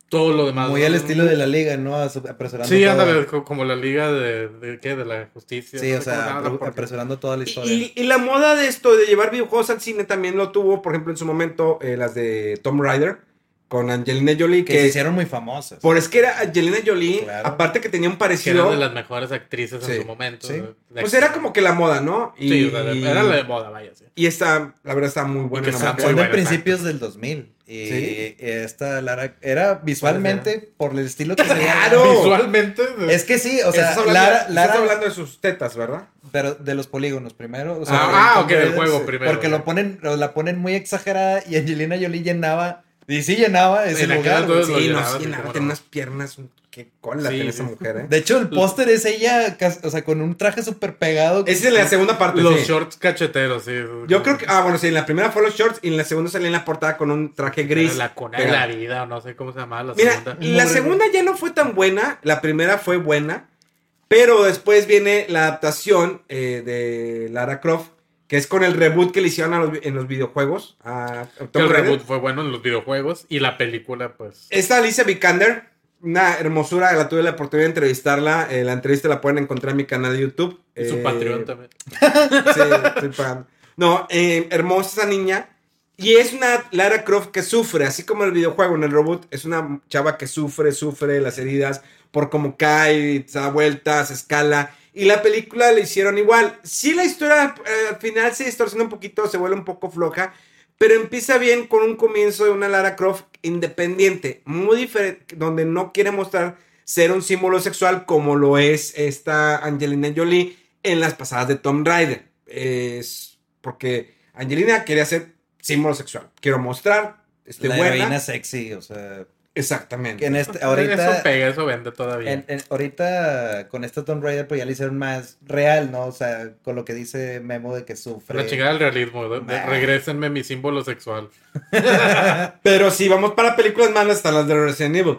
[SPEAKER 2] todo lo demás.
[SPEAKER 3] Muy
[SPEAKER 2] ¿no?
[SPEAKER 3] al estilo de la liga, ¿no? Asu- Apresurando
[SPEAKER 2] Sí,
[SPEAKER 3] todo.
[SPEAKER 2] ándale, co- como la liga de, de ¿qué? De la justicia.
[SPEAKER 3] Sí,
[SPEAKER 2] no
[SPEAKER 3] o
[SPEAKER 2] sé cómo se
[SPEAKER 3] sea,
[SPEAKER 2] llama,
[SPEAKER 3] apre-
[SPEAKER 2] porque-
[SPEAKER 3] apresurando toda la historia.
[SPEAKER 1] y, y la moda de esto, de llevar videojuegos al cine, también lo tuvo, por ejemplo, en su momento, eh, las de Tom Rider con Angelina Jolie,
[SPEAKER 3] que
[SPEAKER 1] que,
[SPEAKER 3] se hicieron muy famosas.
[SPEAKER 1] por es que era Angelina Jolie,
[SPEAKER 3] Claro.
[SPEAKER 1] aparte que tenía un
[SPEAKER 2] que era
[SPEAKER 1] parecido,
[SPEAKER 2] de las mejores actrices
[SPEAKER 1] Sí,
[SPEAKER 2] en su momento.
[SPEAKER 3] sí.
[SPEAKER 2] de- de-
[SPEAKER 1] pues era como que la moda, ¿no? Y,
[SPEAKER 2] Sí, o sea, de- era la de moda, vaya, sí.
[SPEAKER 1] y está, la verdad está muy buena.
[SPEAKER 2] que
[SPEAKER 1] la
[SPEAKER 2] está
[SPEAKER 1] moda.
[SPEAKER 3] Son
[SPEAKER 2] muy
[SPEAKER 3] de
[SPEAKER 2] buena,
[SPEAKER 3] principios del 2000. Y
[SPEAKER 1] Sí.
[SPEAKER 3] esta Lara era visualmente por el estilo que se veía.
[SPEAKER 1] ¡Claro!
[SPEAKER 2] Visualmente.
[SPEAKER 3] Es que sí, o sea,
[SPEAKER 1] estás, hablando,
[SPEAKER 3] Lara,
[SPEAKER 1] estás
[SPEAKER 3] Lara-
[SPEAKER 1] hablando de sus tetas, ¿verdad?
[SPEAKER 3] pero de los polígonos primero. O sea,
[SPEAKER 2] ah, ah, ok,
[SPEAKER 3] entonces,
[SPEAKER 2] del juego primero.
[SPEAKER 3] Porque lo ponen, la ponen muy exagerada y Angelina Jolie llenaba, y sí llenaba ese
[SPEAKER 2] En aquel
[SPEAKER 3] lugar. güey.
[SPEAKER 2] entonces lo
[SPEAKER 1] Sí, no,
[SPEAKER 2] llenaba,
[SPEAKER 1] sí,
[SPEAKER 2] sí,
[SPEAKER 1] nada,
[SPEAKER 2] cómo
[SPEAKER 1] tiene
[SPEAKER 2] no.
[SPEAKER 1] unas piernas, un- qué cola
[SPEAKER 2] Sí,
[SPEAKER 1] tiene
[SPEAKER 2] sí.
[SPEAKER 1] esa mujer, ¿eh?
[SPEAKER 3] De hecho, el póster es ella, cas- o sea, con un traje súper pegado.
[SPEAKER 1] Esa es la segunda parte.
[SPEAKER 2] Los
[SPEAKER 1] sí.
[SPEAKER 2] shorts cacheteros, sí.
[SPEAKER 1] Ah, Yo creo que, ah, bueno, sí, en la primera fue los shorts y en la segunda salía en la portada con un traje gris.
[SPEAKER 2] La cona de
[SPEAKER 1] pegado.
[SPEAKER 2] la vida, o no sé cómo se llamaba la
[SPEAKER 1] Mira,
[SPEAKER 2] segunda.
[SPEAKER 1] la segunda ya no fue tan buena, la primera fue buena, pero después viene la adaptación eh, de Lara Croft, que es con el reboot que le hicieron a los vi- en los videojuegos. A, a
[SPEAKER 2] Que
[SPEAKER 1] Tomb
[SPEAKER 2] el
[SPEAKER 1] Raider.
[SPEAKER 2] reboot fue bueno en los videojuegos y la película, pues.
[SPEAKER 1] Esta Alicia Vikander, una hermosura, la tuve la oportunidad de entrevistarla. eh, la entrevista la pueden encontrar en mi canal de YouTube.
[SPEAKER 2] Y su
[SPEAKER 1] eh,
[SPEAKER 2] Patreon también.
[SPEAKER 1] Sí, estoy pagando. No, eh, hermosa esa niña. Y es una Lara Croft que sufre, así como en el videojuego, en el robot, es una chava que sufre, sufre las heridas por cómo cae, se da vueltas, se escala. Y la película la hicieron igual. Sí, la historia eh, al final se distorsiona un poquito, se vuelve un poco floja, pero empieza bien con un comienzo de una Lara Croft independiente, muy diferente, donde no quiere mostrar ser un símbolo sexual como lo es esta Angelina Jolie en las pasadas de Tom Rider. Es porque Angelina quería ser símbolo sexual. Quiero mostrar, estoy
[SPEAKER 3] la
[SPEAKER 1] buena.
[SPEAKER 3] heroína sexy, o sea,
[SPEAKER 1] Exactamente.
[SPEAKER 3] que en este,
[SPEAKER 2] Eso
[SPEAKER 3] ahorita,
[SPEAKER 2] pega, eso vende todavía.
[SPEAKER 3] en- en- ahorita con esta Tomb Raider, pues ya le hicieron más real, ¿no? O sea, con lo que dice Memo de que sufre.
[SPEAKER 2] La chingada del realismo. de- de-
[SPEAKER 3] Bah.
[SPEAKER 2] regrésenme mi símbolo sexual.
[SPEAKER 1] Pero si vamos para películas malas, están las de Resident Evil.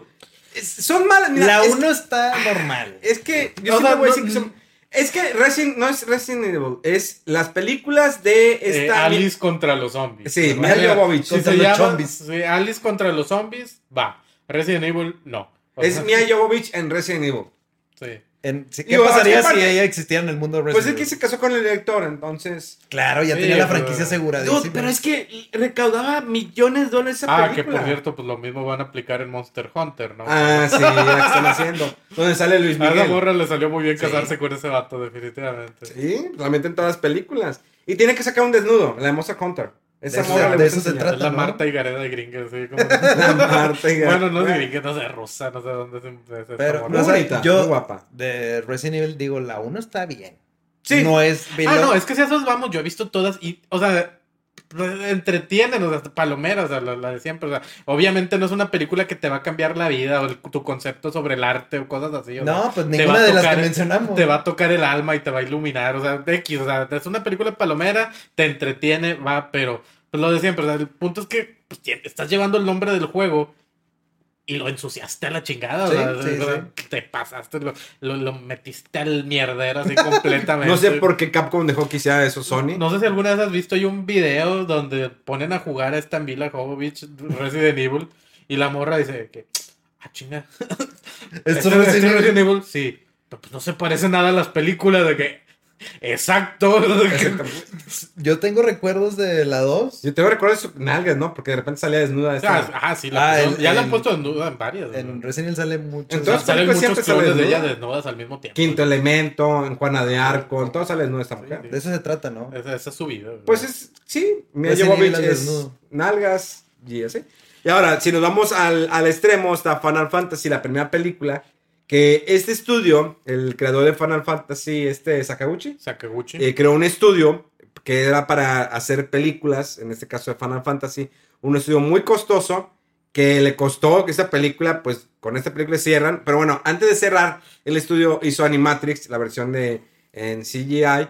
[SPEAKER 1] Es- son malas. mira,
[SPEAKER 3] la
[SPEAKER 1] es-
[SPEAKER 3] 1 está normal.
[SPEAKER 1] Es que yo
[SPEAKER 3] O
[SPEAKER 1] siempre
[SPEAKER 3] sea,
[SPEAKER 1] voy a
[SPEAKER 3] no-
[SPEAKER 1] decir que son- Es que Resident, no es Resident Evil, es las películas de
[SPEAKER 2] Eh,
[SPEAKER 1] esta.
[SPEAKER 2] Alice contra los zombies.
[SPEAKER 1] Sí,
[SPEAKER 2] ¿no?
[SPEAKER 1] Mila
[SPEAKER 2] Mira,
[SPEAKER 1] Jovovich.
[SPEAKER 2] si
[SPEAKER 3] Contra
[SPEAKER 2] se
[SPEAKER 3] los
[SPEAKER 2] llama-
[SPEAKER 3] zombies.
[SPEAKER 2] si Alice contra los zombies, va. Resident Evil, no. O
[SPEAKER 1] es
[SPEAKER 2] sea,
[SPEAKER 1] Mia Jovovich en Resident Evil.
[SPEAKER 2] sí.
[SPEAKER 3] En, sí, ¿Qué
[SPEAKER 1] Digo,
[SPEAKER 3] pasaría
[SPEAKER 1] aparte-
[SPEAKER 3] si ella existiera en el mundo de
[SPEAKER 1] Pues es
[SPEAKER 3] Resident
[SPEAKER 1] que
[SPEAKER 3] Evil?
[SPEAKER 1] se casó con el director, entonces.
[SPEAKER 3] Claro, ya
[SPEAKER 2] Sí,
[SPEAKER 3] tenía la
[SPEAKER 2] pero-
[SPEAKER 3] franquicia asegurada.
[SPEAKER 1] Dude, pero es que recaudaba millones de dólares esa
[SPEAKER 2] Ah, que
[SPEAKER 1] película.
[SPEAKER 2] por cierto, pues lo mismo van a aplicar en Monster Hunter, ¿no?
[SPEAKER 1] Ah, sí, ya que están haciendo. Donde sale Luis
[SPEAKER 2] A la
[SPEAKER 1] Miguel.
[SPEAKER 2] morra le salió muy bien
[SPEAKER 1] Sí.
[SPEAKER 2] casarse con ese vato, definitivamente.
[SPEAKER 1] Sí, la meten en todas las películas. Y tiene que sacar un desnudo, la hermosa Hunter. Esa
[SPEAKER 3] De eso-
[SPEAKER 1] morra
[SPEAKER 3] de
[SPEAKER 1] le gusta
[SPEAKER 3] eso se
[SPEAKER 1] enseñar.
[SPEAKER 2] Es la
[SPEAKER 3] ¿no?
[SPEAKER 2] Marta y Gareda de Gringa, sí. como-
[SPEAKER 1] La Marta y-
[SPEAKER 2] bueno, no es gringa, no sé, rusa, no sé dónde es. es esta
[SPEAKER 3] Pero,
[SPEAKER 2] morra.
[SPEAKER 1] Muy
[SPEAKER 3] no, o sea,
[SPEAKER 1] bonita,
[SPEAKER 3] yo-
[SPEAKER 1] muy guapa.
[SPEAKER 3] De Resident Evil, digo, la 1 está bien.
[SPEAKER 1] Sí.
[SPEAKER 3] No es
[SPEAKER 2] Ah,
[SPEAKER 3] below-
[SPEAKER 2] no, es que si a esos vamos, yo he visto todas y, o sea, entretienen, o sea, palomeras, o sea, la, la de siempre. O sea, obviamente no es una película que te va a cambiar la vida o el- tu concepto sobre el arte o cosas así. o sea,
[SPEAKER 3] No, pues
[SPEAKER 2] te
[SPEAKER 3] ninguna
[SPEAKER 2] va a
[SPEAKER 3] de las
[SPEAKER 2] tocar-
[SPEAKER 3] que mencionamos.
[SPEAKER 2] Te va a tocar el alma y te va a iluminar, o sea, de X, o sea, es una película palomera, te entretiene, va, pero pues lo de siempre, o sea, el punto es que pues, tie- estás llevando el nombre del juego y lo ensuciaste a la chingada, o
[SPEAKER 3] Sí,
[SPEAKER 2] sea,
[SPEAKER 3] sí,
[SPEAKER 2] o sea, te pasaste, lo, lo- lo metiste al mierdero así completamente.
[SPEAKER 1] No sé por qué Capcom dejó que hiciera eso Sony.
[SPEAKER 2] No sé si alguna vez has visto hay un video donde ponen a jugar a esta Mila Jovovich Resident Evil y la morra dice que ah chinga.
[SPEAKER 3] Esto
[SPEAKER 2] ¿Este
[SPEAKER 3] es Resident Evil.
[SPEAKER 2] Evil, sí. Pero pues no se parece nada a las películas de que exacto. de que-
[SPEAKER 3] Yo tengo recuerdos de la 2.
[SPEAKER 1] Yo te recuerdo sus nalgas, ¿no? Porque de repente salía desnuda.
[SPEAKER 2] O
[SPEAKER 1] Esta.
[SPEAKER 2] sea, ah, sí, la
[SPEAKER 3] Ah,
[SPEAKER 2] pusieron-
[SPEAKER 3] el-
[SPEAKER 2] ya la
[SPEAKER 3] el-
[SPEAKER 2] han puesto desnuda en varias. ¿no?
[SPEAKER 3] En Resident Evil sale mucho.
[SPEAKER 2] O sea,
[SPEAKER 1] Entonces-
[SPEAKER 2] salen
[SPEAKER 1] películas siempre
[SPEAKER 2] muchos
[SPEAKER 1] sale
[SPEAKER 2] clones de ella
[SPEAKER 1] desnuda.
[SPEAKER 2] desnudas al mismo tiempo.
[SPEAKER 1] Quinto elemento, en Juana de Arco, en todo sale desnuda esta mujer.
[SPEAKER 3] de eso se trata, ¿no?
[SPEAKER 2] Esa, esa es su vida. ¿no?
[SPEAKER 1] Pues es, sí, Mia
[SPEAKER 3] Resident
[SPEAKER 1] Jovovich
[SPEAKER 3] Evil al
[SPEAKER 1] es
[SPEAKER 3] desnudo.
[SPEAKER 1] nalgas y así. Y ahora, si nos vamos al, al extremo, está Final Fantasy, la primera película, que este estudio, el creador de Final Fantasy, este Sakaguchi,
[SPEAKER 2] Sakaguchi.
[SPEAKER 1] eh, creó un estudio que era para hacer películas, en este caso de Final Fantasy, un estudio muy costoso que le costó que esta película, pues con esta película cierran, pero bueno, antes de cerrar, el estudio hizo Animatrix, la versión de en CGI,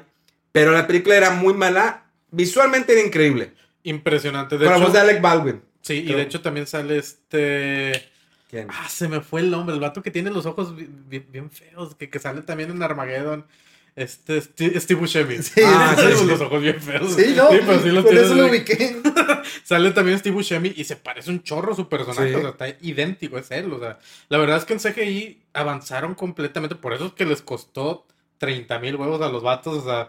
[SPEAKER 1] pero la película era muy mala, visualmente era increíble,
[SPEAKER 2] Impresionante. De
[SPEAKER 1] con la
[SPEAKER 2] hecho,
[SPEAKER 1] voz de Alec Baldwin.
[SPEAKER 2] sí, y
[SPEAKER 1] creo-
[SPEAKER 2] de hecho también sale este.
[SPEAKER 1] ¿Quién?
[SPEAKER 2] Ah, se me fue el nombre, el vato que tiene los ojos bi- bi- bien, feos, que, que sale también en Armageddon. Este, Sti- Steve Buscemi.
[SPEAKER 3] Sí,
[SPEAKER 2] ah,
[SPEAKER 1] sí,
[SPEAKER 2] tiene
[SPEAKER 1] sí.
[SPEAKER 2] los ojos bien feos.
[SPEAKER 3] Sí, no.
[SPEAKER 2] pero sí los
[SPEAKER 3] por
[SPEAKER 2] tiene
[SPEAKER 3] eso lo
[SPEAKER 2] así.
[SPEAKER 3] ubiqué.
[SPEAKER 2] Sale también Steve Buscemi y se parece un chorro a su personaje,
[SPEAKER 1] Sí.
[SPEAKER 2] o sea, está idéntico, es él, o sea, la verdad es que en CGI avanzaron completamente, por eso es que les costó 30 mil huevos a los vatos, o sea,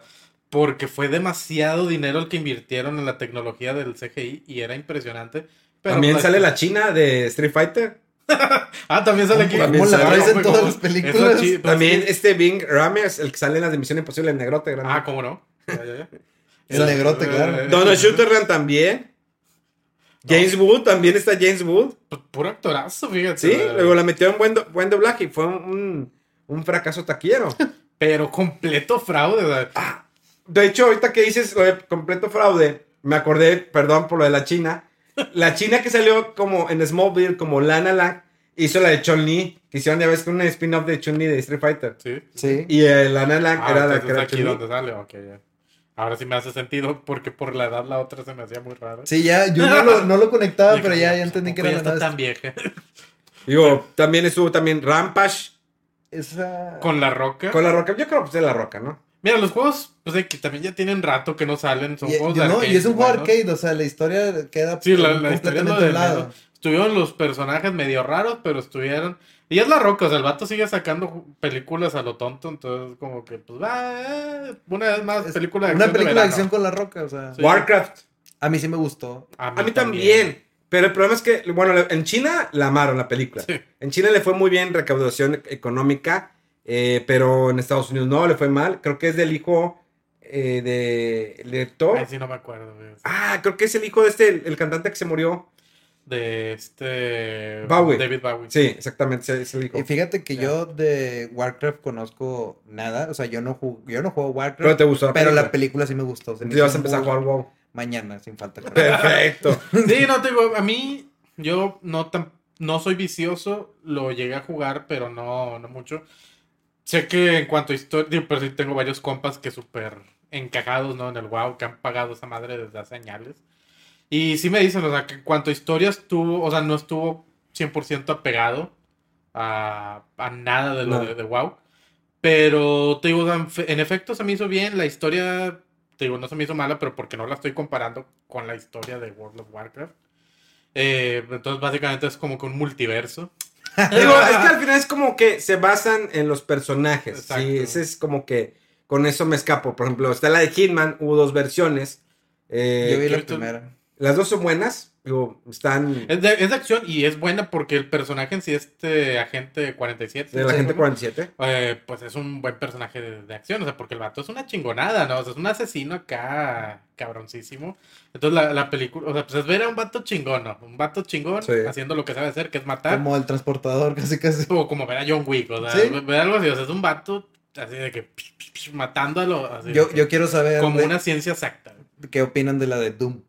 [SPEAKER 2] porque fue demasiado dinero el que invirtieron en la tecnología del CGI y era impresionante. pero
[SPEAKER 1] También
[SPEAKER 2] pues-
[SPEAKER 1] sale la china de Street Fighter.
[SPEAKER 2] Ah, también sale aquí.
[SPEAKER 1] También
[SPEAKER 2] Como
[SPEAKER 1] sale.
[SPEAKER 2] traes
[SPEAKER 3] Como en todas las películas.
[SPEAKER 1] También este Bing Rames, el que sale en las de Misión Imposible, el negrote grande.
[SPEAKER 2] Ah, cómo no. Ya, ya, ya.
[SPEAKER 3] El negrote, claro.
[SPEAKER 2] eh,
[SPEAKER 1] Donald Sutherland también. James Wood, también está James Wood.
[SPEAKER 2] pu- Puro actorazo, fíjate.
[SPEAKER 1] Sí,
[SPEAKER 2] eh,
[SPEAKER 1] luego la metió en buen, do- buen doblaje y fue un, un fracaso taquillero.
[SPEAKER 2] Pero completo fraude. o sea,
[SPEAKER 1] De hecho, ahorita que dices lo de completo fraude, me acordé, perdón por lo de la China. La China que salió como en Smallville, como Lana Lang, hizo la de Chun-Li, que hicieron ya ves con un spin-off de Chun-Li de Street Fighter.
[SPEAKER 2] Sí.
[SPEAKER 3] Sí.
[SPEAKER 1] Y eh, Lana Lang
[SPEAKER 2] Ah,
[SPEAKER 1] era la
[SPEAKER 2] entonces
[SPEAKER 1] que era
[SPEAKER 2] aquí donde
[SPEAKER 1] Chun-Li.
[SPEAKER 2] sale, ok, ya. Ahora sí me hace sentido porque por la edad la otra se me hacía muy rara.
[SPEAKER 3] Sí, ya, yo no lo, no lo conectaba,
[SPEAKER 2] Dije,
[SPEAKER 3] pero ya, ya
[SPEAKER 2] "Pues,
[SPEAKER 3] entendí que
[SPEAKER 2] ¿tampoco ya
[SPEAKER 3] era la
[SPEAKER 2] está tan
[SPEAKER 3] nada.
[SPEAKER 2] vieja.
[SPEAKER 1] Digo, también estuvo también Rampage
[SPEAKER 3] Esa.
[SPEAKER 2] Con la roca.
[SPEAKER 1] con La Roca. Yo creo que pues, es La Roca, ¿no?
[SPEAKER 2] Mira, los juegos, pues de que también ya tienen rato que no salen. Son
[SPEAKER 3] Y,
[SPEAKER 2] juegos
[SPEAKER 3] y-
[SPEAKER 2] de
[SPEAKER 3] no, y
[SPEAKER 2] arcade,
[SPEAKER 3] es un juego
[SPEAKER 2] buenos.
[SPEAKER 3] arcade, o sea, la historia queda
[SPEAKER 2] Sí, la, la historia es lo
[SPEAKER 3] completamente
[SPEAKER 2] de
[SPEAKER 3] al lado.
[SPEAKER 2] menos. Estuvieron los personajes medio raros, pero estuvieron. Y es la roca, o sea, el vato sigue sacando ju- películas a lo tonto, entonces como que, pues, va, eh, una vez más,
[SPEAKER 3] Es
[SPEAKER 2] película de
[SPEAKER 3] Una
[SPEAKER 2] acción. de
[SPEAKER 3] película de
[SPEAKER 2] verano. Ah,
[SPEAKER 3] acción con la roca, o sea.
[SPEAKER 2] Sí.
[SPEAKER 1] Warcraft.
[SPEAKER 3] A mí sí me gustó.
[SPEAKER 1] A mí también. Pero el problema es que, bueno, en China la amaron la película.
[SPEAKER 2] Sí.
[SPEAKER 1] En China le fue muy bien recaudación económica, eh, pero en Estados Unidos no, le fue mal. Creo que es del hijo eh, de el director.
[SPEAKER 2] Ay, sí, no me acuerdo. güey.
[SPEAKER 1] Ah, creo que es el hijo de este, el, el cantante que se murió.
[SPEAKER 2] De este.
[SPEAKER 1] Bowie.
[SPEAKER 2] David Bowie.
[SPEAKER 1] Sí, exactamente, es- es el hijo.
[SPEAKER 3] Y fíjate que
[SPEAKER 2] Ya.
[SPEAKER 3] yo de Warcraft conozco nada, o sea, yo no, ju- yo no juego Warcraft.
[SPEAKER 1] Pero te gustó la
[SPEAKER 3] pero
[SPEAKER 1] película.
[SPEAKER 3] la película sí me gustó. se me
[SPEAKER 1] Entonces vas a
[SPEAKER 3] hizo
[SPEAKER 1] empezar a
[SPEAKER 3] muy-
[SPEAKER 1] jugar WoW.
[SPEAKER 3] Mañana, sin falta.
[SPEAKER 1] Perfecto.
[SPEAKER 2] Sí, no, te digo, a mí, yo no tan, no soy vicioso, lo llegué a jugar, pero no, no mucho. Sé que en cuanto a historia, pero sí tengo varios compas que súper encajados, ¿no? En el WoW, que han pagado esa madre desde hace años. Y sí me dicen, o sea, que en cuanto a historia estuvo, o sea, no estuvo 100% apegado a, a nada de lo
[SPEAKER 1] No.
[SPEAKER 2] de, de WoW. Pero te digo, o sea, en fe- en efecto se me hizo bien, la historia te digo, no se me hizo mala, pero porque no la estoy comparando con la historia de World of Warcraft. Eh, entonces, básicamente es como que un multiverso.
[SPEAKER 1] Digo, es que al final es como que se basan en los personajes.
[SPEAKER 2] Exacto.
[SPEAKER 1] Sí, ese es como que con eso me escapo. Por ejemplo, está la de Hitman, hubo dos versiones. Eh,
[SPEAKER 3] Yo vi la
[SPEAKER 2] yo te-
[SPEAKER 3] primera.
[SPEAKER 1] Las dos son buenas. Digo, están
[SPEAKER 2] Es de, es de acción y es buena porque el personaje en sí, este agente 47,
[SPEAKER 1] de la
[SPEAKER 2] ¿sí?
[SPEAKER 1] gente 47.
[SPEAKER 2] Eh, pues es un buen personaje de, de acción, o sea, porque el vato es una chingonada, ¿no? O sea, es un asesino acá, cabroncísimo. Entonces la, la película, o sea, pues es ver a un vato chingón, ¿no? Un vato chingón
[SPEAKER 1] Sí.
[SPEAKER 2] haciendo lo que sabe hacer, que es
[SPEAKER 1] ¿Ah?
[SPEAKER 2] matar.
[SPEAKER 3] Como el transportador, casi casi.
[SPEAKER 2] O como ver a John Wick, o sea,
[SPEAKER 3] Sí.
[SPEAKER 2] ver algo así, o sea, es un vato así de que psh, psh, psh, matándolo, así de
[SPEAKER 3] Yo,
[SPEAKER 2] que-
[SPEAKER 3] yo quiero saber
[SPEAKER 2] como
[SPEAKER 3] de-
[SPEAKER 2] una ciencia exacta.
[SPEAKER 3] qué opinan de la de Doom.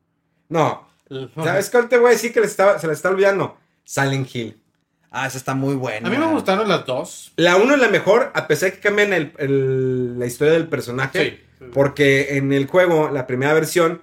[SPEAKER 1] No, ¿sabes cuál te voy a decir que le estaba- se le está olvidando? Silent Hill.
[SPEAKER 3] Ah, esa está muy buena.
[SPEAKER 2] A mí me gustaron las dos.
[SPEAKER 1] La uno es la mejor, a pesar que cambian el- el- la historia del personaje.
[SPEAKER 2] Sí.
[SPEAKER 1] Porque en el juego, la primera versión,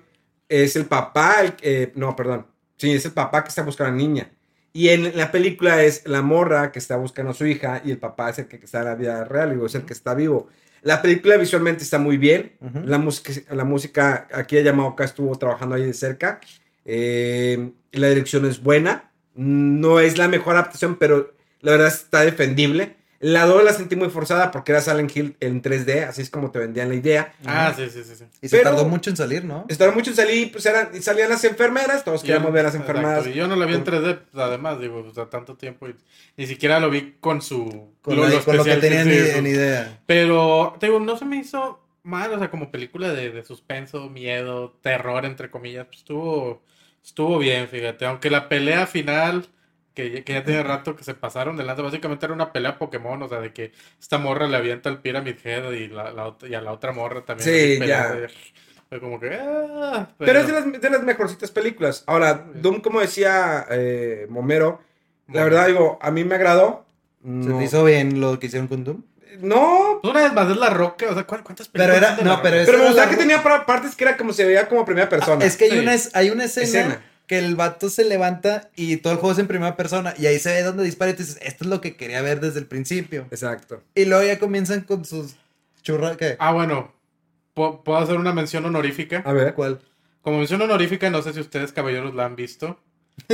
[SPEAKER 1] es el papá, el- eh, no, perdón. Sí, es el papá que está buscando a la niña. Y en la película es la morra que está buscando a su hija y el papá es el que está en la vida real, digo, es el que está vivo. La película visualmente está muy bien.
[SPEAKER 3] Ujú.
[SPEAKER 1] la, música, la música, aquí de Yamaoka estuvo trabajando ahí de cerca. Eh, la dirección es buena. No es la mejor adaptación, pero la verdad está defendible. La 2 la sentí muy forzada porque era Silent Hill en 3D, así es como te vendían la idea.
[SPEAKER 2] Ah, sí, sí, sí. sí.
[SPEAKER 3] Y se
[SPEAKER 1] Pero-
[SPEAKER 3] tardó mucho en salir, ¿no?
[SPEAKER 1] Estaron mucho en salir, pues eran, salían las enfermeras, todos queríamos ver a las
[SPEAKER 2] Exacto,
[SPEAKER 1] enfermeras.
[SPEAKER 2] Y yo no la vi en 3D, pues, además, digo, o sea, tanto tiempo y ni siquiera lo vi con su.
[SPEAKER 3] Con, la- con lo que
[SPEAKER 2] especial
[SPEAKER 3] tenían
[SPEAKER 2] sí,
[SPEAKER 3] ni-
[SPEAKER 2] eso.
[SPEAKER 3] en idea.
[SPEAKER 2] Pero, te digo, no se me hizo mal, o sea, como película de, de suspenso, miedo, terror, entre comillas, pues, estuvo, estuvo bien, fíjate. Aunque la pelea final, que, ya- que ya tiene rato que se pasaron delante, básicamente era una pelea Pokémon, o sea, de que esta morra le avienta el Pyramid Head y, la, la otra- y a la otra morra también.
[SPEAKER 1] Sí,
[SPEAKER 2] así peleando,
[SPEAKER 1] ya.
[SPEAKER 2] y- Fue como que. ah,
[SPEAKER 1] Pero es de las, de las mejorcitas películas. Ahora, Doom, como decía eh, Momero, la verdad digo, a mí me agradó.
[SPEAKER 3] Se
[SPEAKER 1] No,
[SPEAKER 3] te hizo bien lo que hicieron con Doom.
[SPEAKER 1] no
[SPEAKER 2] Pues Una vez más, es La Roca, o sea, ¿cu- ¿cuántas
[SPEAKER 3] Pero
[SPEAKER 2] películas son
[SPEAKER 3] era-
[SPEAKER 2] de
[SPEAKER 3] no,
[SPEAKER 2] La Roca?
[SPEAKER 3] pero es-
[SPEAKER 1] Pero me
[SPEAKER 3] era
[SPEAKER 1] gustaba
[SPEAKER 3] la
[SPEAKER 1] que
[SPEAKER 3] ru-
[SPEAKER 1] tenía pra- partes que era como se veía como primera persona.
[SPEAKER 3] Ah, es que hay,
[SPEAKER 2] Sí.
[SPEAKER 3] una, es- hay una escena,
[SPEAKER 1] Escena.
[SPEAKER 3] que el vato se levanta y todo el juego es en primera persona. Y ahí se ve donde dispara y tú dices, esto es lo que quería ver desde el principio.
[SPEAKER 1] Exacto.
[SPEAKER 3] Y luego ya comienzan con sus churras. ¿Qué?
[SPEAKER 2] Ah, bueno. ¿Puedo puedo hacer una mención honorífica?
[SPEAKER 1] A ver.
[SPEAKER 3] ¿Cuál?
[SPEAKER 2] Como mención honorífica, no sé si ustedes, caballeros, la han visto.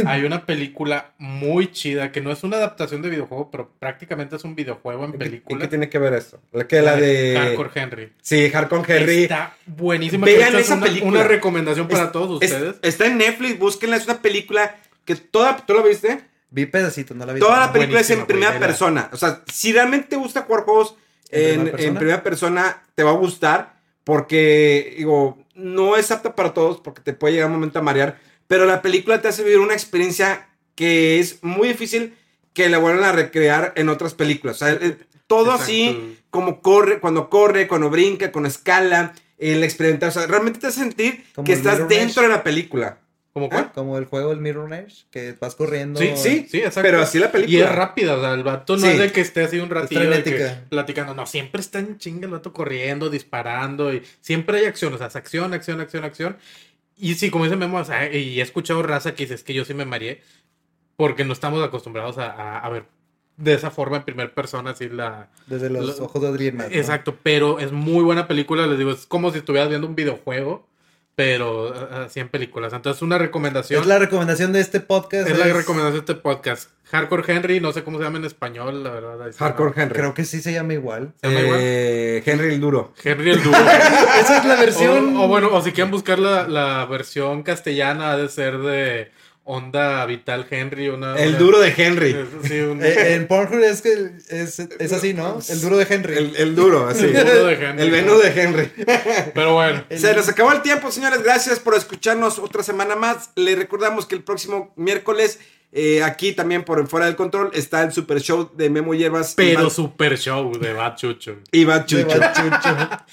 [SPEAKER 2] Hay una película muy chida que no es una adaptación de videojuego, pero prácticamente es un videojuego en
[SPEAKER 1] ¿Y qué- ¿Y
[SPEAKER 2] película.
[SPEAKER 1] qué tiene que ver esto? La que la de.
[SPEAKER 2] Hardcore Henry.
[SPEAKER 1] Sí, Hardcore Henry.
[SPEAKER 2] Está buenísima.
[SPEAKER 1] Vean
[SPEAKER 2] que esta es
[SPEAKER 1] esa
[SPEAKER 2] una,
[SPEAKER 1] película.
[SPEAKER 2] una recomendación para
[SPEAKER 1] Es-
[SPEAKER 2] todos
[SPEAKER 1] es-
[SPEAKER 2] ustedes.
[SPEAKER 1] está en Netflix, búsquenla. Es una película que toda. ¿Tú la viste?
[SPEAKER 3] Vi pedacito, no la vi. Ah,
[SPEAKER 1] Toda la
[SPEAKER 2] buenísima,
[SPEAKER 1] película es en
[SPEAKER 2] güey,
[SPEAKER 1] primera
[SPEAKER 2] vela.
[SPEAKER 1] persona. O sea, si realmente te gusta jugar juegos
[SPEAKER 3] ¿En
[SPEAKER 1] en,
[SPEAKER 3] primera
[SPEAKER 1] en
[SPEAKER 3] persona?
[SPEAKER 1] primera persona, te va a gustar. Porque, digo, no es apta para todos porque te puede llegar un momento a marear. Pero la película te hace vivir una experiencia que es muy difícil que la vuelvan a recrear en otras películas. O sea, eh, todo
[SPEAKER 2] Exacto.
[SPEAKER 1] así, como corre, cuando corre, cuando brinca, cuando escala, el experimentar. O sea, realmente te hace sentir
[SPEAKER 3] Como
[SPEAKER 1] que
[SPEAKER 3] el
[SPEAKER 1] estás
[SPEAKER 3] Mirror Edge.
[SPEAKER 1] dentro de la película.
[SPEAKER 2] ¿Cómo cuál?
[SPEAKER 3] Como el juego del Mirror Edge, que vas corriendo.
[SPEAKER 2] Sí, sí, sí, exacto.
[SPEAKER 1] Pero así la película.
[SPEAKER 2] Y es rápida, o sea, el vato no
[SPEAKER 1] Sí.
[SPEAKER 2] es de que esté así un ratillo de que
[SPEAKER 3] frenética.
[SPEAKER 2] platicando. No, siempre está en chinga el vato corriendo, disparando y siempre hay acción, o sea, es acción, acción, acción, acción. Y sí, como dice Memo, o sea, y he escuchado raza que dice, es que yo sí me mareé porque no estamos acostumbrados a, a- a ver de esa forma en primera persona, así la...
[SPEAKER 3] Desde los
[SPEAKER 2] Lo-
[SPEAKER 3] ojos de Adrián Matt, ¿no?
[SPEAKER 2] Exacto, pero es muy buena película, les digo, es como si estuvieras viendo un videojuego, pero eh, así en películas. Entonces, una recomendación.
[SPEAKER 3] Es la recomendación de este podcast.
[SPEAKER 2] Es la recomendación de este podcast. Hardcore Henry, no sé cómo se llama en español, la verdad. ahí está.
[SPEAKER 1] Hardcore Henry.
[SPEAKER 3] Creo que sí se llama igual.
[SPEAKER 2] ¿Se llama igual?
[SPEAKER 1] Eh, Henry el duro.
[SPEAKER 2] Henry el dúo.
[SPEAKER 3] Esa es la versión.
[SPEAKER 2] o, o bueno, o si quieren buscar la, la versión castellana, ha de ser de Onda Vital Henry. Una,
[SPEAKER 1] El
[SPEAKER 2] una-
[SPEAKER 1] duro de Henry.
[SPEAKER 2] Es- sí, un-
[SPEAKER 3] Eh, en Pornhub es que el- es, es así, ¿no? El duro de Henry.
[SPEAKER 1] El, el duro, así.
[SPEAKER 2] El duro de Henry.
[SPEAKER 1] El venú de Henry.
[SPEAKER 2] Pero bueno,
[SPEAKER 1] Se nos acabó el tiempo, señores. Gracias por escucharnos otra semana más. Les recordamos que el próximo miércoles, eh, aquí también por Fuera del Control, está el Super Show de Memo Hierbas. y
[SPEAKER 2] pero
[SPEAKER 1] Bat-
[SPEAKER 2] super show de Bachucho.
[SPEAKER 1] Y Bachucho.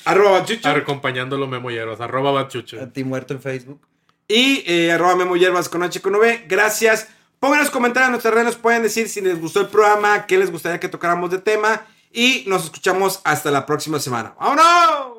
[SPEAKER 1] arroba Bachucho.
[SPEAKER 2] Acompañándolo Memo Hierbas, arroba Bachucho.
[SPEAKER 3] A ti muerto en Facebook.
[SPEAKER 1] Y eh, arroba Memo Hierbas con H con V. Gracias. Pongan los comentarios en nuestras redes. Nos pueden decir si les gustó el programa, qué les gustaría que tocáramos de tema. Y nos escuchamos hasta la próxima semana. ¡Vámonos!